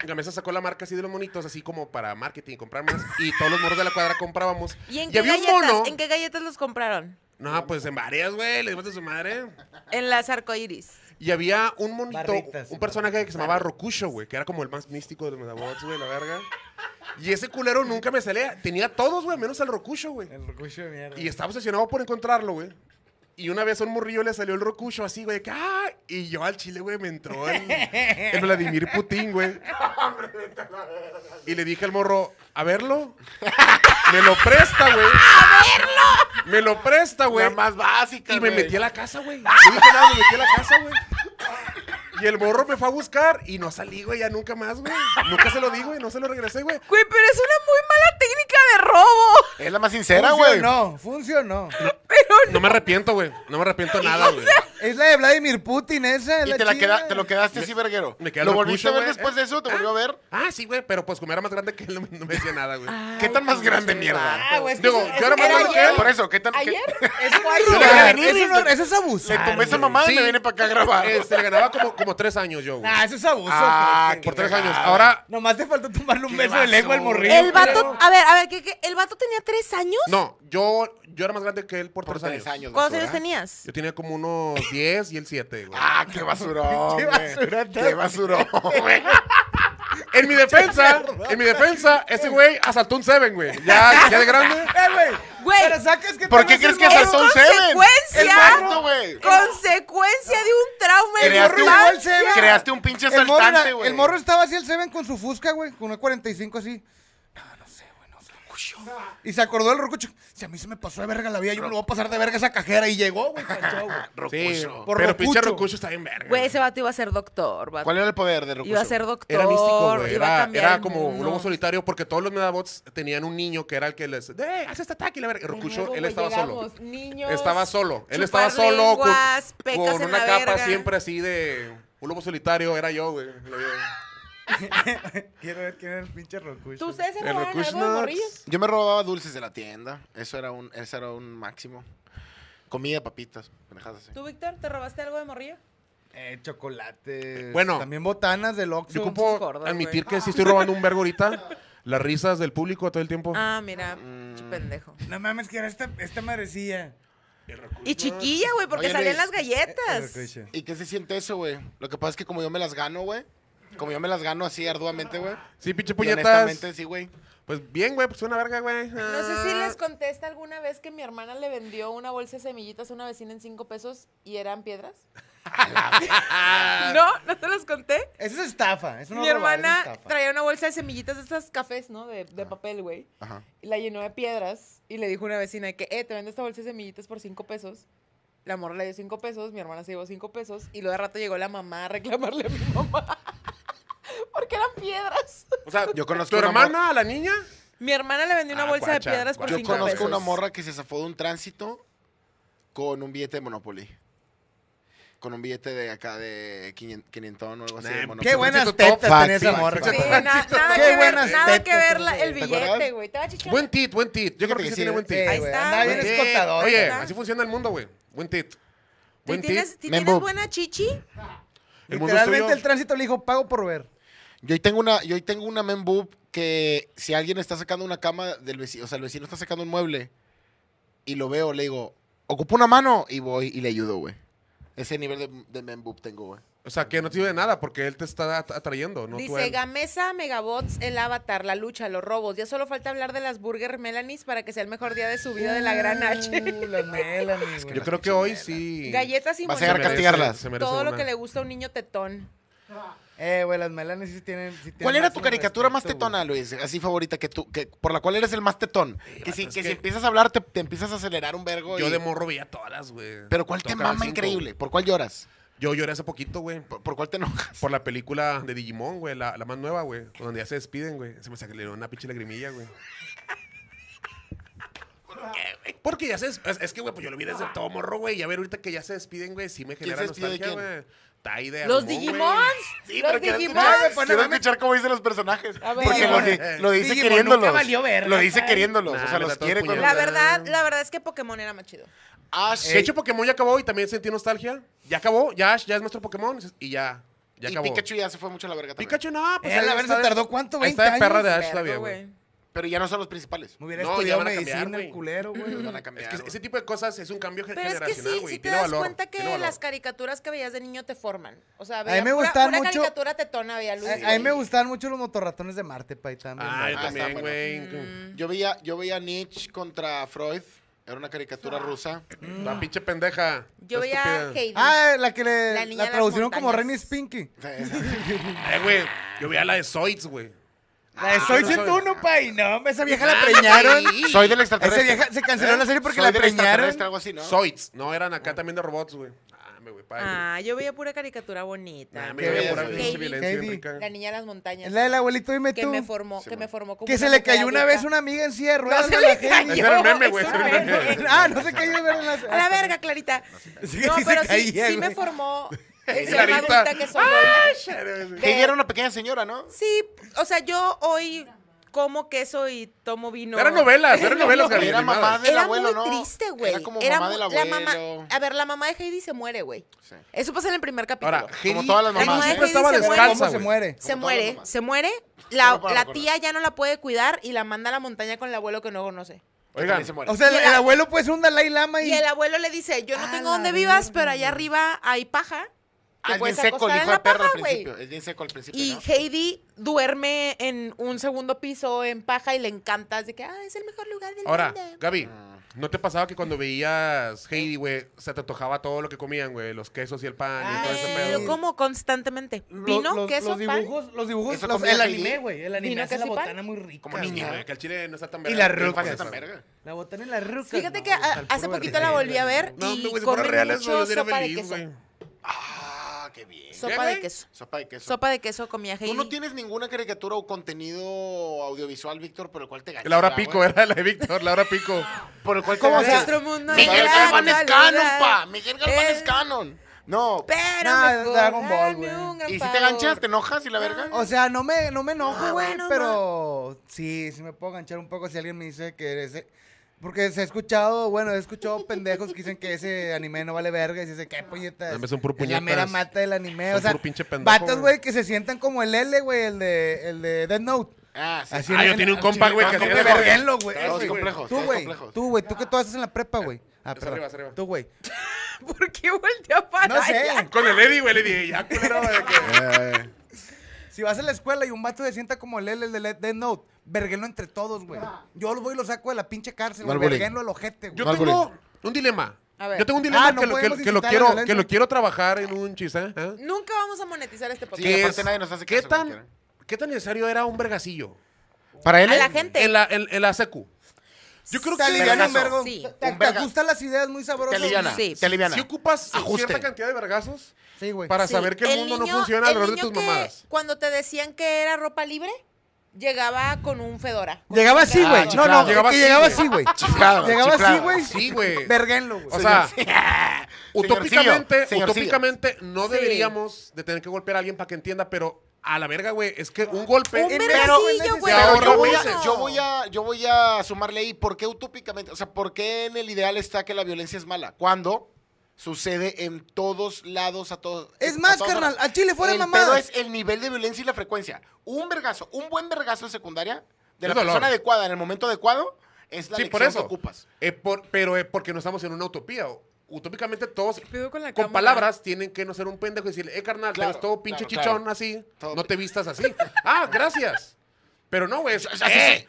[SPEAKER 3] Gamesa sacó la marca así de los monitos, así como para marketing, comprar más. Y todos los moros de la cuadra comprábamos.
[SPEAKER 1] ¿Y en qué, galletas, en qué galletas los compraron?
[SPEAKER 3] No, pues en varias, güey. Le dimos a su madre.
[SPEAKER 1] En las arcoiris.
[SPEAKER 3] Y había un monito,
[SPEAKER 2] Barritas,
[SPEAKER 3] un personaje que se llamaba Rokusho, güey, que era como el más místico de los Medabots, güey, la verga. Y ese culero nunca me salía. Tenía a todos, güey, menos al Rokusho, güey.
[SPEAKER 2] El recucho de mierda.
[SPEAKER 3] Y estaba obsesionado por encontrarlo, güey. Y una vez a un morrillo le salió el rocucho así, güey, que ¡ah! Y yo al chile, güey, me entró el, el Vladimir Putin, güey. [laughs] Y le dije al morro, a verlo. Me lo presta, güey. [laughs] ¡A verlo! Me lo presta, güey.
[SPEAKER 4] La más básica.
[SPEAKER 3] Y me
[SPEAKER 4] güey.
[SPEAKER 3] metí a la casa, güey. No dije nada, me metí a la casa, güey. Y el morro me fue a buscar y no salí, güey, ya nunca más, güey. Nunca se lo di, güey, no se lo regresé, güey.
[SPEAKER 1] Güey, pero es una muy mala técnica de robo. [laughs]
[SPEAKER 4] Es la más sincera, güey.
[SPEAKER 2] Funcionó, funcionó.
[SPEAKER 1] Pero
[SPEAKER 3] No me arrepiento, güey. No me arrepiento de [laughs] nada, güey.
[SPEAKER 2] Es la de Vladimir Putin esa.
[SPEAKER 4] Y
[SPEAKER 2] la
[SPEAKER 4] te, la
[SPEAKER 2] chida.
[SPEAKER 4] queda- te lo quedaste así, verguero.
[SPEAKER 3] me queda
[SPEAKER 4] ¿Lo
[SPEAKER 3] el
[SPEAKER 4] volviste a ver
[SPEAKER 3] recucho,
[SPEAKER 4] después
[SPEAKER 3] güey.
[SPEAKER 4] de eso? ¿Te volvió a ver?
[SPEAKER 3] Ah, sí, güey, pero pues como era más grande que él, no me, no me decía nada, güey.
[SPEAKER 4] ¿Qué tan más grande, mierda?
[SPEAKER 1] Ah, güey, es que
[SPEAKER 3] Digo,
[SPEAKER 1] eso-
[SPEAKER 3] yo era más
[SPEAKER 1] ¿era
[SPEAKER 3] grande que
[SPEAKER 1] ayer?
[SPEAKER 3] él.
[SPEAKER 4] Por eso, ¿qué tan...?
[SPEAKER 3] [laughs]
[SPEAKER 4] qué-
[SPEAKER 1] Ayer es guay.
[SPEAKER 4] Yo
[SPEAKER 2] Eso
[SPEAKER 4] le voy a
[SPEAKER 2] no-
[SPEAKER 4] venir y-
[SPEAKER 2] Eso, no- eso es abuso.
[SPEAKER 4] [laughs] Le tomé esa mamada y
[SPEAKER 3] Sí.
[SPEAKER 4] me viene para acá a grabar. [laughs]
[SPEAKER 3] Este, le ganaba como, como tres años yo, güey.
[SPEAKER 2] Ah, eso es abuso.
[SPEAKER 4] Ah,
[SPEAKER 2] Jorge.
[SPEAKER 3] Por tres años. Ahora,
[SPEAKER 2] Nomás te faltó tomarle un
[SPEAKER 4] Qué
[SPEAKER 2] beso de lengua al
[SPEAKER 4] basura.
[SPEAKER 2] morrillo.
[SPEAKER 1] El vato, a ver, a ver, ¿qué, qué? el vato tenía tres años?
[SPEAKER 3] no, yo, yo era más grande que él por,
[SPEAKER 4] Por tres años.
[SPEAKER 1] ¿Cuántos
[SPEAKER 4] basura.
[SPEAKER 1] años
[SPEAKER 3] ¿eh?
[SPEAKER 1] tenías?
[SPEAKER 3] Yo tenía como [laughs] unos 10 y él 7, güey.
[SPEAKER 4] Ah, qué basurón,
[SPEAKER 2] Qué
[SPEAKER 4] güey.
[SPEAKER 2] basura tan-
[SPEAKER 4] Qué basurón, güey.
[SPEAKER 3] En mi [laughs] defensa, en mi defensa, ese güey asaltó un 7, güey. Ya, ya de
[SPEAKER 1] [laughs]
[SPEAKER 3] grande.
[SPEAKER 2] Eh, güey.
[SPEAKER 1] Güey.
[SPEAKER 2] Pero sacas que
[SPEAKER 4] ¿Por
[SPEAKER 2] te
[SPEAKER 4] qué
[SPEAKER 2] vas a
[SPEAKER 4] crees que
[SPEAKER 2] hacer
[SPEAKER 1] Es
[SPEAKER 4] asaltó un seven?
[SPEAKER 1] consecuencia.
[SPEAKER 4] Exacto, güey.
[SPEAKER 1] Consecuencia de un trauma en la
[SPEAKER 4] Creaste un-
[SPEAKER 1] infancia.
[SPEAKER 4] Creaste un pinche
[SPEAKER 2] ah. El morro,
[SPEAKER 4] asaltante,
[SPEAKER 2] era-
[SPEAKER 4] güey.
[SPEAKER 2] el morro estaba así el Seven con su fusca, güey, con una 45 así. No, no sé, güey, no sé. Y se acordó el rocucho. Si a mí se me pasó de verga la vida, yo me lo voy a pasar de verga a esa cajera. Y llegó, güey, [laughs] cachó, güey.
[SPEAKER 3] Sí,
[SPEAKER 4] Rocucho.
[SPEAKER 2] Por
[SPEAKER 3] pero
[SPEAKER 2] Rocucho.
[SPEAKER 3] pinche Rocucho está bien verga.
[SPEAKER 1] Güey, ese vato iba a ser doctor, vato.
[SPEAKER 4] ¿Cuál era el poder de Rocucho?
[SPEAKER 1] Iba a ser doctor,
[SPEAKER 3] Era místico, güey.
[SPEAKER 1] iba a
[SPEAKER 3] Era,
[SPEAKER 1] cambiar
[SPEAKER 3] era
[SPEAKER 1] el
[SPEAKER 3] como un
[SPEAKER 1] mundo.
[SPEAKER 3] lobo solitario porque todos los medabots tenían un niño que era el que les... ¡Eh, haz este ataque! y la verga. Rocucho,
[SPEAKER 1] nuevo,
[SPEAKER 3] él
[SPEAKER 1] güey,
[SPEAKER 3] estaba solo.
[SPEAKER 1] Pues llegamos, niños,
[SPEAKER 3] estaba solo. Él
[SPEAKER 1] chupar
[SPEAKER 3] estaba solo con,
[SPEAKER 1] lenguas, pecas
[SPEAKER 3] con
[SPEAKER 1] en
[SPEAKER 3] una
[SPEAKER 1] la
[SPEAKER 3] capa
[SPEAKER 1] verga.
[SPEAKER 3] siempre así de... Un lobo solitario era yo, güey.
[SPEAKER 4] [laughs]
[SPEAKER 2] Quiero ver quién era el pinche rocucho.
[SPEAKER 1] ¿Tú ustedes se
[SPEAKER 3] El
[SPEAKER 1] robaron algo
[SPEAKER 3] Rocush
[SPEAKER 1] de
[SPEAKER 3] Nuts.
[SPEAKER 1] morrillos?
[SPEAKER 4] Yo me robaba dulces de la tienda. Eso era un, eso era un máximo. Comida, papitas, pendejadas así.
[SPEAKER 1] ¿Tú, Víctor, te robaste algo de morrillo?
[SPEAKER 2] Eh, chocolates.
[SPEAKER 3] Bueno.
[SPEAKER 2] También botanas del
[SPEAKER 3] Yo
[SPEAKER 2] Oxxo.
[SPEAKER 3] ocupo
[SPEAKER 1] gordos,
[SPEAKER 3] admitir que sí estoy
[SPEAKER 4] [laughs]
[SPEAKER 3] robando un vergo ahorita. Las risas del público todo el tiempo.
[SPEAKER 1] Ah, mira,
[SPEAKER 3] Mm.
[SPEAKER 1] qué pendejo.
[SPEAKER 2] No mames, que era esta, esta madrecilla.
[SPEAKER 1] Y chiquilla, güey, porque
[SPEAKER 4] Oye,
[SPEAKER 1] salían
[SPEAKER 4] Luis.
[SPEAKER 1] las galletas.
[SPEAKER 2] Rocucho.
[SPEAKER 4] ¿Y qué se siente eso, güey? Lo que pasa es que como yo me las gano, güey. Como yo me las gano así arduamente, güey.
[SPEAKER 3] Sí, pinche
[SPEAKER 4] y
[SPEAKER 3] puñetas.
[SPEAKER 4] Honestamente, sí, güey.
[SPEAKER 3] Pues bien, güey, pues una verga, güey. Ah.
[SPEAKER 1] No sé si les contesta alguna vez que mi hermana le vendió una bolsa de semillitas a una vecina en cinco pesos y eran
[SPEAKER 3] [laughs]
[SPEAKER 1] piedras. no, no te los conté.
[SPEAKER 2] Eso es estafa. Eso no
[SPEAKER 1] mi
[SPEAKER 2] es robar,
[SPEAKER 1] hermana
[SPEAKER 2] eso es estafa.
[SPEAKER 1] traía una bolsa de semillitas de esas cafés, ¿no? De, de papel, güey.
[SPEAKER 4] Ajá.
[SPEAKER 1] Y la llenó de piedras y le dijo a una vecina que, eh, te vendo esta bolsa de semillitas por cinco pesos. La morra le dio cinco pesos, mi hermana se llevó cinco pesos y luego de rato llegó la mamá a reclamarle a mi mamá. [laughs] Porque eran piedras.
[SPEAKER 3] O sea,
[SPEAKER 4] Yo conozco
[SPEAKER 3] ¿Tu
[SPEAKER 4] una mor-
[SPEAKER 3] hermana, a la niña?
[SPEAKER 1] Mi hermana le vendió una
[SPEAKER 3] Ah,
[SPEAKER 1] bolsa
[SPEAKER 3] guacha,
[SPEAKER 1] de piedras por
[SPEAKER 3] guacha.
[SPEAKER 4] Yo
[SPEAKER 1] cinco
[SPEAKER 4] conozco
[SPEAKER 1] pesos.
[SPEAKER 4] una morra que se zafó de un tránsito con un billete de Monopoly. Con un billete de acá de 500 o algo así. de
[SPEAKER 3] Nah,
[SPEAKER 4] Monopoly.
[SPEAKER 2] Qué buenas
[SPEAKER 3] Pinche
[SPEAKER 2] tetas
[SPEAKER 3] top fact,
[SPEAKER 2] tenía esa
[SPEAKER 3] sí,
[SPEAKER 2] morra.
[SPEAKER 1] Sí,
[SPEAKER 3] pinche
[SPEAKER 1] na- nada que ver,
[SPEAKER 2] buenas
[SPEAKER 1] nada que
[SPEAKER 2] tetas,
[SPEAKER 1] ver la- el
[SPEAKER 4] ¿te acuerdas?
[SPEAKER 1] billete, güey. Estaba chichona.
[SPEAKER 3] Buen tit, buen tit. Yo creo
[SPEAKER 4] Fíjate
[SPEAKER 3] que
[SPEAKER 4] que
[SPEAKER 3] sí
[SPEAKER 4] sí,
[SPEAKER 3] tiene buen tit.
[SPEAKER 2] eh,
[SPEAKER 1] Ahí
[SPEAKER 2] güey,
[SPEAKER 1] está,
[SPEAKER 2] andaba bien
[SPEAKER 1] güey.
[SPEAKER 2] escotador.
[SPEAKER 3] Oye,
[SPEAKER 1] está.
[SPEAKER 3] así funciona el mundo, güey. Buen tit.
[SPEAKER 1] ¿Tú
[SPEAKER 3] Buen tit.
[SPEAKER 1] tienes, ¿tú
[SPEAKER 4] Membo.
[SPEAKER 1] tienes buena chichi?
[SPEAKER 3] El mundo es tuyo.
[SPEAKER 2] Literalmente el tránsito le dijo, pago por ver.
[SPEAKER 4] Yo hoy tengo una, yo hoy tengo una memboob que si alguien está sacando una cama del vecino, o sea, el vecino está sacando un mueble y lo veo, le digo, ocupo una mano y voy y le ayudo, güey. Ese nivel de, de memboob tengo, güey.
[SPEAKER 3] O sea, que no te sirve de nada porque él te está at- atrayendo, no tú a
[SPEAKER 1] Dice
[SPEAKER 3] él.
[SPEAKER 1] Gamesa, Megabots, el avatar, la lucha, los robos. Ya solo falta hablar de las Burger Melanies para que sea el mejor día de su vida de la gran H.
[SPEAKER 2] Uh, la Melanie, Ah, güey.
[SPEAKER 3] Yo creo que hoy sí.
[SPEAKER 1] Galletas y
[SPEAKER 4] Vas a
[SPEAKER 3] Se
[SPEAKER 4] llegar a
[SPEAKER 1] monitas.
[SPEAKER 3] merece-
[SPEAKER 4] castigarlas.
[SPEAKER 3] se merece
[SPEAKER 1] Todo lo
[SPEAKER 3] una.
[SPEAKER 1] que le gusta a un niño tetón.
[SPEAKER 2] Eh, güey, las Melanie sí tienen... sí tienen
[SPEAKER 4] ¿Cuál era
[SPEAKER 2] más
[SPEAKER 4] tu
[SPEAKER 2] como
[SPEAKER 4] caricatura más
[SPEAKER 2] respeto, güey.
[SPEAKER 4] tetona, Luis? Así favorita que tú, que por la cual eres el más tetón. Que si,
[SPEAKER 3] es
[SPEAKER 4] que si
[SPEAKER 3] que-
[SPEAKER 4] empiezas a hablar te, te empiezas a acelerar un vergo.
[SPEAKER 3] Yo
[SPEAKER 4] y-
[SPEAKER 3] de morro veía todas, güey.
[SPEAKER 4] Pero ¿cuál te
[SPEAKER 3] Tocaban
[SPEAKER 4] mama
[SPEAKER 3] cinco.
[SPEAKER 4] increíble? ¿Por cuál lloras?
[SPEAKER 3] Yo lloré hace poquito, güey.
[SPEAKER 4] ¿Por, por cuál te
[SPEAKER 2] [laughs]
[SPEAKER 4] enojas?
[SPEAKER 3] Por la película de Digimon, güey, la, la más nueva, güey. Donde ya se despiden, güey. Se me salió una pinche lagrimilla, güey. Porque ya se des- es, es que, güey, pues yo lo vi desde todo morro, güey. Y a ver, ahorita que ya se despiden, güey, sí me
[SPEAKER 4] ¿Quién
[SPEAKER 3] genera
[SPEAKER 4] se despide de
[SPEAKER 3] nostalgia,
[SPEAKER 4] quién?
[SPEAKER 3] güey. Tai de
[SPEAKER 1] ¡Los
[SPEAKER 3] Armón, güey.
[SPEAKER 1] Digimons! ¡Los Digimons!
[SPEAKER 4] quiero escuchar-
[SPEAKER 2] pues,
[SPEAKER 4] quiero
[SPEAKER 2] no mames.
[SPEAKER 4] escuchar cómo dicen los personajes.
[SPEAKER 1] A ver,
[SPEAKER 4] porque
[SPEAKER 1] a
[SPEAKER 4] lo,
[SPEAKER 3] ver.
[SPEAKER 4] di- lo dice
[SPEAKER 2] Digimon
[SPEAKER 4] queriéndolos.
[SPEAKER 2] nunca valió verga,
[SPEAKER 4] lo dice
[SPEAKER 2] güey.
[SPEAKER 4] queriéndolos.
[SPEAKER 3] Nah,
[SPEAKER 4] o sea,
[SPEAKER 3] me
[SPEAKER 4] los
[SPEAKER 3] la tomo
[SPEAKER 4] quiere
[SPEAKER 3] puñal.
[SPEAKER 4] cuando-
[SPEAKER 1] La verdad, la verdad es que Pokémon era más
[SPEAKER 3] [laughs]
[SPEAKER 1] chido.
[SPEAKER 4] Ash.
[SPEAKER 3] De hecho, Pokémon ya acabó y también sentí nostalgia. Ya acabó, ya Ash ya es nuestro Pokémon y ya. Ya
[SPEAKER 4] y
[SPEAKER 3] acabó.
[SPEAKER 4] Pikachu ya se fue mucho a la verga también.
[SPEAKER 3] Pikachu no, pues.
[SPEAKER 2] Eh,
[SPEAKER 3] ahí
[SPEAKER 2] la verdad,
[SPEAKER 3] está
[SPEAKER 2] se
[SPEAKER 3] de-
[SPEAKER 2] tardó cuánto,
[SPEAKER 3] ahí
[SPEAKER 2] 20
[SPEAKER 3] está de perra
[SPEAKER 2] años.
[SPEAKER 3] de Ash
[SPEAKER 1] Verga,
[SPEAKER 3] todavía, güey.
[SPEAKER 4] Pero ya no son los principales.
[SPEAKER 2] Me hubiera
[SPEAKER 3] No, ya
[SPEAKER 2] estudiado
[SPEAKER 3] van a cambiar,
[SPEAKER 2] medicina el
[SPEAKER 3] güey.
[SPEAKER 2] culero, güey.
[SPEAKER 4] Los van a cambiar.
[SPEAKER 3] Es que
[SPEAKER 4] güey.
[SPEAKER 3] ese tipo de cosas es un cambio
[SPEAKER 1] Pero es que
[SPEAKER 3] generacional,
[SPEAKER 1] sí,
[SPEAKER 3] güey.
[SPEAKER 1] sí te
[SPEAKER 3] Tiene
[SPEAKER 1] das
[SPEAKER 3] valor,
[SPEAKER 1] cuenta que
[SPEAKER 3] tiene valor.
[SPEAKER 1] las caricaturas que veías de niño te forman. O sea,
[SPEAKER 2] mí
[SPEAKER 1] veía
[SPEAKER 2] me
[SPEAKER 1] pura-
[SPEAKER 2] gustaban
[SPEAKER 1] pura
[SPEAKER 2] mucho-
[SPEAKER 1] caricatura tetona veía Luis.
[SPEAKER 2] A, a mí me
[SPEAKER 1] güey.
[SPEAKER 2] gustaban mucho los motorratones de Marte, pay, también.
[SPEAKER 3] Ah, yo
[SPEAKER 4] Ah, está
[SPEAKER 3] también,
[SPEAKER 4] bueno.
[SPEAKER 3] güey.
[SPEAKER 4] Yo veía, yo veía Nietzsche contra Freud. Era una caricatura
[SPEAKER 2] [laughs]
[SPEAKER 4] rusa.
[SPEAKER 3] La pinche pendeja.
[SPEAKER 1] Mm. Yo veía
[SPEAKER 3] Estúpida.
[SPEAKER 1] Heidi.
[SPEAKER 2] Ah, la que le
[SPEAKER 1] La
[SPEAKER 2] la,
[SPEAKER 1] niña de las
[SPEAKER 2] traducieron como
[SPEAKER 1] montañas.
[SPEAKER 2] Renny Spinky.
[SPEAKER 3] Eh, güey. Yo veía la de Zoids, güey. Ah,
[SPEAKER 2] La de Soy
[SPEAKER 3] no Ah, soy-
[SPEAKER 2] 101, pay. No, hombre, esa vieja la preñaron.
[SPEAKER 4] Soy del
[SPEAKER 2] Esa
[SPEAKER 4] extraterrestre.
[SPEAKER 2] vieja se canceló la serie porque
[SPEAKER 4] Soy
[SPEAKER 2] la
[SPEAKER 4] del
[SPEAKER 2] preñaron.
[SPEAKER 4] extraterrestre, algo así, ¿no?
[SPEAKER 3] Zoids. No, eran acá también de robots, güey. Ah, mames, güey, padre.
[SPEAKER 1] Ah, yo veía pura caricatura bonita.
[SPEAKER 3] Nah, me
[SPEAKER 2] qué
[SPEAKER 3] voy a
[SPEAKER 2] bello,
[SPEAKER 3] pura
[SPEAKER 2] güey.
[SPEAKER 3] pinche
[SPEAKER 1] Heidi,
[SPEAKER 3] violencia bien
[SPEAKER 2] Heidi.
[SPEAKER 3] rica.
[SPEAKER 1] La niña de las montañas.
[SPEAKER 2] Es la del abuelito, dime
[SPEAKER 1] que
[SPEAKER 2] tú.
[SPEAKER 1] me formó,
[SPEAKER 4] Sí,
[SPEAKER 1] que me
[SPEAKER 4] man.
[SPEAKER 1] formó como
[SPEAKER 2] Que se
[SPEAKER 1] una
[SPEAKER 2] le cayó
[SPEAKER 1] mujer
[SPEAKER 2] una vez
[SPEAKER 1] adulta.
[SPEAKER 2] una amiga en silla
[SPEAKER 1] [laughs]
[SPEAKER 2] de
[SPEAKER 1] No
[SPEAKER 2] ruedas.
[SPEAKER 1] se
[SPEAKER 2] a la
[SPEAKER 1] le
[SPEAKER 2] Heidi.
[SPEAKER 1] cayó.
[SPEAKER 3] Ese era el meme, güey,
[SPEAKER 1] ese
[SPEAKER 3] ese era el
[SPEAKER 1] era el
[SPEAKER 3] meme.
[SPEAKER 1] meme.
[SPEAKER 2] [laughs] Ah, no se cayó de ver en la...
[SPEAKER 1] A la verga, Clarita.
[SPEAKER 2] Sí,
[SPEAKER 1] No,
[SPEAKER 2] sí se
[SPEAKER 1] pero sí,
[SPEAKER 2] caía,
[SPEAKER 1] sí me
[SPEAKER 2] güey.
[SPEAKER 1] formó el ser
[SPEAKER 3] Clarita. ¡Ah!
[SPEAKER 1] adulta que soy.
[SPEAKER 3] Ay,
[SPEAKER 1] hoy.
[SPEAKER 3] shit.
[SPEAKER 4] Que ella era una pequeña señora, ¿no?
[SPEAKER 1] Sí, o sea, yo hoy como queso y tomo vino.
[SPEAKER 3] Eran novelas,
[SPEAKER 4] [laughs]
[SPEAKER 3] eran novelas,
[SPEAKER 4] Era
[SPEAKER 3] Gabriel,
[SPEAKER 4] mamá
[SPEAKER 3] animadas.
[SPEAKER 4] de- del
[SPEAKER 1] Era muy
[SPEAKER 4] abuelo, ¿no?
[SPEAKER 1] triste, güey.
[SPEAKER 4] Era como mamá
[SPEAKER 1] mu-
[SPEAKER 4] del
[SPEAKER 1] la mamá-
[SPEAKER 4] abuelo.
[SPEAKER 1] a ver, la mamá de Heidi se muere, güey.
[SPEAKER 4] Sí.
[SPEAKER 1] Eso pasa en el primer capítulo.
[SPEAKER 3] Ahora, Heidi,
[SPEAKER 4] Como todas las
[SPEAKER 1] La mamá
[SPEAKER 3] Heidi
[SPEAKER 1] de
[SPEAKER 3] siempre
[SPEAKER 1] Heidi
[SPEAKER 3] estaba
[SPEAKER 1] se muere.
[SPEAKER 3] descalza,
[SPEAKER 2] ¿Cómo se
[SPEAKER 3] güey.
[SPEAKER 2] muere?
[SPEAKER 1] se
[SPEAKER 4] como todas las
[SPEAKER 1] muere,
[SPEAKER 4] mamás.
[SPEAKER 1] se muere. La,
[SPEAKER 4] No puedo
[SPEAKER 1] la
[SPEAKER 4] recordar.
[SPEAKER 1] tía ya no la puede cuidar y la manda a la montaña con el abuelo que no conoce.
[SPEAKER 3] Oigan,
[SPEAKER 4] se muere.
[SPEAKER 2] O sea, el,
[SPEAKER 1] Y el-
[SPEAKER 2] el abuelo puede ser un Dalai Lama y...
[SPEAKER 1] Y el abuelo le dice, yo no
[SPEAKER 2] A
[SPEAKER 1] tengo
[SPEAKER 2] la
[SPEAKER 1] dónde vivas,
[SPEAKER 2] verga,
[SPEAKER 1] pero allá
[SPEAKER 2] güey.
[SPEAKER 1] arriba hay paja. Te
[SPEAKER 4] Ah, es bien
[SPEAKER 1] puedes
[SPEAKER 4] seco el
[SPEAKER 1] acostar
[SPEAKER 4] hijo
[SPEAKER 1] en
[SPEAKER 4] de
[SPEAKER 1] la
[SPEAKER 4] perro al
[SPEAKER 1] paja, güey.
[SPEAKER 4] principio. Es bien seco al principio,
[SPEAKER 1] Y
[SPEAKER 4] ¿no?
[SPEAKER 1] Heidi duerme en un segundo piso en paja y le encanta. Así que, ah, es el mejor lugar del
[SPEAKER 3] ahora,
[SPEAKER 1] mundo.
[SPEAKER 3] Gaby,
[SPEAKER 4] Ah.
[SPEAKER 3] ¿no te pasaba que cuando veías Heidi, güey, se te antojaba todo lo que comían, güey? Los quesos y el pan y todo ese
[SPEAKER 1] Ay,
[SPEAKER 3] pedo.
[SPEAKER 1] Lo como constantemente.
[SPEAKER 2] Lo-
[SPEAKER 1] Vino,
[SPEAKER 2] los,
[SPEAKER 1] queso,
[SPEAKER 2] los
[SPEAKER 1] pan.
[SPEAKER 2] dibujos, Los dibujos,
[SPEAKER 4] Eso
[SPEAKER 2] los-
[SPEAKER 4] comía
[SPEAKER 2] el
[SPEAKER 4] Heidi.
[SPEAKER 2] anime, güey. El anime
[SPEAKER 1] Vino,
[SPEAKER 2] hace la
[SPEAKER 1] queso y pan.
[SPEAKER 2] botana muy rica.
[SPEAKER 4] Como
[SPEAKER 2] güey.
[SPEAKER 4] niña,
[SPEAKER 3] güey, que el chile no está tan
[SPEAKER 2] Y
[SPEAKER 3] verga.
[SPEAKER 2] las
[SPEAKER 3] Que el
[SPEAKER 2] rucas.
[SPEAKER 3] pan está tan verga.
[SPEAKER 2] La botana en la ruca.
[SPEAKER 1] Fíjate que a- hace poquito la volví a ver
[SPEAKER 3] No,
[SPEAKER 1] y
[SPEAKER 3] hombre, güey, si fuera
[SPEAKER 1] comen
[SPEAKER 3] real eso,
[SPEAKER 1] mucho
[SPEAKER 3] yo sería
[SPEAKER 1] sopa de
[SPEAKER 3] feliz,
[SPEAKER 1] queso.
[SPEAKER 3] güey.
[SPEAKER 4] Ah, qué bien.
[SPEAKER 3] ¿Qué,
[SPEAKER 1] Sopa
[SPEAKER 3] güey?
[SPEAKER 1] de queso.
[SPEAKER 4] Sopa de queso.
[SPEAKER 1] Sopa de queso comía Heidi.
[SPEAKER 4] Tú no tienes ninguna caricatura o contenido audiovisual, Víctor, por el ¿eh? cual te ganas.
[SPEAKER 3] La hora pico, era la de Víctor, la hora pico.
[SPEAKER 4] Por el cual te
[SPEAKER 2] ¿Cómo
[SPEAKER 4] ganchas.
[SPEAKER 2] se-
[SPEAKER 1] Nuestro mundo
[SPEAKER 4] Miguel
[SPEAKER 1] era
[SPEAKER 4] Galván es canon,
[SPEAKER 1] actualidad.
[SPEAKER 4] pa. Miguel Galván
[SPEAKER 1] Eh,
[SPEAKER 4] es canon. No.
[SPEAKER 1] Pero
[SPEAKER 2] Nah,
[SPEAKER 1] mejor,
[SPEAKER 2] Dragon Ball,
[SPEAKER 1] dame
[SPEAKER 2] güey.
[SPEAKER 1] un gran
[SPEAKER 4] ¿Y si te
[SPEAKER 1] favor.
[SPEAKER 4] ganchas, te enojas y la verga?
[SPEAKER 1] Ah.
[SPEAKER 2] O sea, no me, no me enojo, güey,
[SPEAKER 1] bueno,
[SPEAKER 2] pero sí, sí me puedo ganchar un poco si alguien me dice que eres... eh, Porque se ha escuchado, bueno, he escuchado pendejos que dicen que ese anime no vale verga y se dice, ¿qué puñetas?
[SPEAKER 3] No, hombre, son puro
[SPEAKER 2] Es la mera
[SPEAKER 3] puñetas.
[SPEAKER 2] mata del anime.
[SPEAKER 3] Son
[SPEAKER 2] o sea,
[SPEAKER 3] puro pinche pendejo,
[SPEAKER 2] vatos,
[SPEAKER 3] güey.
[SPEAKER 2] güey, que se sientan como el L, güey, el de, el de Death Note.
[SPEAKER 4] Ah, sí.
[SPEAKER 2] Así
[SPEAKER 3] Ah, yo tenía un compa, güey, que
[SPEAKER 2] que
[SPEAKER 3] hacía
[SPEAKER 2] de
[SPEAKER 3] eso.
[SPEAKER 2] verguenlo, güey.
[SPEAKER 4] Todos
[SPEAKER 2] Ese, güey.
[SPEAKER 4] complejos,
[SPEAKER 2] Tú,
[SPEAKER 4] todos
[SPEAKER 2] güey,
[SPEAKER 4] complejos.
[SPEAKER 2] tú, güey, tú que todas haces en la prepa, güey. Ah,
[SPEAKER 3] Es
[SPEAKER 2] perdón.
[SPEAKER 3] arriba, es arriba.
[SPEAKER 2] Tú, güey.
[SPEAKER 1] [laughs] ¿Por qué volteó para
[SPEAKER 2] No sé.
[SPEAKER 1] allá?
[SPEAKER 3] Con el Eddie, güey, le dije, ya, culero, de que-
[SPEAKER 4] Eh,
[SPEAKER 2] Si vas a la escuela y un vato se sienta como el L, el de Le- Death Note, verguenlo entre todos, güey. Yo lo voy y lo saco de la pinche cárcel, güey.
[SPEAKER 4] Mal bullying.
[SPEAKER 2] Verguenlo al ojete, güey.
[SPEAKER 3] Yo
[SPEAKER 4] Mal
[SPEAKER 3] tengo
[SPEAKER 4] bullying.
[SPEAKER 3] un dilema.
[SPEAKER 1] A ver.
[SPEAKER 3] Yo tengo un dilema
[SPEAKER 2] Ah, no
[SPEAKER 3] que, lo, que-
[SPEAKER 2] podemos
[SPEAKER 3] que lo
[SPEAKER 2] incitar a la
[SPEAKER 3] quiero,
[SPEAKER 2] violencia.
[SPEAKER 3] que lo quiero trabajar en un chis, ¿eh? ¿Ah?
[SPEAKER 1] Nunca vamos a monetizar este
[SPEAKER 4] Sí,
[SPEAKER 1] podcast.
[SPEAKER 3] ¿Qué
[SPEAKER 4] aparte
[SPEAKER 3] es?
[SPEAKER 4] nadie nos hace
[SPEAKER 3] ¿Qué
[SPEAKER 4] caso, como
[SPEAKER 3] tan,
[SPEAKER 4] quiera.
[SPEAKER 3] ¿Qué tan necesario era un vergacillo?
[SPEAKER 4] Para él. eh?
[SPEAKER 1] A la gente.
[SPEAKER 3] En la, en, en la secu. Yo creo
[SPEAKER 2] Te
[SPEAKER 3] que
[SPEAKER 2] aliviana un
[SPEAKER 4] vergazo.
[SPEAKER 2] vergo.
[SPEAKER 1] Sí.
[SPEAKER 2] Te- Te,
[SPEAKER 4] Un verga.
[SPEAKER 2] ajustan las ideas muy
[SPEAKER 4] Te
[SPEAKER 2] sabrosas.
[SPEAKER 4] aliviana.
[SPEAKER 1] Sí.
[SPEAKER 4] Te aliviana.
[SPEAKER 3] si ocupas
[SPEAKER 4] Ajuste.
[SPEAKER 3] cierta cantidad de vergazos
[SPEAKER 2] Sí, güey.
[SPEAKER 3] para
[SPEAKER 1] Sí,
[SPEAKER 3] saber que el,
[SPEAKER 1] el
[SPEAKER 3] mundo
[SPEAKER 1] niño-
[SPEAKER 3] no funciona
[SPEAKER 1] el
[SPEAKER 3] alrededor de
[SPEAKER 1] niño
[SPEAKER 3] tus
[SPEAKER 1] que
[SPEAKER 3] mamadas.
[SPEAKER 1] Cuando te decían que era ropa libre, llegaba con un fedora.
[SPEAKER 2] Llegaba así, güey. no,
[SPEAKER 4] Ah, chiflado.
[SPEAKER 2] no,
[SPEAKER 3] Llegaba
[SPEAKER 2] que
[SPEAKER 3] así,
[SPEAKER 2] llegaba
[SPEAKER 3] güey.
[SPEAKER 2] así, güey.
[SPEAKER 4] [laughs] Chiflado,
[SPEAKER 2] Llegaba así,
[SPEAKER 4] chiflado.
[SPEAKER 2] güey.
[SPEAKER 3] Sí, güey.
[SPEAKER 2] Verguenlo, güey.
[SPEAKER 4] [laughs]
[SPEAKER 3] O sea, utópicamente,
[SPEAKER 4] Señorcillo,
[SPEAKER 3] utópicamente no
[SPEAKER 1] Sí.
[SPEAKER 3] deberíamos de tener que golpear a alguien para que entienda, pero a la verga, güey, es que un golpe...
[SPEAKER 1] Un
[SPEAKER 2] En
[SPEAKER 1] vergacillo,
[SPEAKER 2] vergas,
[SPEAKER 1] güey.
[SPEAKER 3] se
[SPEAKER 4] Pero
[SPEAKER 3] ahorra
[SPEAKER 4] yo voy,
[SPEAKER 3] meses.
[SPEAKER 4] a, yo, voy a, yo voy a sumarle ahí, ¿por qué utópicamente? O sea, ¿por qué en el ideal está que la violencia es mala? ¿Cuándo? Sucede en todos lados, a todos.
[SPEAKER 2] Es
[SPEAKER 4] a
[SPEAKER 2] más,
[SPEAKER 4] todas
[SPEAKER 2] carnal,
[SPEAKER 4] horas.
[SPEAKER 2] al chile fuera
[SPEAKER 4] el
[SPEAKER 2] mamada.
[SPEAKER 4] pedo es el nivel de violencia y la frecuencia. Un vergazo, un buen vergazo en secundaria, de la
[SPEAKER 3] Es dolor.
[SPEAKER 4] persona adecuada, en el momento adecuado, es la
[SPEAKER 3] Sí,
[SPEAKER 4] lección
[SPEAKER 3] por eso.
[SPEAKER 4] que ocupas.
[SPEAKER 3] Eh, por- pero es porque no estamos en una utopía. Utópicamente todos
[SPEAKER 1] pedo con la
[SPEAKER 3] con
[SPEAKER 1] cámara?
[SPEAKER 3] palabras tienen que no ser un pendejo y decirle, eh, carnal, te
[SPEAKER 4] Claro,
[SPEAKER 3] ves todo pinche
[SPEAKER 4] claro,
[SPEAKER 3] chichón
[SPEAKER 4] claro.
[SPEAKER 3] así,
[SPEAKER 4] Todo
[SPEAKER 3] no
[SPEAKER 4] pi-
[SPEAKER 3] te vistas así.
[SPEAKER 4] [laughs]
[SPEAKER 3] ah, gracias. Pero no, güey, es
[SPEAKER 4] Así
[SPEAKER 3] eh,
[SPEAKER 4] sí.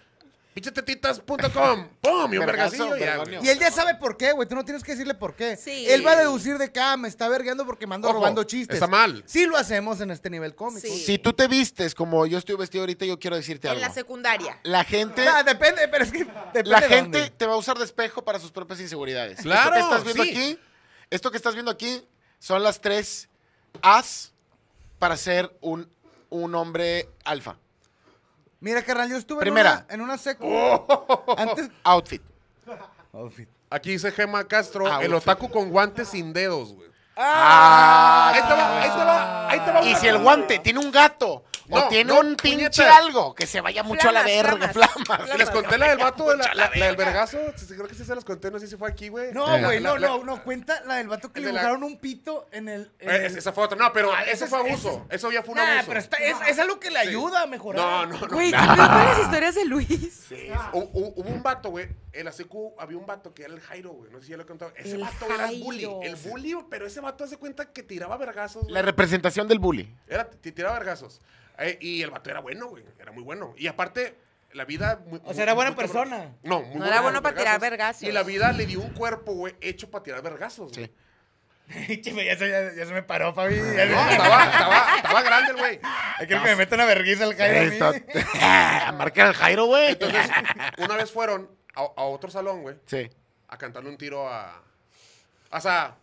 [SPEAKER 3] pinchetetitas.com, pum, y
[SPEAKER 4] Vergazo,
[SPEAKER 3] un vergacillo ya,
[SPEAKER 4] vergoneo.
[SPEAKER 3] güey.
[SPEAKER 2] Y él ya sabe por qué, güey. Tú no tienes que decirle por qué.
[SPEAKER 1] Sí.
[SPEAKER 2] Él va a deducir de que ah, me está vergueando porque me ando
[SPEAKER 3] Ojo,
[SPEAKER 2] robando chistes.
[SPEAKER 3] está mal.
[SPEAKER 2] Sí lo hacemos en este nivel cómico.
[SPEAKER 1] Sí.
[SPEAKER 4] Si tú te vistes como yo estoy vestido ahorita, yo quiero decirte
[SPEAKER 1] En
[SPEAKER 4] algo.
[SPEAKER 1] la secundaria.
[SPEAKER 4] La gente.
[SPEAKER 2] Ah, depende, pero es que depende
[SPEAKER 4] La
[SPEAKER 2] de
[SPEAKER 4] gente
[SPEAKER 2] dónde.
[SPEAKER 4] te va a usar de espejo para sus propias inseguridades.
[SPEAKER 3] Claro,
[SPEAKER 4] Esto que estás viendo
[SPEAKER 3] sí.
[SPEAKER 4] aquí, esto que estás viendo aquí son las tres As para ser un, un hombre alfa.
[SPEAKER 2] Mira, carnal, yo estuve
[SPEAKER 4] Primera.
[SPEAKER 2] en una, en una secu.
[SPEAKER 3] Oh.
[SPEAKER 2] Antes. oh,
[SPEAKER 4] Outfit.
[SPEAKER 3] Aquí dice Gema Castro,
[SPEAKER 4] Ah,
[SPEAKER 3] el
[SPEAKER 4] ufa.
[SPEAKER 3] otaku con guantes sin dedos, güey.
[SPEAKER 4] Ah,
[SPEAKER 3] Ahí te va, ahí te va, ahí te va.
[SPEAKER 4] Y
[SPEAKER 3] una-
[SPEAKER 4] si el guante tiene un gato
[SPEAKER 3] No,
[SPEAKER 4] o tiene
[SPEAKER 3] no,
[SPEAKER 4] un pinche
[SPEAKER 3] puñetas.
[SPEAKER 4] algo, que se vaya mucho a la
[SPEAKER 1] Flamas,
[SPEAKER 4] verga,
[SPEAKER 1] flamas.
[SPEAKER 4] flamas.
[SPEAKER 1] Flamas.
[SPEAKER 3] Les conté la del vato, de la, la- la del vergazo. Sí, sí, Creo que sí se las conté, no sé si fue aquí, güey.
[SPEAKER 2] No,
[SPEAKER 3] La-
[SPEAKER 2] güey,
[SPEAKER 3] la-
[SPEAKER 2] no,
[SPEAKER 3] la-
[SPEAKER 2] no, no. Cuenta la del vato que
[SPEAKER 3] El
[SPEAKER 2] le
[SPEAKER 3] de la-
[SPEAKER 2] dibujaron un pito en el. en
[SPEAKER 3] Eh,
[SPEAKER 2] el-
[SPEAKER 3] es- esa fue otra. No, pero
[SPEAKER 2] ese
[SPEAKER 3] eso
[SPEAKER 2] es-
[SPEAKER 3] fue
[SPEAKER 2] ese
[SPEAKER 3] abuso. Eso ya fue un
[SPEAKER 2] Nah,
[SPEAKER 3] abuso.
[SPEAKER 2] pero está- es, es algo que le ayuda a mejorar.
[SPEAKER 3] No,
[SPEAKER 2] [laughs]
[SPEAKER 3] no, no.
[SPEAKER 1] Güey, ¿qué pedo con las historias de Luis?
[SPEAKER 3] Hu- hu- Hubo un vato, güey. En la CQ había un vato que era el Jairo, güey. No sé si ya lo he contado. Ese
[SPEAKER 1] El
[SPEAKER 3] vato era el
[SPEAKER 1] Jairo.
[SPEAKER 3] bully. El bully, pero ese vato hace cuenta que tiraba vergazos. güey.
[SPEAKER 4] La representación del bully.
[SPEAKER 3] Era, ti- tiraba vergazos. Eh, y el vato era bueno, güey. Era muy bueno. Y aparte, la vida. muy-
[SPEAKER 2] O
[SPEAKER 3] muy-
[SPEAKER 2] sea, era buena
[SPEAKER 3] muy cabrón.
[SPEAKER 2] persona.
[SPEAKER 3] No, muy
[SPEAKER 1] No era
[SPEAKER 3] para
[SPEAKER 1] bueno
[SPEAKER 3] los
[SPEAKER 1] para tirar vergazos.
[SPEAKER 3] Y la vida le dio un cuerpo, güey, hecho para tirar vergazos. güey.
[SPEAKER 4] Sí.
[SPEAKER 2] Chime, ya, se, ya- ya se me paró, Fabi. Ya se-
[SPEAKER 3] No, estaba, estaba, estaba grande el güey.
[SPEAKER 2] Ay, quiero que me meta una vergüenza al Jairo. a mí.
[SPEAKER 4] [laughs] A marcar al Jairo, güey.
[SPEAKER 3] Entonces, una vez fueron a, a otro salón, güey,
[SPEAKER 4] Sí.
[SPEAKER 3] a cantarle un tiro a. O sea,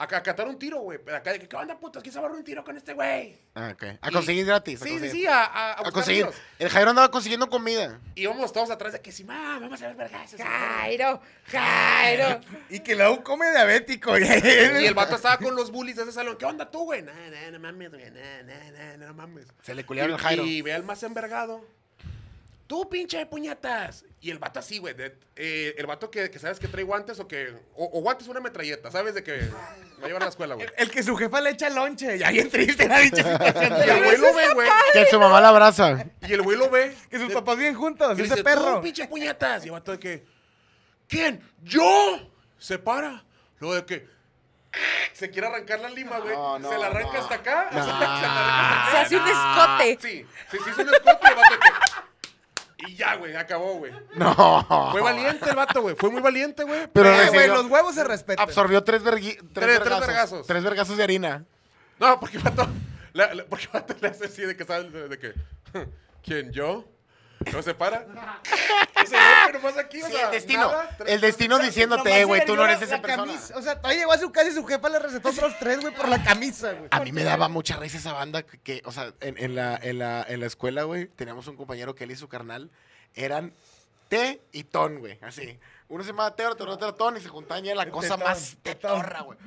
[SPEAKER 3] a, a catar un tiro, güey. Pero acá de que, ¿qué onda, putas? ¿Quién se agarró un tiro con este güey?
[SPEAKER 4] Ah, ok. A
[SPEAKER 3] Y-
[SPEAKER 4] conseguir gratis. a
[SPEAKER 3] Sí, sí,
[SPEAKER 4] conseguir.
[SPEAKER 3] sí, a, a,
[SPEAKER 4] A
[SPEAKER 3] buscar
[SPEAKER 4] conseguir.
[SPEAKER 3] tiros.
[SPEAKER 4] El Jairo andaba consiguiendo comida.
[SPEAKER 3] Y íbamos todos atrás de que, sí, ma, vamos a ver vergas.
[SPEAKER 1] Jairo, Jairo.
[SPEAKER 2] Y que luego come diabético. [laughs] Y,
[SPEAKER 3] Y el vato estaba con los bullies de ese salón. ¿Qué onda tú, güey? Nah, nah, no mames, güey. Nah, nah, nah, no mames.
[SPEAKER 4] Se le
[SPEAKER 3] Y,
[SPEAKER 4] culiaron al Jairo.
[SPEAKER 3] y ve al más envergado. Tú, pinche de puñetas. Y el vato así, güey. de- eh, el vato que, que sabes que trae guantes o que. O, o guantes una metralleta, ¿sabes? De que va a llevar a la escuela, güey.
[SPEAKER 2] El que su jefa le echa lonche. Y ahí triste la dicha situación.
[SPEAKER 3] [laughs] Y el güey lo ve, güey.
[SPEAKER 4] Que su mamá la abraza.
[SPEAKER 3] Y el güey lo ve.
[SPEAKER 2] Que sus papás viven juntos.
[SPEAKER 3] Y le
[SPEAKER 2] Ese
[SPEAKER 3] dice,
[SPEAKER 2] perro.
[SPEAKER 3] "Tú, pinche puñetas. Y el vato de que. ¿Quién? ¿Yo? Se para. Luego de que. Se quiere arrancar la lima, güey.
[SPEAKER 4] No, no,
[SPEAKER 3] se la arranca
[SPEAKER 4] no.
[SPEAKER 3] hasta acá. o sea, [laughs] se la arranca hasta acá.
[SPEAKER 1] Se hace un escote.
[SPEAKER 3] Sí, sí, sí, hizo un escote y el vato de que- Y ya, güey, acabó, güey.
[SPEAKER 4] No.
[SPEAKER 3] Fue valiente el vato, güey. Fue muy valiente, güey.
[SPEAKER 4] Pero
[SPEAKER 2] Eh, güey,
[SPEAKER 4] recibió-
[SPEAKER 2] los huevos se respetan.
[SPEAKER 4] Absorbió tres, vergui- tres,
[SPEAKER 3] tres
[SPEAKER 4] vergazos,
[SPEAKER 3] vergazos.
[SPEAKER 4] Tres vergazos de harina.
[SPEAKER 3] No, porque el vato. la- la- porque el vato le hace así de que sabe de, de que. ¿Quién? ¿Yo? No se para. Y se ve, pero más aquí, o
[SPEAKER 4] Sí,
[SPEAKER 3] sea,
[SPEAKER 4] el destino.
[SPEAKER 3] nada, tres-
[SPEAKER 4] el destino
[SPEAKER 2] Nomás
[SPEAKER 4] diciéndote,
[SPEAKER 2] se
[SPEAKER 4] "Eh, güey,
[SPEAKER 2] le
[SPEAKER 4] tú
[SPEAKER 2] vio
[SPEAKER 4] no
[SPEAKER 2] la-
[SPEAKER 4] eres esa
[SPEAKER 2] la
[SPEAKER 4] persona.
[SPEAKER 2] camisa. O sea, todavía llegó a su casa y su jefa le recetó otros tres, güey, por la camisa, güey.
[SPEAKER 4] A mí me daba mucha risa esa banda que, que, o sea, en, en la, en, la, en la escuela, güey, teníamos un compañero que él y su carnal eran té y ton, güey, así. Uno se llamaba té, otro, otro ton y se juntaban y era la cosa
[SPEAKER 2] Tetón,
[SPEAKER 4] más
[SPEAKER 2] tetón.
[SPEAKER 4] tetorra, güey.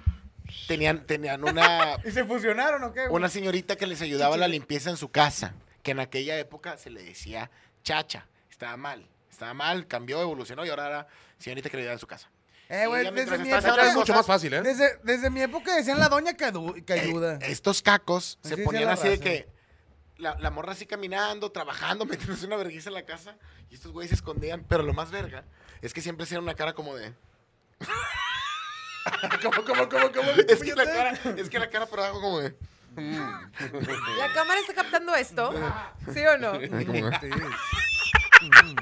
[SPEAKER 4] Tenían, tenían una,
[SPEAKER 2] ¿Y se fusionaron o qué, güey?
[SPEAKER 4] una señorita que les ayudaba a la limpieza en su casa, que en aquella época se le decía chacha. Estaba mal, estaba mal, cambió, evolucionó y ahora era señorita que le ayudaba en su casa.
[SPEAKER 2] Eh,
[SPEAKER 4] Y ya
[SPEAKER 2] güey, desde
[SPEAKER 4] mientras
[SPEAKER 2] mi
[SPEAKER 4] estás
[SPEAKER 3] Ahora es
[SPEAKER 4] hablando-
[SPEAKER 2] época...
[SPEAKER 3] mucho más fácil, ¿eh?
[SPEAKER 2] Desde, desde mi época decían la doña que, adu- que ayuda.
[SPEAKER 4] Eh, estos cacos se
[SPEAKER 2] Así
[SPEAKER 4] ponían
[SPEAKER 2] decía
[SPEAKER 4] así
[SPEAKER 2] la
[SPEAKER 4] de que la, la morra así caminando, trabajando, [laughs] metiéndose una vergüenza en la casa y estos güeyes se escondían. Pero lo más verga es que siempre hacían una cara como de. [laughs]
[SPEAKER 3] ¿Cómo, cómo, cómo, cómo?
[SPEAKER 4] Es que la cara, es que la cara por abajo como de.
[SPEAKER 1] ¿La cámara está captando esto? ¿Sí o no?
[SPEAKER 4] como de-
[SPEAKER 2] Sí. Eh,
[SPEAKER 4] de que-
[SPEAKER 3] De que- Y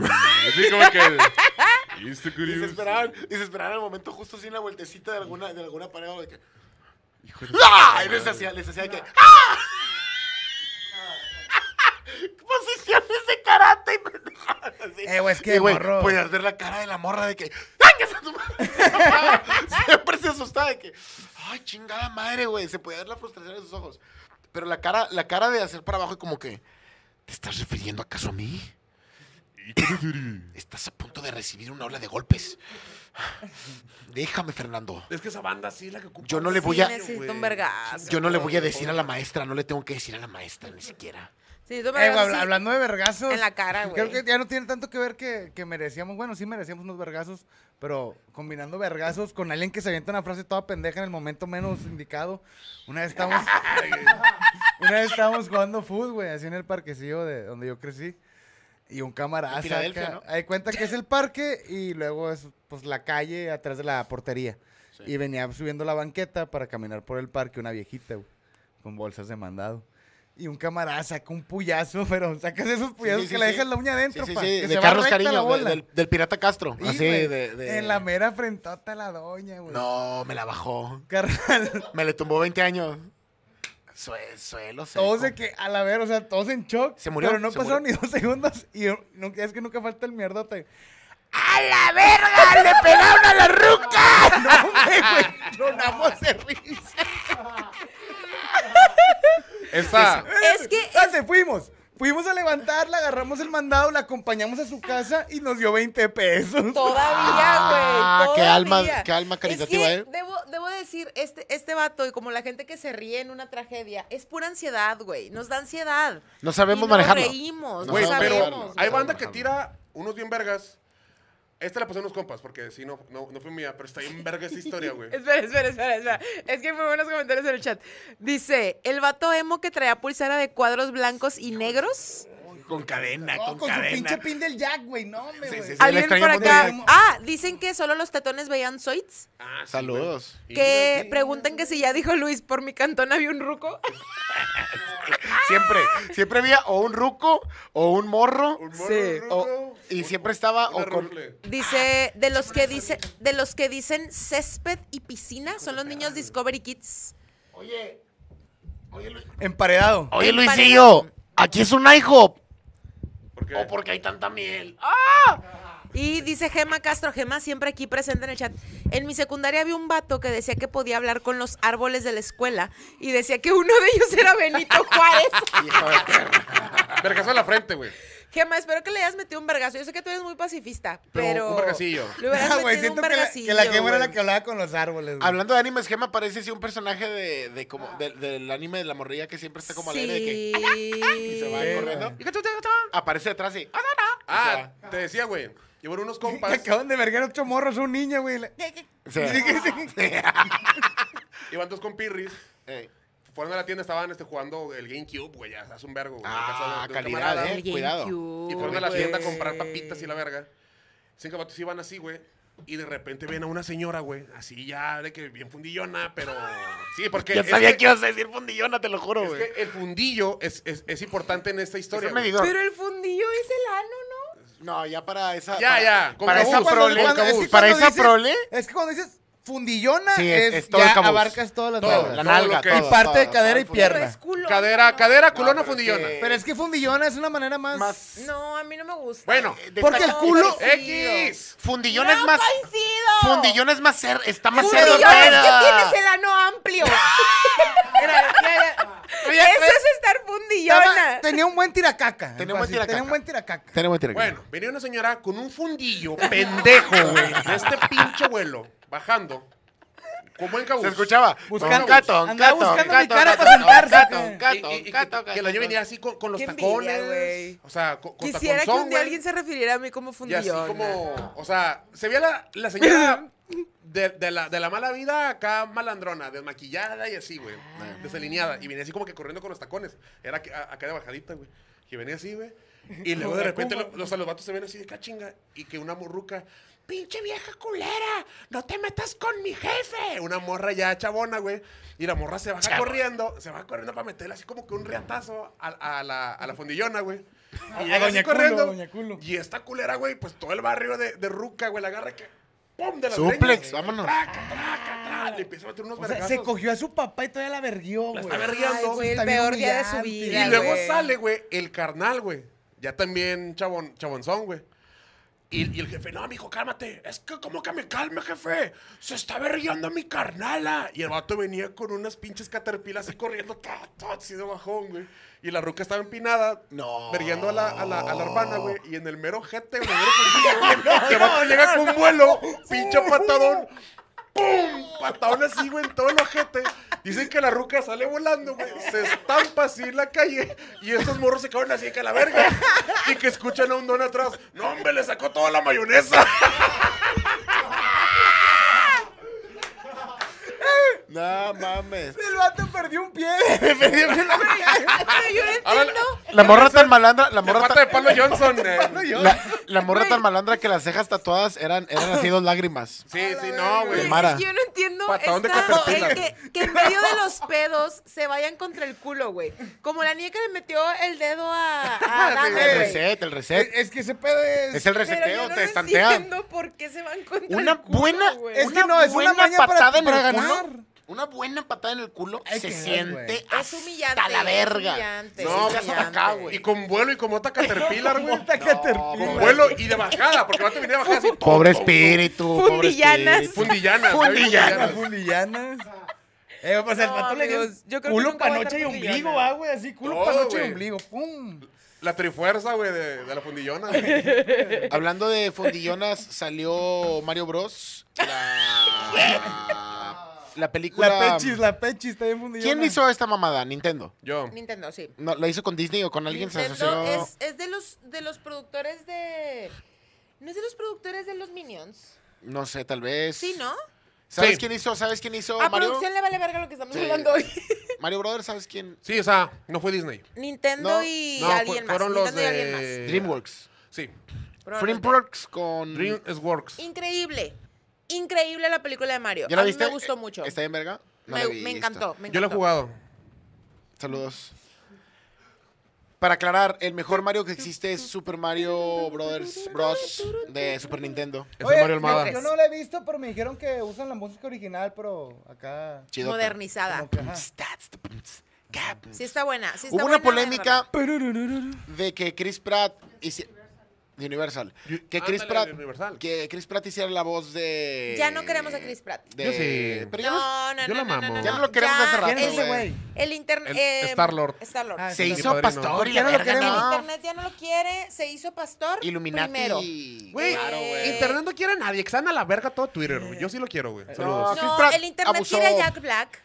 [SPEAKER 3] Así como que. y este
[SPEAKER 4] y
[SPEAKER 3] curioso.
[SPEAKER 4] se esperaban, y se esperaban al momento justo así en la vueltecita de alguna, de alguna pared o de que.
[SPEAKER 3] Hijo de-
[SPEAKER 4] ¡Ah! Y les hacía, les hacía de que. ¡Ah! [laughs] Posiciones de karate [laughs] y pendejadas así.
[SPEAKER 2] Eh, güey, es que
[SPEAKER 4] Y, güey,
[SPEAKER 2] morro.
[SPEAKER 4] podías ver la cara de la morra de que. ¡Ay, que se asustaba! [laughs] Siempre se asustaba de que. ¡Ay, chingada madre, güey! Se podía ver la frustración en sus ojos. Pero la cara, la cara de hacer para abajo y como que. ¿Te estás refiriendo acaso a mí? Estás a punto de recibir una ola de golpes. Déjame, Fernando.
[SPEAKER 3] Es que esa banda sí es la que ocupa.
[SPEAKER 4] Yo no le
[SPEAKER 1] Sí,
[SPEAKER 4] voy a-
[SPEAKER 1] necesito
[SPEAKER 3] güey.
[SPEAKER 1] un vergazo.
[SPEAKER 4] Yo no le voy a decir a la maestra, no le tengo que decir a la maestra ni siquiera.
[SPEAKER 1] Sí, tú me
[SPEAKER 2] Eh, güey,
[SPEAKER 1] vergas
[SPEAKER 2] habla-
[SPEAKER 1] así
[SPEAKER 2] hablando de vergazos.
[SPEAKER 1] en la cara, güey.
[SPEAKER 2] Creo que ya no tiene tanto que ver que, que merecíamos. Bueno, sí merecíamos unos vergazos, pero combinando vergazos con alguien que se avienta una frase toda pendeja en el momento
[SPEAKER 4] [laughs]
[SPEAKER 2] menos indicado. Una vez estábamos, una vez estábamos jugando fútbol, güey, así en el parquecillo de donde yo crecí. Y un
[SPEAKER 4] En
[SPEAKER 2] camaraza.
[SPEAKER 4] Filadelfia,
[SPEAKER 2] acá-
[SPEAKER 4] ¿no?
[SPEAKER 2] Hay cuenta que es el parque y luego es pues la calle atrás de la portería. Y venía subiendo la banqueta para caminar por el parque una viejita, güey, con bolsas de mandado. Y un camarada saca un puyazo, [laughs] pero sacas esos puyazos
[SPEAKER 4] sí,
[SPEAKER 2] que le
[SPEAKER 4] sí.
[SPEAKER 2] dejas la uña
[SPEAKER 4] Sí,
[SPEAKER 2] adentro,
[SPEAKER 4] sí,
[SPEAKER 2] pa,
[SPEAKER 4] sí,
[SPEAKER 2] que
[SPEAKER 4] de
[SPEAKER 2] va
[SPEAKER 4] Carlos
[SPEAKER 2] recta la
[SPEAKER 4] Cariño, de-
[SPEAKER 2] bola.
[SPEAKER 4] del, del pirata Castro.
[SPEAKER 2] Sí,
[SPEAKER 4] así
[SPEAKER 2] güey,
[SPEAKER 4] de, de-
[SPEAKER 2] En la mera frentota la doña, güey.
[SPEAKER 4] No, me la bajó.
[SPEAKER 2] Carnal,
[SPEAKER 4] Me le tumbó 20 años. Sue- suelo
[SPEAKER 2] [laughs]
[SPEAKER 4] seco.
[SPEAKER 2] todos de que, a la ver, o sea, todos en shock.
[SPEAKER 4] Se murió,
[SPEAKER 2] Pero no
[SPEAKER 4] se
[SPEAKER 2] pasaron ni dos [laughs] segundos y yo- no- es que nunca falta el
[SPEAKER 4] [laughs]
[SPEAKER 2] mierdote. [laughs]
[SPEAKER 4] ¡A la verga! [laughs] ¡Le pegaron a la ruca!
[SPEAKER 2] No, hombre, güey, tronamos de risa.
[SPEAKER 3] Esa.
[SPEAKER 1] Es que
[SPEAKER 2] Entonces fuimos. Fuimos a levantarla, agarramos el mandado, la acompañamos a su casa y nos dio 20
[SPEAKER 1] Todavía,
[SPEAKER 2] pesos.
[SPEAKER 1] güey.
[SPEAKER 4] Ah, qué alma-
[SPEAKER 1] todavía.
[SPEAKER 4] qué alma caritativa,
[SPEAKER 1] es
[SPEAKER 4] ¿eh?
[SPEAKER 1] que Debo, debo decir, este, este vato y como la gente que se ríe en una tragedia, es pura ansiedad, güey. Nos da ansiedad.
[SPEAKER 4] No sabemos
[SPEAKER 1] Y no
[SPEAKER 4] manejarlo.
[SPEAKER 1] reímos, no
[SPEAKER 3] Güey, pero
[SPEAKER 1] sabemos.
[SPEAKER 4] Sabemos
[SPEAKER 3] hay banda que
[SPEAKER 4] manejarlo.
[SPEAKER 3] tira unos bien vergas. Esta la pasé a unos compas, porque si no, no, no fue mía, pero está bien verga esta historia, güey.
[SPEAKER 1] Espera, espera, espera, espera. Es que muy buenos comentarios en el chat. Dice, el vato emo que traía pulsera de cuadros blancos y negros.
[SPEAKER 4] Con cadena,
[SPEAKER 2] No,
[SPEAKER 4] con,
[SPEAKER 2] con su
[SPEAKER 4] cadena. Ah,
[SPEAKER 2] pinche pin del Jack, güey. No, hombre,
[SPEAKER 4] Sí,
[SPEAKER 2] güey.
[SPEAKER 4] sí, sí. le
[SPEAKER 1] Alguien por
[SPEAKER 4] extrañamos
[SPEAKER 1] acá.
[SPEAKER 4] mucho.
[SPEAKER 1] Ah, dicen que solo los tetones veían Zoids.
[SPEAKER 3] Ah, sí,
[SPEAKER 4] Saludos.
[SPEAKER 3] güey.
[SPEAKER 1] Que
[SPEAKER 3] Y-
[SPEAKER 1] preguntan que si ya dijo Luis, por mi cantón había un ruco.
[SPEAKER 4] Siempre, siempre había o un ruco o un morro.
[SPEAKER 3] Un morro,
[SPEAKER 1] Sí.
[SPEAKER 3] un
[SPEAKER 4] o-
[SPEAKER 3] ruco,
[SPEAKER 4] y
[SPEAKER 3] un-
[SPEAKER 4] siempre estaba
[SPEAKER 3] una
[SPEAKER 4] o con,
[SPEAKER 3] rufle.
[SPEAKER 1] Dice, de los que dice, de los que dicen césped y piscina, son los niños Discovery Kids.
[SPEAKER 2] Emparedado.
[SPEAKER 4] Oye,
[SPEAKER 1] En París.
[SPEAKER 4] Luisillo, aquí es un IHOP.
[SPEAKER 3] Porque
[SPEAKER 4] ¿O porque hay tanta miel?
[SPEAKER 1] Y dice Gema Castro, Gema siempre aquí presente en el chat. En mi secundaria había un vato que decía que podía hablar con los árboles de la escuela y decía que uno de ellos era
[SPEAKER 2] [laughs]
[SPEAKER 1] Benito Juárez.
[SPEAKER 4] Hijo de perra.
[SPEAKER 3] Vergazo en la frente, güey.
[SPEAKER 1] Gema, espero que le hayas metido un vergazo. Yo sé que tú eres muy pacifista,
[SPEAKER 3] Pero
[SPEAKER 1] pero.
[SPEAKER 3] un vergacillo.
[SPEAKER 1] Le hubieras
[SPEAKER 2] [laughs] Ah, güey,
[SPEAKER 1] metido
[SPEAKER 2] siento
[SPEAKER 1] un
[SPEAKER 2] que la, que
[SPEAKER 1] vergacillo.
[SPEAKER 2] la Gema era
[SPEAKER 1] güey.
[SPEAKER 2] la que hablaba con los árboles. güey.
[SPEAKER 4] Hablando de animes, Gema parece sí un personaje de, de como, de- del anime de la morrilla que siempre está como
[SPEAKER 1] sí.
[SPEAKER 4] alegre de que
[SPEAKER 2] "Ah,
[SPEAKER 4] y se va
[SPEAKER 2] Sí,
[SPEAKER 4] corriendo.
[SPEAKER 2] güey.
[SPEAKER 4] Aparece detrás y.
[SPEAKER 3] Ah, te decía, güey. Llevo
[SPEAKER 2] [laughs]
[SPEAKER 3] unos
[SPEAKER 2] Que
[SPEAKER 3] compas.
[SPEAKER 2] acaban de vergar ocho morros a un niño, güey. La-
[SPEAKER 4] O sea,
[SPEAKER 3] Iban dos compirris.
[SPEAKER 4] eh,
[SPEAKER 3] Fueron a la tienda, estaban este, jugando el GameCube, güey. Ya hace un vergo, güey. en casa
[SPEAKER 4] Ah,
[SPEAKER 3] de- de un
[SPEAKER 4] calidad,
[SPEAKER 3] camarada.
[SPEAKER 4] eh. Cuidado.
[SPEAKER 1] GameCube,
[SPEAKER 3] Y fueron a la
[SPEAKER 1] güey.
[SPEAKER 3] tienda a comprar papitas y la verga. Cinco vatos iban así, güey. Y de repente ven a una señora, güey. Así ya, de que bien fundillona, pero. Sí, porque.
[SPEAKER 4] Ya
[SPEAKER 3] es
[SPEAKER 4] sabía
[SPEAKER 3] que-
[SPEAKER 4] que ibas a decir fundillona, te lo juro,
[SPEAKER 3] es
[SPEAKER 4] güey.
[SPEAKER 3] que el fundillo es, es- es importante en esta historia.
[SPEAKER 4] Ese
[SPEAKER 3] güey.
[SPEAKER 4] medidor.
[SPEAKER 1] Pero el fundillo es el ano, ¿no?
[SPEAKER 4] No, ya para esa.
[SPEAKER 3] Ya,
[SPEAKER 4] para-
[SPEAKER 3] ya, con
[SPEAKER 4] Para
[SPEAKER 3] cabuz,
[SPEAKER 4] esa
[SPEAKER 3] con
[SPEAKER 4] prole.
[SPEAKER 3] cabuz.
[SPEAKER 4] con
[SPEAKER 2] es que
[SPEAKER 4] cabuz. Para
[SPEAKER 2] cuando
[SPEAKER 4] esa
[SPEAKER 2] dices-
[SPEAKER 4] prole.
[SPEAKER 2] Es que cuando dices fundillona,
[SPEAKER 4] Sí, es-
[SPEAKER 2] es,
[SPEAKER 4] es todo el
[SPEAKER 2] ya
[SPEAKER 4] cabuz.
[SPEAKER 2] abarcas todas las
[SPEAKER 3] Todo,
[SPEAKER 2] nalgas.
[SPEAKER 4] La
[SPEAKER 3] todo lo
[SPEAKER 4] nalga,
[SPEAKER 3] que-
[SPEAKER 4] todo,
[SPEAKER 3] Y
[SPEAKER 4] todo,
[SPEAKER 2] parte de
[SPEAKER 4] todo,
[SPEAKER 2] cadera y
[SPEAKER 4] todo.
[SPEAKER 2] pierna.
[SPEAKER 1] Pero es culo.
[SPEAKER 3] Cadera, cadera, culona,
[SPEAKER 4] pero es
[SPEAKER 3] fundillona.
[SPEAKER 4] que-
[SPEAKER 2] Pero es que fundillona es una manera más...
[SPEAKER 4] Más.
[SPEAKER 1] No, a mí no me gusta.
[SPEAKER 3] Bueno,
[SPEAKER 4] de-
[SPEAKER 2] porque el
[SPEAKER 4] No,
[SPEAKER 2] culo...
[SPEAKER 3] X.
[SPEAKER 4] Fundillón
[SPEAKER 1] no
[SPEAKER 4] es más.
[SPEAKER 1] coincido.
[SPEAKER 4] Fundillón es más cer- Está más
[SPEAKER 1] Fundillón
[SPEAKER 4] cerdo.
[SPEAKER 1] es que tienes el ano amplio. [laughs] Era- ya- [laughs] ya. pues, Eso es estar
[SPEAKER 2] Estaba-
[SPEAKER 1] fundillona.
[SPEAKER 2] Tenía un buen tiracaca.
[SPEAKER 4] Tenía un buen
[SPEAKER 2] Así,
[SPEAKER 4] tiracaca.
[SPEAKER 2] Tenía un buen tiracaca.
[SPEAKER 4] Tenemos que
[SPEAKER 3] Bueno, venía una señora con un fundillo pendejo, güey, de este pinche vuelo, bajando, con buen cabuz.
[SPEAKER 4] Se escuchaba.
[SPEAKER 2] Buscando-
[SPEAKER 4] Toncato,
[SPEAKER 2] andaba
[SPEAKER 4] toncato,
[SPEAKER 2] buscando mi
[SPEAKER 4] toncato,
[SPEAKER 2] cara para
[SPEAKER 4] toncato,
[SPEAKER 2] sentarse,
[SPEAKER 3] Y- y-
[SPEAKER 4] toncato,
[SPEAKER 3] y- y-
[SPEAKER 4] toncato,
[SPEAKER 3] que la yo venía así con, con los
[SPEAKER 1] Qué envidia,
[SPEAKER 3] tacones,
[SPEAKER 1] güey.
[SPEAKER 3] o sea, con, con
[SPEAKER 1] Quisiera que
[SPEAKER 3] taconzón,
[SPEAKER 1] un día
[SPEAKER 3] güey,
[SPEAKER 1] alguien se refiriera a mí como
[SPEAKER 3] Y así
[SPEAKER 1] fundillona. [laughs]
[SPEAKER 3] como, o sea, se veía la,
[SPEAKER 2] [laughs]
[SPEAKER 3] la señora de, de la, de la mala vida acá malandrona, desmaquillada y así, güey,
[SPEAKER 2] Ah.
[SPEAKER 3] desalineada. Y venía así como que corriendo con los tacones. Era que- a- acá de bajadita, güey. Que venía así, güey.
[SPEAKER 2] [laughs]
[SPEAKER 3] Y luego de repente lo- los, los vatos se ven así de cachinga y que una morruca, pinche vieja culera, no te metas con mi jefe. Una morra ya chabona, güey. Y la morra se baja corriendo, se va corriendo para meterle así como que un riatazo a, a la, a la fondillona, güey. Y llega así
[SPEAKER 2] Doña Culo,
[SPEAKER 3] corriendo.
[SPEAKER 2] Doña Culo.
[SPEAKER 3] Y esta culera, güey, pues todo el barrio de, de Ruca, güey, la agarra que. ¡Pum! De las
[SPEAKER 4] Suplex,
[SPEAKER 3] greñas.
[SPEAKER 4] vámonos.
[SPEAKER 3] Traca, traca, traca. Le empieza a meter unos
[SPEAKER 2] O sea,
[SPEAKER 3] vergazos.
[SPEAKER 2] se cogió a su papá y todavía la verguió, güey.
[SPEAKER 3] está
[SPEAKER 1] Ay,
[SPEAKER 3] vergueando.
[SPEAKER 1] güey, el
[SPEAKER 2] Está bien
[SPEAKER 1] peor día de su
[SPEAKER 2] humillante.
[SPEAKER 1] vida.
[SPEAKER 3] Y luego
[SPEAKER 1] güey.
[SPEAKER 3] sale, güey, el carnal, güey. Ya también chabón, chabonzón, güey. Y, y el jefe, no, mijo, cálmate. Es que, ¿cómo que me calme, jefe? Se está berreando mi carnala. Y el vato venía con unas pinches caterpilas así corriendo, ta, ta, así de bajón, güey. Y la ruca estaba empinada,
[SPEAKER 4] No.
[SPEAKER 3] berreando a la, a, la, a la hermana, güey. Y en el mero jete, güey, el mero fundillo, güey, el vato llega con vuelo, pinche patadón. ¡Pum! Patadón así, güey, en todo el ojete. Dicen que la ruca sale volando, güey. Se estampa así en la calle. Y estos morros se caen así que a la verga. Y que escuchan a un don atrás. ¡No, hombre, le sacó toda la mayonesa!
[SPEAKER 4] No [laughs] mames.
[SPEAKER 2] El vato perdió un
[SPEAKER 4] [laughs]
[SPEAKER 2] pie. [laughs] perdió un
[SPEAKER 1] Pero yo Ah, no
[SPEAKER 3] Ahora,
[SPEAKER 1] entiendo.
[SPEAKER 4] La morra tan malandra, la
[SPEAKER 3] la
[SPEAKER 4] morra
[SPEAKER 3] pata de
[SPEAKER 4] tan,
[SPEAKER 3] Pablo Johnson. eh.
[SPEAKER 2] pie.
[SPEAKER 4] la, la morra tan malandra que las cejas tatuadas eran, eran así dos lágrimas.
[SPEAKER 3] Sí, sí, no,
[SPEAKER 1] Güey,
[SPEAKER 3] güey.
[SPEAKER 4] De Mara.
[SPEAKER 1] es que yo no entiendo
[SPEAKER 3] Patadón de
[SPEAKER 1] esta-
[SPEAKER 3] caterpillar.
[SPEAKER 1] el que, que en medio de los pedos se vayan contra el culo, güey. Como la niña que le metió el dedo a,
[SPEAKER 3] [laughs]
[SPEAKER 1] a Adame,
[SPEAKER 3] Sí,
[SPEAKER 4] El
[SPEAKER 1] güey.
[SPEAKER 4] reset, el reset.
[SPEAKER 2] e, Es que ese pedo es...
[SPEAKER 4] Es el
[SPEAKER 3] pues, eh,
[SPEAKER 1] Pero yo
[SPEAKER 4] reseteo,
[SPEAKER 1] no
[SPEAKER 4] te
[SPEAKER 1] lo
[SPEAKER 4] estantean.
[SPEAKER 1] entiendo por qué se van contra
[SPEAKER 4] Una
[SPEAKER 1] el culo,
[SPEAKER 4] buena,
[SPEAKER 1] güey.
[SPEAKER 2] Es
[SPEAKER 4] una
[SPEAKER 2] que no, es una
[SPEAKER 4] buena
[SPEAKER 2] maña para-
[SPEAKER 4] patada en el
[SPEAKER 2] para
[SPEAKER 4] culo.
[SPEAKER 2] ganar.
[SPEAKER 4] Una buena patada en el culo
[SPEAKER 2] Ay,
[SPEAKER 4] se
[SPEAKER 2] qué asco, güey.
[SPEAKER 4] siente
[SPEAKER 1] Es humillante.
[SPEAKER 4] hasta la
[SPEAKER 1] es
[SPEAKER 4] verga.
[SPEAKER 1] humillante, es
[SPEAKER 3] No,
[SPEAKER 4] sí,
[SPEAKER 3] pues,
[SPEAKER 4] hasta
[SPEAKER 1] humillante.
[SPEAKER 4] acá, güey.
[SPEAKER 3] Y con vuelo y con mota caterpillar, güey.
[SPEAKER 2] Puta caterpillar.
[SPEAKER 3] Con vuelo y de bajada, porque el vato venía de bajada así. tum,
[SPEAKER 4] Pobre
[SPEAKER 3] tum,
[SPEAKER 4] espíritu, pobre
[SPEAKER 1] Fundillanas.
[SPEAKER 4] espíritu.
[SPEAKER 3] Fundillanas. ¿sabes?
[SPEAKER 4] Fundillanas.
[SPEAKER 2] Fundillanas. Eh, pues el
[SPEAKER 1] No,
[SPEAKER 2] vato le dio
[SPEAKER 1] amigos, yo creo que
[SPEAKER 2] culo
[SPEAKER 1] nunca voy a
[SPEAKER 2] panocha y
[SPEAKER 1] estar
[SPEAKER 2] ombligo,
[SPEAKER 1] fundillona.
[SPEAKER 2] ah, güey, así, culo
[SPEAKER 3] Todo,
[SPEAKER 2] panocha
[SPEAKER 3] güey.
[SPEAKER 2] y ombligo, pum.
[SPEAKER 3] La trifuerza, güey, de, de la fundillona. güey.
[SPEAKER 4] Hablando de fondillonas, salió Mario Bros. La, la película.
[SPEAKER 2] La pechis, la pechis, está bien fundillona.
[SPEAKER 4] ¿Quién hizo esta mamada? Nintendo.
[SPEAKER 3] Yo.
[SPEAKER 1] Nintendo, sí.
[SPEAKER 4] No, ¿La hizo con Disney o con alguien? se
[SPEAKER 1] Nintendo
[SPEAKER 4] asoció?
[SPEAKER 1] es, es de los de los productores de. ¿No es de los productores de los Minions?
[SPEAKER 4] No sé, tal vez.
[SPEAKER 1] Sí, ¿no?
[SPEAKER 4] ¿Sabes
[SPEAKER 3] Sí.
[SPEAKER 4] quién hizo? ¿Sabes quién hizo
[SPEAKER 1] A
[SPEAKER 4] Mario?
[SPEAKER 1] producción le vale verga lo que estamos
[SPEAKER 4] Sí.
[SPEAKER 1] hablando
[SPEAKER 4] [laughs]
[SPEAKER 1] hoy.
[SPEAKER 4] Mario Brothers, ¿sabes quién?
[SPEAKER 3] Sí, o sea, no fue Disney.
[SPEAKER 1] Nintendo
[SPEAKER 4] No,
[SPEAKER 1] y
[SPEAKER 3] no,
[SPEAKER 1] alguien
[SPEAKER 3] fu-
[SPEAKER 1] más.
[SPEAKER 3] fueron los
[SPEAKER 1] Nintendo y alguien más.
[SPEAKER 3] de- Eh,
[SPEAKER 4] DreamWorks.
[SPEAKER 3] Sí.
[SPEAKER 1] Probablemente.
[SPEAKER 4] DreamWorks con.
[SPEAKER 1] Mm.
[SPEAKER 3] DreamWorks.
[SPEAKER 1] Increíble. Increíble la película de Mario.
[SPEAKER 4] ¿Ya la
[SPEAKER 1] a mí
[SPEAKER 4] viste? Eh,
[SPEAKER 1] me gustó mucho.
[SPEAKER 4] ¿Está bien, verga? No
[SPEAKER 1] me,
[SPEAKER 4] la he
[SPEAKER 1] me
[SPEAKER 4] visto.
[SPEAKER 1] encantó, me encantó.
[SPEAKER 3] Yo lo he jugado.
[SPEAKER 4] Saludos. Para aclarar, el mejor Mario que existe es Super Mario Brothers Bros. de Super Nintendo.
[SPEAKER 3] Es
[SPEAKER 2] Oye,
[SPEAKER 3] de Mario
[SPEAKER 2] yo-
[SPEAKER 3] Almada.
[SPEAKER 2] Yo no la he visto, pero me dijeron que usan la música original, pero acá...
[SPEAKER 4] Chido. Ah,
[SPEAKER 1] Modernizada.
[SPEAKER 2] como que, ajá.
[SPEAKER 1] Sí está buena. sí está
[SPEAKER 4] Hubo una
[SPEAKER 1] buena,
[SPEAKER 4] polémica de que Chris Pratt hici- de Universal. Que
[SPEAKER 3] Ándale,
[SPEAKER 4] Chris, Pratt,
[SPEAKER 3] de Universal.
[SPEAKER 4] que Chris Pratt hiciera la voz de...
[SPEAKER 1] Ya no queremos a Chris Pratt.
[SPEAKER 4] de-
[SPEAKER 3] Yo sí.
[SPEAKER 4] Pero ya no-
[SPEAKER 1] No, no, no,
[SPEAKER 3] yo la
[SPEAKER 1] no, no,
[SPEAKER 3] mamo.
[SPEAKER 1] no,
[SPEAKER 4] Ya
[SPEAKER 1] no,
[SPEAKER 4] no lo queremos hace rato,
[SPEAKER 2] ¿Quién es ese
[SPEAKER 1] el-
[SPEAKER 2] güey?
[SPEAKER 1] El internet.
[SPEAKER 3] El Star-Lord.
[SPEAKER 1] Star-Lord.
[SPEAKER 2] Ah,
[SPEAKER 4] se
[SPEAKER 2] sí,
[SPEAKER 4] hizo
[SPEAKER 3] padrino.
[SPEAKER 4] pastor.
[SPEAKER 2] ¿Por
[SPEAKER 4] y
[SPEAKER 2] qué
[SPEAKER 4] la
[SPEAKER 2] no lo
[SPEAKER 4] verga,
[SPEAKER 1] El
[SPEAKER 2] queremos?
[SPEAKER 4] no.
[SPEAKER 1] internet ya no lo quiere. Se hizo pastor.
[SPEAKER 4] Illuminati.
[SPEAKER 1] Primero.
[SPEAKER 3] Güey,
[SPEAKER 1] Claro, güey.
[SPEAKER 3] internet no quiere a nadie, que se van a la verga todo Twitter, güey. Yo sí lo quiero, güey. Saludos.
[SPEAKER 4] Chris Pratt
[SPEAKER 1] No, el internet
[SPEAKER 4] abusó.
[SPEAKER 1] quiere a Jack Black.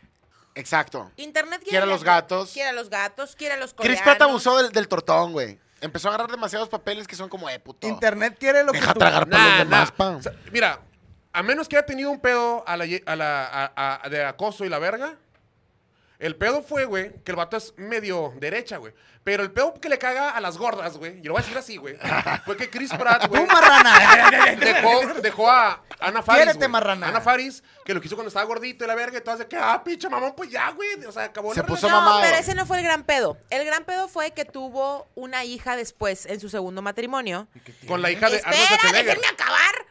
[SPEAKER 4] Exacto.
[SPEAKER 1] Internet quiere,
[SPEAKER 4] Quiere a
[SPEAKER 1] Jack
[SPEAKER 4] los
[SPEAKER 1] Black,
[SPEAKER 4] gatos.
[SPEAKER 1] Quiere a los gatos, quiere a los coreanos.
[SPEAKER 4] Chris Pratt abusó del, del tortón, güey. Empezó a agarrar demasiados papeles que son como, eh, puto.
[SPEAKER 2] Internet quiere lo que
[SPEAKER 4] Deja
[SPEAKER 2] tú- [laughs]
[SPEAKER 4] tragar para
[SPEAKER 3] Nah,
[SPEAKER 4] los demás,
[SPEAKER 3] nah.
[SPEAKER 4] pa.
[SPEAKER 3] O sea, mira, a menos que haya tenido un pedo a la, ye- a la- a- a- de acoso y la verga. El pedo fue, güey, que el vato es medio derecha, güey. Pero el pedo que le caga a las gordas, güey, y lo voy a decir así, güey, fue que Chris Pratt, güey,
[SPEAKER 2] marrana!
[SPEAKER 3] [laughs] dejó, dejó a Ana Faris.
[SPEAKER 2] Quiérete,
[SPEAKER 3] güey.
[SPEAKER 2] marrana.
[SPEAKER 3] Ana Faris, que lo quiso cuando estaba gordito y la verga, y todas de que, ah, pinche mamón, pues ya, güey. O sea, acabó
[SPEAKER 4] Se
[SPEAKER 3] la
[SPEAKER 4] puso
[SPEAKER 3] relación.
[SPEAKER 1] No,
[SPEAKER 4] mamado.
[SPEAKER 1] pero ese no fue el gran pedo. El gran pedo fue que tuvo una hija después en su segundo matrimonio.
[SPEAKER 3] Con la hija de Arnold
[SPEAKER 1] Espera,
[SPEAKER 3] Schwarzenegger.
[SPEAKER 1] déjenme acabar.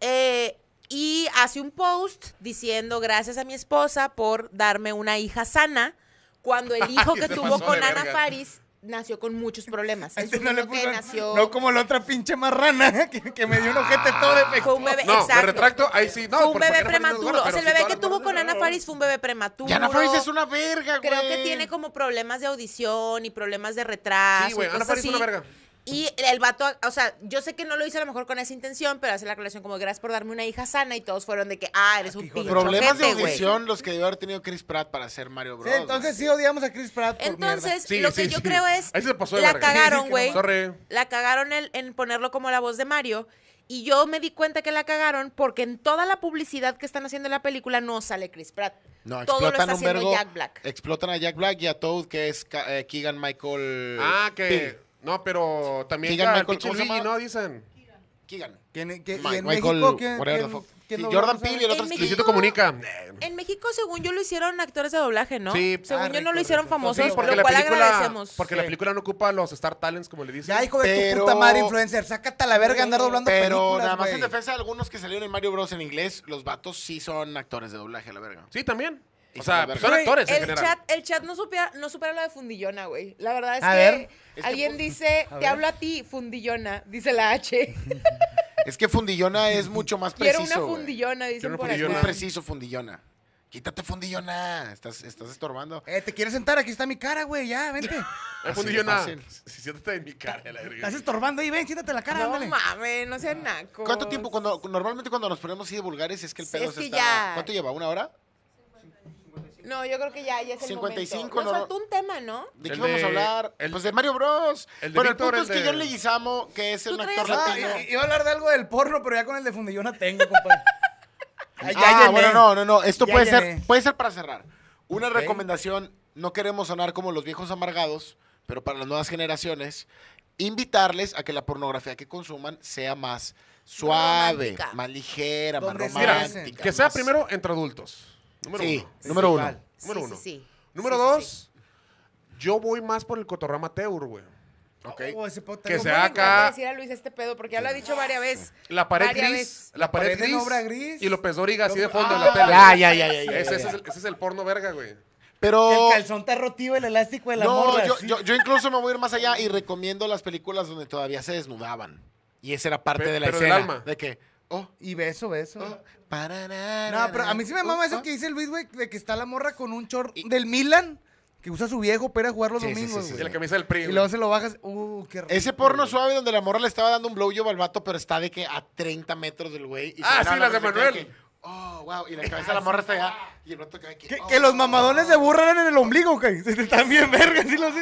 [SPEAKER 1] Eh, y hace un post diciendo gracias a mi esposa por darme una hija sana cuando el hijo
[SPEAKER 3] Ay,
[SPEAKER 1] que
[SPEAKER 3] se
[SPEAKER 1] tuvo
[SPEAKER 3] pasó
[SPEAKER 1] con
[SPEAKER 3] de
[SPEAKER 1] Ana
[SPEAKER 3] verga.
[SPEAKER 1] Faris nació con muchos problemas. Es
[SPEAKER 2] Este
[SPEAKER 1] un
[SPEAKER 2] no, le
[SPEAKER 1] niño que
[SPEAKER 2] puso-
[SPEAKER 1] nació...
[SPEAKER 2] no como la otra pinche marrana [laughs] que, que me dio un ojete todo
[SPEAKER 1] fue
[SPEAKER 2] defectuoso.
[SPEAKER 1] un bebé,
[SPEAKER 3] No, me
[SPEAKER 1] exacto.
[SPEAKER 3] retracto, ahí sí. No,
[SPEAKER 1] fue un
[SPEAKER 3] por- porque
[SPEAKER 1] bebé
[SPEAKER 3] Ana Faris no es
[SPEAKER 1] prematuro.
[SPEAKER 3] gorda,
[SPEAKER 1] O sea,
[SPEAKER 3] pero
[SPEAKER 1] el
[SPEAKER 3] sí,
[SPEAKER 1] bebé
[SPEAKER 3] todas
[SPEAKER 1] que
[SPEAKER 3] las
[SPEAKER 1] tuvo
[SPEAKER 3] gordas
[SPEAKER 1] con
[SPEAKER 3] son
[SPEAKER 1] Ana
[SPEAKER 3] gordas.
[SPEAKER 1] Faris fue un bebé prematuro.
[SPEAKER 4] Y Ana Faris es una verga, güey.
[SPEAKER 1] Creo que tiene como problemas de audición y problemas de retraso.
[SPEAKER 3] Sí, güey,
[SPEAKER 1] y
[SPEAKER 3] Ana
[SPEAKER 1] cosas
[SPEAKER 3] Faris es una
[SPEAKER 1] así.
[SPEAKER 3] verga.
[SPEAKER 1] Y el vato, o sea, yo sé que no lo hice a lo mejor con esa intención, pero hace la aclaración como gracias por darme una hija sana y todos fueron de que, ah, eres un
[SPEAKER 2] hijo de-
[SPEAKER 1] pinche
[SPEAKER 4] Problemas de
[SPEAKER 1] ojete, güey.
[SPEAKER 4] audición los que debió haber tenido Chris Pratt para ser Mario
[SPEAKER 2] Sí,
[SPEAKER 4] Bros.
[SPEAKER 2] entonces
[SPEAKER 4] güey.
[SPEAKER 2] sí odiamos a Chris Pratt por
[SPEAKER 1] Entonces,
[SPEAKER 3] Sí,
[SPEAKER 1] lo que
[SPEAKER 3] sí,
[SPEAKER 1] yo
[SPEAKER 3] sí.
[SPEAKER 1] creo es,
[SPEAKER 3] Ahí se pasó de
[SPEAKER 1] la
[SPEAKER 3] verga.
[SPEAKER 1] cagaron, güey.
[SPEAKER 3] Sorry.
[SPEAKER 1] la cagaron el- en ponerlo como la voz de Mario. Y yo me di cuenta que la cagaron porque en toda la publicidad que están haciendo en la película no sale Chris Pratt.
[SPEAKER 4] No,
[SPEAKER 1] Todo lo
[SPEAKER 4] explotan
[SPEAKER 1] está
[SPEAKER 4] un
[SPEAKER 1] haciendo
[SPEAKER 4] vergo.
[SPEAKER 1] Jack Black.
[SPEAKER 4] Explotan a Jack Black y a Toad, que es Ka- eh, Keegan Michael.
[SPEAKER 3] Ah, que.
[SPEAKER 4] Peele.
[SPEAKER 3] No, pero también
[SPEAKER 4] Keegan
[SPEAKER 3] ya, el
[SPEAKER 4] Michael,
[SPEAKER 3] pinche
[SPEAKER 4] ¿cómo se
[SPEAKER 3] Luigi,
[SPEAKER 4] llama?
[SPEAKER 3] ¿no? Dicen.
[SPEAKER 4] Keegan.
[SPEAKER 2] ¿Quién- qué- y
[SPEAKER 4] Ma-
[SPEAKER 2] en
[SPEAKER 4] Michael,
[SPEAKER 2] México, ¿quién-
[SPEAKER 4] whatever the
[SPEAKER 2] quién-
[SPEAKER 4] fuck.
[SPEAKER 2] quién
[SPEAKER 4] Sí,
[SPEAKER 2] dobló?
[SPEAKER 4] Jordan
[SPEAKER 2] No sé.
[SPEAKER 4] Peele y el otro
[SPEAKER 1] En
[SPEAKER 4] es
[SPEAKER 1] México-
[SPEAKER 3] Luisito comunica.
[SPEAKER 1] En México, según yo, lo hicieron actores de doblaje, ¿no?
[SPEAKER 3] Sí.
[SPEAKER 1] Según
[SPEAKER 2] Ah,
[SPEAKER 1] yo, no
[SPEAKER 2] rico,
[SPEAKER 1] lo hicieron
[SPEAKER 2] rico.
[SPEAKER 1] famoso,
[SPEAKER 3] Sí, porque,
[SPEAKER 1] lo
[SPEAKER 3] la
[SPEAKER 1] cual
[SPEAKER 3] película,
[SPEAKER 1] agradecemos.
[SPEAKER 3] porque la película no ocupa los Star Talents, como le dicen.
[SPEAKER 2] Ya, hijo de tu
[SPEAKER 4] Pero-
[SPEAKER 2] puta madre, influencer. Sácate a la verga andar doblando
[SPEAKER 4] Pero
[SPEAKER 2] películas,
[SPEAKER 4] nada más
[SPEAKER 2] güey.
[SPEAKER 4] en defensa de algunos que salieron en Mario Bros. en inglés, los vatos sí son actores de doblaje, la verga.
[SPEAKER 3] Sí, también. O
[SPEAKER 4] Hijo
[SPEAKER 3] sea,
[SPEAKER 4] de la
[SPEAKER 3] pues son
[SPEAKER 2] verga.
[SPEAKER 3] actores en
[SPEAKER 1] El
[SPEAKER 3] general.
[SPEAKER 1] chat, el chat no, supera, no supera lo de fundillona, güey. La verdad es
[SPEAKER 2] A
[SPEAKER 1] que
[SPEAKER 2] ver.
[SPEAKER 1] alguien dice, te hablo a ti, fundillona, dice la H.
[SPEAKER 4] Es que Fundillona es mucho más
[SPEAKER 1] Quiero
[SPEAKER 4] preciso.
[SPEAKER 1] una
[SPEAKER 4] güey.
[SPEAKER 1] fundillona, dicen
[SPEAKER 3] una
[SPEAKER 1] por
[SPEAKER 4] Es muy
[SPEAKER 3] Fundillona.
[SPEAKER 1] acá.
[SPEAKER 4] preciso, Fundillona. Quítate, Fundillona. Estás, estás estorbando.
[SPEAKER 2] Eh, ¿Te quieres sentar? Aquí está mi cara, güey. Ya,
[SPEAKER 4] [laughs]
[SPEAKER 2] vente.
[SPEAKER 3] El
[SPEAKER 4] Así de
[SPEAKER 3] fundillona.
[SPEAKER 4] fácil.
[SPEAKER 3] Si [laughs] siéntate en mi cara, la verga.
[SPEAKER 2] Estás estorbando ahí. Ven, siéntate la cara,
[SPEAKER 1] No
[SPEAKER 2] ándale.
[SPEAKER 1] mames, no sean naco.
[SPEAKER 4] ¿Cuánto tiempo? Cuando, normalmente cuando nos ponemos así de vulgares es que el
[SPEAKER 1] Sí,
[SPEAKER 4] pedo
[SPEAKER 1] es
[SPEAKER 4] se
[SPEAKER 1] que
[SPEAKER 4] está...
[SPEAKER 1] ya.
[SPEAKER 4] ¿Cuánto lleva? ¿Una hora?
[SPEAKER 1] No, yo creo que ya, ya es el
[SPEAKER 4] 55,
[SPEAKER 1] momento. Nos
[SPEAKER 4] no-
[SPEAKER 1] faltó un tema, ¿no?
[SPEAKER 4] ¿De
[SPEAKER 3] El
[SPEAKER 4] qué vamos
[SPEAKER 3] de-
[SPEAKER 4] a hablar?
[SPEAKER 3] el-
[SPEAKER 4] pues de Mario Bros.
[SPEAKER 3] el de
[SPEAKER 4] bueno,
[SPEAKER 3] Víctor,
[SPEAKER 4] el punto
[SPEAKER 3] el
[SPEAKER 4] es que
[SPEAKER 3] de-
[SPEAKER 4] John Leguizamo, que es
[SPEAKER 1] ¿Tú
[SPEAKER 4] un
[SPEAKER 1] traes
[SPEAKER 4] actor
[SPEAKER 1] a-
[SPEAKER 2] Ah,
[SPEAKER 4] latino...
[SPEAKER 2] i- iba a hablar de algo del porno, pero ya con el de fundillona tengo,
[SPEAKER 4] [laughs]
[SPEAKER 2] compadre. Ya- ya
[SPEAKER 4] ah,
[SPEAKER 2] llené.
[SPEAKER 4] bueno, no, no, no. Esto
[SPEAKER 2] Ya
[SPEAKER 4] puede
[SPEAKER 2] llené.
[SPEAKER 4] ser, puede ser para cerrar. Una
[SPEAKER 2] Ok.
[SPEAKER 4] recomendación, no queremos sonar como los viejos amargados, pero para las nuevas generaciones, invitarles a que la pornografía que consuman sea más suave,
[SPEAKER 1] Romántica.
[SPEAKER 4] más ligera, más
[SPEAKER 2] Donde se
[SPEAKER 3] Mira,
[SPEAKER 2] hacen.
[SPEAKER 4] romántica.
[SPEAKER 3] que sea
[SPEAKER 4] más-
[SPEAKER 3] primero entre adultos. Número
[SPEAKER 4] sí,
[SPEAKER 3] uno.
[SPEAKER 4] número uno.
[SPEAKER 2] Igual.
[SPEAKER 3] Número
[SPEAKER 1] sí,
[SPEAKER 3] uno.
[SPEAKER 1] Sí, sí.
[SPEAKER 3] Número
[SPEAKER 1] Sí, sí, sí.
[SPEAKER 3] dos, yo voy más por el cotorreo amateur, güey.
[SPEAKER 4] Ok.
[SPEAKER 2] Oh, ese pedo
[SPEAKER 3] Que
[SPEAKER 2] tengo.
[SPEAKER 1] ¿Cómo
[SPEAKER 3] sea-
[SPEAKER 1] le
[SPEAKER 3] acá.
[SPEAKER 1] encanta decir a Luis este pedo? Porque ya lo ha dicho varias veces.
[SPEAKER 3] La pared
[SPEAKER 1] Varias
[SPEAKER 3] gris.
[SPEAKER 1] veces.
[SPEAKER 3] La pared,
[SPEAKER 2] pared en
[SPEAKER 3] gris,
[SPEAKER 2] obra gris.
[SPEAKER 3] Y los pezorígas así de
[SPEAKER 2] Ah,
[SPEAKER 3] fondo en la tele.
[SPEAKER 4] Ya, ya, ya, ya, ya,
[SPEAKER 3] Ese,
[SPEAKER 4] ya,
[SPEAKER 3] ese
[SPEAKER 4] ya.
[SPEAKER 3] es el, ese es el porno verga, güey.
[SPEAKER 2] Que
[SPEAKER 4] Pero
[SPEAKER 2] el calzón está rotido, el elástico de la
[SPEAKER 4] no,
[SPEAKER 2] morra.
[SPEAKER 4] yo,
[SPEAKER 2] sí.
[SPEAKER 4] yo- yo incluso me voy a ir más allá y recomiendo las películas donde todavía se desnudaban. Y esa era parte
[SPEAKER 3] Pe-
[SPEAKER 4] de la
[SPEAKER 3] pero del
[SPEAKER 4] escena.
[SPEAKER 3] alma.
[SPEAKER 4] De que, oh,
[SPEAKER 2] Y beso, beso.
[SPEAKER 4] oh, parará,
[SPEAKER 2] No, pero a mí sí me
[SPEAKER 4] oh,
[SPEAKER 2] mama eso
[SPEAKER 4] oh.
[SPEAKER 2] que dice Luis, güey, de que está la morra con un short del Milan que usa su viejo para ir a jugar los
[SPEAKER 4] Sí, sí, sí,
[SPEAKER 2] domingos,
[SPEAKER 4] sí,
[SPEAKER 2] güey.
[SPEAKER 3] Y la camisa del PRI.
[SPEAKER 2] Y luego se lo bajas. Uh, qué rico.
[SPEAKER 4] Ese porno
[SPEAKER 2] güey.
[SPEAKER 4] suave donde la morra le estaba dando un blowjob al vato, pero está de que a 30 metros del güey. y se
[SPEAKER 3] Ah,
[SPEAKER 4] miraba
[SPEAKER 3] sí, las de
[SPEAKER 4] perspectiva
[SPEAKER 3] Manuel.
[SPEAKER 4] que, oh, wow. Y la cabeza de la morra está allá. Y el vato acá de que.
[SPEAKER 2] Que,
[SPEAKER 4] oh,
[SPEAKER 2] que los
[SPEAKER 4] wow.
[SPEAKER 2] mamadones se burlan en el ombligo, güey. [laughs] Están bien vergas, sí los sí,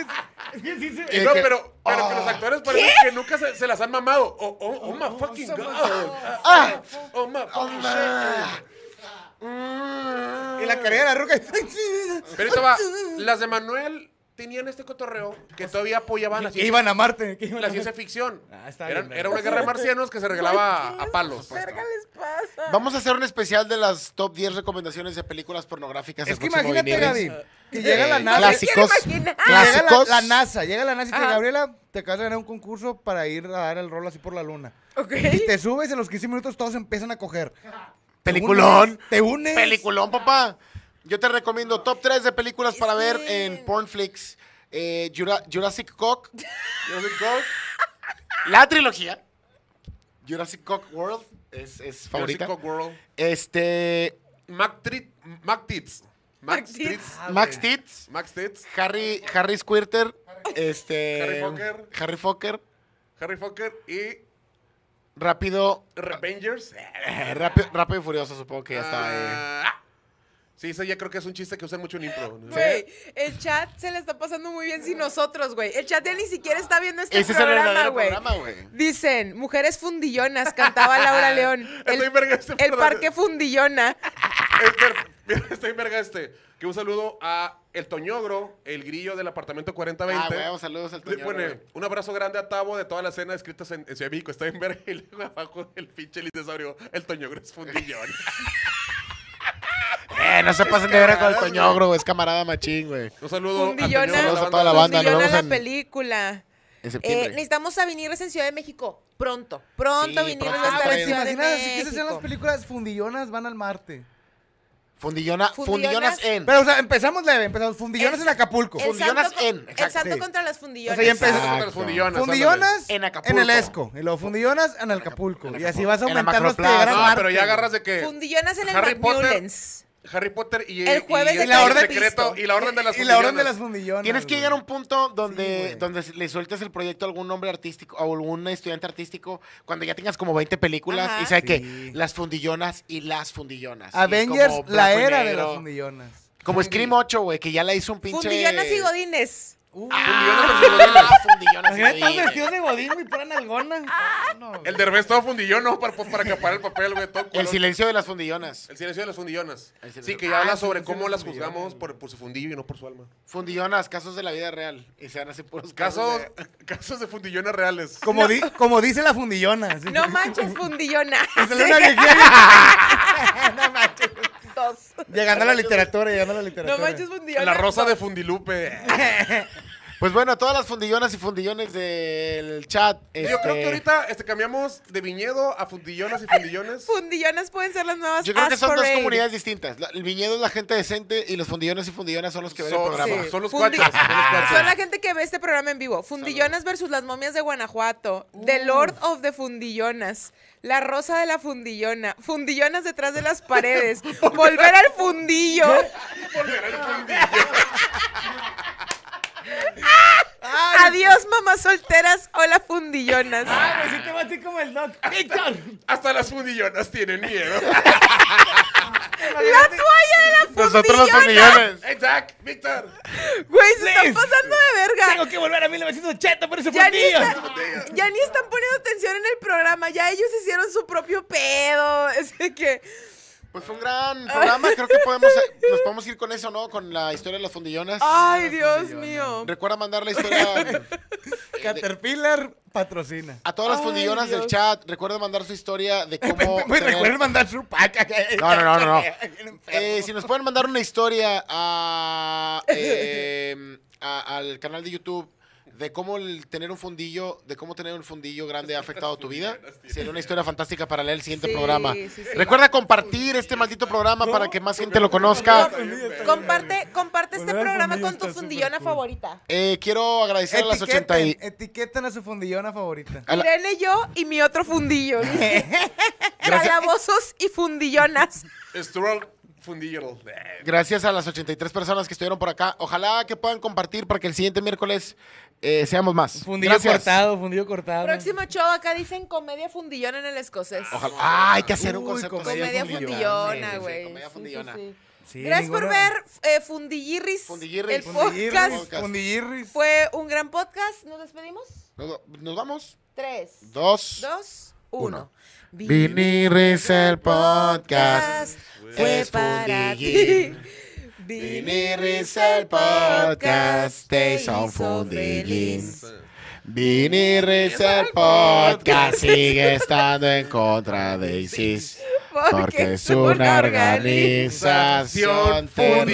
[SPEAKER 3] Y no,
[SPEAKER 4] que- "Oh". Ah.
[SPEAKER 3] pero, pero que los actores parecen que nunca se, se las han mamado. Oh, oh, oh my fucking god.
[SPEAKER 4] ¡Ah!
[SPEAKER 3] Oh my fucking
[SPEAKER 4] ah.
[SPEAKER 2] Y la cara de la [laughs] ruca.
[SPEAKER 3] shit. Pero ahorita va, las de Manuel tenían este cotorreo que todavía apoyaban la
[SPEAKER 2] Que
[SPEAKER 3] ciencia,
[SPEAKER 2] iban a Marte. [laughs] Que iban
[SPEAKER 3] la
[SPEAKER 2] a
[SPEAKER 3] ciencia
[SPEAKER 2] Marte.
[SPEAKER 3] ficción.
[SPEAKER 2] Ah, está bien,
[SPEAKER 3] Eran-
[SPEAKER 2] verga.
[SPEAKER 3] era una guerra de marcianos que se regalaba a palos. pues,
[SPEAKER 1] Verga les pasa?
[SPEAKER 4] Vamos a hacer un especial de las top 10 recomendaciones de películas pornográficas.
[SPEAKER 2] Es
[SPEAKER 4] el
[SPEAKER 2] que
[SPEAKER 4] próximo
[SPEAKER 2] imagínate,
[SPEAKER 4] viernes.
[SPEAKER 2] Gaby, que llega la
[SPEAKER 4] Eh,
[SPEAKER 2] NASA.
[SPEAKER 1] clásico.
[SPEAKER 4] Clásicos.
[SPEAKER 1] Me quiero imaginar.
[SPEAKER 2] Llega la,
[SPEAKER 4] Clásicos.
[SPEAKER 2] la NASA, llega la NASA y te dice,
[SPEAKER 1] Ajá.
[SPEAKER 2] Gabriela, te acabas de ganar un concurso para ir a dar el rol así por la luna.
[SPEAKER 1] Ok.
[SPEAKER 2] Y te subes y a los 15 minutos todos empiezan a coger. Te
[SPEAKER 4] Peliculón.
[SPEAKER 2] unes, Te unes.
[SPEAKER 4] Peliculón, papá. Yo te recomiendo top 3 de películas para
[SPEAKER 1] Sí.
[SPEAKER 4] ver en Pornflix. Eh, Jura- Jurassic Cock. Jurassic Cock. la trilogía. Jurassic Cock World es, es favorita.
[SPEAKER 3] Jurassic World.
[SPEAKER 4] Este.
[SPEAKER 3] Mac, Trit- Mac Tits.
[SPEAKER 1] Mac
[SPEAKER 3] Mac
[SPEAKER 1] Tits. Ah,
[SPEAKER 3] Tits.
[SPEAKER 4] Max Tits.
[SPEAKER 3] Max Tits.
[SPEAKER 4] Harry, Harry Squirter. Este.
[SPEAKER 3] Harry Fokker.
[SPEAKER 4] Harry Fokker.
[SPEAKER 3] Harry Fokker y
[SPEAKER 4] Rápido. eh,
[SPEAKER 3] Revengers.
[SPEAKER 4] Rápido, rápido y furioso, supongo que ya estaba Ah, ahí.
[SPEAKER 3] Ah. Sí, eso ya creo que es un chiste que usan mucho en impro. ¿no?
[SPEAKER 1] Güey, el chat se le está pasando muy bien sin nosotros, güey. El chat ya ni siquiera está viendo este
[SPEAKER 4] Ese es el
[SPEAKER 1] programa,
[SPEAKER 4] verdadero
[SPEAKER 1] güey.
[SPEAKER 4] programa, güey.
[SPEAKER 1] Dicen, mujeres fundillonas, cantaba Laura
[SPEAKER 3] [laughs]
[SPEAKER 1] León. El,
[SPEAKER 3] Ah. Estoy verga este,
[SPEAKER 1] el
[SPEAKER 3] perdón.
[SPEAKER 1] parque fundillona.
[SPEAKER 3] Espera, [laughs] mira, Estoy verga este. Que un saludo a el Toñogro, el grillo del apartamento 4020.
[SPEAKER 4] Ah, huevo, saludos al
[SPEAKER 3] Le
[SPEAKER 4] Toño.
[SPEAKER 3] pone un abrazo grande a Tavo de toda la cena escritas en, en Ciudad de México. Está en verga [laughs] y luego abajo el pinche dinosaurio. El Toñogro
[SPEAKER 4] [laughs]
[SPEAKER 3] es fundillón.
[SPEAKER 4] Eh, no se pasen de ver con el
[SPEAKER 3] Camaradas, güey.
[SPEAKER 4] Toñogro, güey, es camarada machín, güey.
[SPEAKER 3] Un saludo al
[SPEAKER 1] Fundillona.
[SPEAKER 3] Toñogro,
[SPEAKER 4] Saludos a toda la banda, nos
[SPEAKER 1] Fundillona
[SPEAKER 4] vemos
[SPEAKER 1] la
[SPEAKER 4] en-
[SPEAKER 1] película.
[SPEAKER 4] En
[SPEAKER 1] Eh,
[SPEAKER 4] septiembre.
[SPEAKER 1] necesitamos a vinirres en Ciudad de México. Pronto. Pronto
[SPEAKER 4] Sí,
[SPEAKER 1] vinirres
[SPEAKER 4] pronto.
[SPEAKER 1] va a estar
[SPEAKER 4] Ah,
[SPEAKER 1] en
[SPEAKER 2] ¿Te
[SPEAKER 4] güey,
[SPEAKER 1] Ciudad de
[SPEAKER 2] imaginas si esas sean las
[SPEAKER 1] México.
[SPEAKER 2] películas fundillonas van al Marte?
[SPEAKER 4] Fundillona,
[SPEAKER 1] Fundillonas-
[SPEAKER 4] fundillonas en.
[SPEAKER 2] Pero, o sea, empezamos leve, empezamos. Fundillonas
[SPEAKER 1] El-
[SPEAKER 2] en Acapulco.
[SPEAKER 1] El
[SPEAKER 4] Fundillonas
[SPEAKER 1] santo,
[SPEAKER 4] en,
[SPEAKER 1] con- El
[SPEAKER 4] exacto,
[SPEAKER 1] santo
[SPEAKER 2] sí.
[SPEAKER 1] contra las fundillonas.
[SPEAKER 2] O sea, ya empezó-
[SPEAKER 3] Empezando con las
[SPEAKER 4] Exacto.
[SPEAKER 3] fundillonas. ándale.
[SPEAKER 2] Fundillonas
[SPEAKER 4] En
[SPEAKER 2] en,
[SPEAKER 4] Acapulco.
[SPEAKER 2] el ESCO. Y luego fundillonas en Acapulco. Y así vas
[SPEAKER 4] En Ah, la
[SPEAKER 2] aumentando este hasta
[SPEAKER 4] Macroplaza.
[SPEAKER 2] llegar al
[SPEAKER 3] No,
[SPEAKER 2] Marte.
[SPEAKER 3] pero ya agarras de que.
[SPEAKER 1] Fundillonas en el
[SPEAKER 3] Harry Potter.
[SPEAKER 1] McMullens.
[SPEAKER 3] Harry Potter y
[SPEAKER 1] El jueves
[SPEAKER 3] y,
[SPEAKER 1] de
[SPEAKER 3] y
[SPEAKER 2] Calle
[SPEAKER 3] la orden
[SPEAKER 1] Cristo.
[SPEAKER 3] secreto y la orden de las
[SPEAKER 2] Y la orden de
[SPEAKER 3] fundillonas.
[SPEAKER 2] las fundillonas.
[SPEAKER 4] Tienes que
[SPEAKER 2] güey.
[SPEAKER 4] llegar a un punto donde,
[SPEAKER 2] güey.
[SPEAKER 4] donde le sueltes el proyecto a algún hombre artístico o algún estudiante artístico cuando ya tengas como 20 películas
[SPEAKER 1] Ajá.
[SPEAKER 4] y sabes que
[SPEAKER 2] Sí.
[SPEAKER 4] las fundillonas y las fundillonas. Y
[SPEAKER 2] Avengers,
[SPEAKER 4] como
[SPEAKER 2] la
[SPEAKER 4] blanco y
[SPEAKER 2] era de
[SPEAKER 4] negro. Ah,
[SPEAKER 2] las fundillonas.
[SPEAKER 4] Como Scream 8, güey, que ya la hizo un pinche.
[SPEAKER 1] Fundillonas y godines.
[SPEAKER 2] Uh,
[SPEAKER 4] Ah, fundillonas y
[SPEAKER 2] imagínate todos
[SPEAKER 4] godines.
[SPEAKER 2] vestidos de godín, mi pura nalgona.
[SPEAKER 1] Ah,
[SPEAKER 2] No, güey.
[SPEAKER 3] El derbez todo fundillón, ¿no? Para, para acapar el papel, güey. todo
[SPEAKER 4] El
[SPEAKER 3] color.
[SPEAKER 4] silencio de las fundillonas.
[SPEAKER 3] El silencio de las fundillonas.
[SPEAKER 4] El silencio.
[SPEAKER 3] Sí, que ya
[SPEAKER 4] Ah,
[SPEAKER 3] habla
[SPEAKER 4] el
[SPEAKER 3] sobre
[SPEAKER 2] silencio de
[SPEAKER 3] cómo
[SPEAKER 2] las
[SPEAKER 3] las juzgamos
[SPEAKER 2] fundillonas.
[SPEAKER 3] por, por su fundillo y no por su alma.
[SPEAKER 4] Fundillonas, casos de la vida real. Y se van así puros casos.
[SPEAKER 3] Casos,
[SPEAKER 4] de-
[SPEAKER 3] [laughs] casos de [laughs] fundillones reales.
[SPEAKER 2] Como, di- como dice la fundillona. sí. [laughs]
[SPEAKER 1] No manches, fundillona.
[SPEAKER 2] Que sale una viejilla. No manches.
[SPEAKER 1] Dos.
[SPEAKER 2] Llegando a la literatura, llegando a la literatura.
[SPEAKER 1] No manches, fundillona.
[SPEAKER 3] La rosa de Fundilupe.
[SPEAKER 4] Pues bueno, todas las fundillonas y fundillones del chat.
[SPEAKER 3] [laughs] Yo creo
[SPEAKER 4] este,
[SPEAKER 3] que ahorita este, cambiamos de viñedo a fundillonas y [laughs] fundillones.
[SPEAKER 1] Fundillonas pueden ser las nuevas
[SPEAKER 4] Yo creo que
[SPEAKER 1] As
[SPEAKER 4] son dos
[SPEAKER 1] Parade.
[SPEAKER 4] comunidades distintas. La- El viñedo es la gente decente y los fundillones y fundillonas son los que ven el
[SPEAKER 3] Son-
[SPEAKER 4] programa.
[SPEAKER 3] sí. Son los
[SPEAKER 1] Fundi-
[SPEAKER 3] cuachos, son los cuachos.
[SPEAKER 1] Son la gente que ve este programa en vivo. Fundillonas versus las momias de Guanajuato. The Lord of the Fundillonas. La rosa de la fundillona. Fundillonas detrás de las paredes. Volver al fundillo. Adiós, mamás solteras. Hola, fundillonas.
[SPEAKER 5] Ah, güey, sí te va así como el doc. ¡Víctor!
[SPEAKER 3] Hasta las fundillonas tienen [laughs] miedo.
[SPEAKER 1] La toalla de la
[SPEAKER 4] Nosotros los
[SPEAKER 1] fundillona.
[SPEAKER 4] fundillones.
[SPEAKER 3] ¡Hey, Jack! ¡Víctor!
[SPEAKER 1] Güey, se
[SPEAKER 5] Liz.
[SPEAKER 1] están pasando de verga.
[SPEAKER 5] Tengo que volver a 1980 por ese
[SPEAKER 1] Ya ni,
[SPEAKER 5] fundillo.
[SPEAKER 1] está- ya ni están poniendo atención en el programa, ya ellos hicieron su propio pedo. [laughs] Es de que
[SPEAKER 4] Pues fue un gran programa. Creo que podemos, eh, nos podemos ir con eso, ¿no? Con la historia de las fundillonas.
[SPEAKER 1] ay, Dios mío.
[SPEAKER 4] Recuerda mandar la
[SPEAKER 1] [laughs]
[SPEAKER 4] historia eh, de-
[SPEAKER 2] Caterpillar patrocina.
[SPEAKER 4] a todas las
[SPEAKER 1] Ay,
[SPEAKER 4] fundidonas del
[SPEAKER 1] Dios.
[SPEAKER 4] chat. Recuerda mandar su historia
[SPEAKER 3] [laughs]
[SPEAKER 4] de cómo.
[SPEAKER 2] Pues
[SPEAKER 4] tener-
[SPEAKER 2] recuerden mandar su paca.
[SPEAKER 4] No, no, no, no, no.
[SPEAKER 2] [laughs] Bien enfermo.
[SPEAKER 4] Eh, si nos pueden mandar una historia a, eh, a- al canal de YouTube de cómo el tener un fundillo, de cómo tener un fundillo grande ha afectado tu vida, sería una historia fantástica para leer el siguiente
[SPEAKER 1] Sí,
[SPEAKER 4] programa.
[SPEAKER 1] sí, sí.
[SPEAKER 4] Recuerda compartir este maldito programa para que más gente lo conozca.
[SPEAKER 1] Comparte, comparte este
[SPEAKER 2] Volver al
[SPEAKER 1] programa
[SPEAKER 2] fundillo
[SPEAKER 1] con tu
[SPEAKER 2] está
[SPEAKER 1] fundillona
[SPEAKER 2] súper cool.
[SPEAKER 1] favorita.
[SPEAKER 4] Eh, quiero agradecer a las 80 y...
[SPEAKER 2] etiqueten a su fundillona favorita.
[SPEAKER 4] A la-
[SPEAKER 1] Irene, yo y mi otro fundillo.
[SPEAKER 4] [laughs]
[SPEAKER 1] Calabozos y
[SPEAKER 2] [laughs]
[SPEAKER 1] fundillonas.
[SPEAKER 3] Stroll fundillero.
[SPEAKER 4] Gracias a las 83 personas que estuvieron por acá. Ojalá que puedan compartir para que el siguiente miércoles eh, seamos más.
[SPEAKER 2] Fundillo
[SPEAKER 4] Gracias.
[SPEAKER 2] cortado, fundillo cortado.
[SPEAKER 1] Próximo show, acá dicen comedia fundillona en el escocés.
[SPEAKER 4] Ojalá. Ah, hay que hacer un
[SPEAKER 2] Uy,
[SPEAKER 4] concepto. así
[SPEAKER 1] Comedia
[SPEAKER 4] de
[SPEAKER 1] fundillona,
[SPEAKER 4] Sí, sí, sí,
[SPEAKER 1] güey.
[SPEAKER 4] comedia
[SPEAKER 1] Sí, sí,
[SPEAKER 4] fundillona.
[SPEAKER 1] sí.
[SPEAKER 2] Sí,
[SPEAKER 1] Gracias por
[SPEAKER 2] ninguna-
[SPEAKER 1] ver eh, Fundillirris.
[SPEAKER 4] Fundillirris.
[SPEAKER 1] El
[SPEAKER 2] Fundillirris,
[SPEAKER 1] podcast
[SPEAKER 4] podcast.
[SPEAKER 2] Fundillirris.
[SPEAKER 1] fue un gran podcast. ¿Nos despedimos?
[SPEAKER 4] Nos, nos vamos.
[SPEAKER 1] Tres.
[SPEAKER 4] Dos.
[SPEAKER 1] dos,
[SPEAKER 4] Uno.
[SPEAKER 1] uno.
[SPEAKER 4] Viniris el podcast.
[SPEAKER 1] fue
[SPEAKER 4] es
[SPEAKER 1] para ti.
[SPEAKER 4] fundillín.
[SPEAKER 1] [laughs] Viniris el podcast te hizo feliz.
[SPEAKER 4] Viniris el podcast sigue estando en contra de ISIS. Porque es una organización
[SPEAKER 3] Fundi-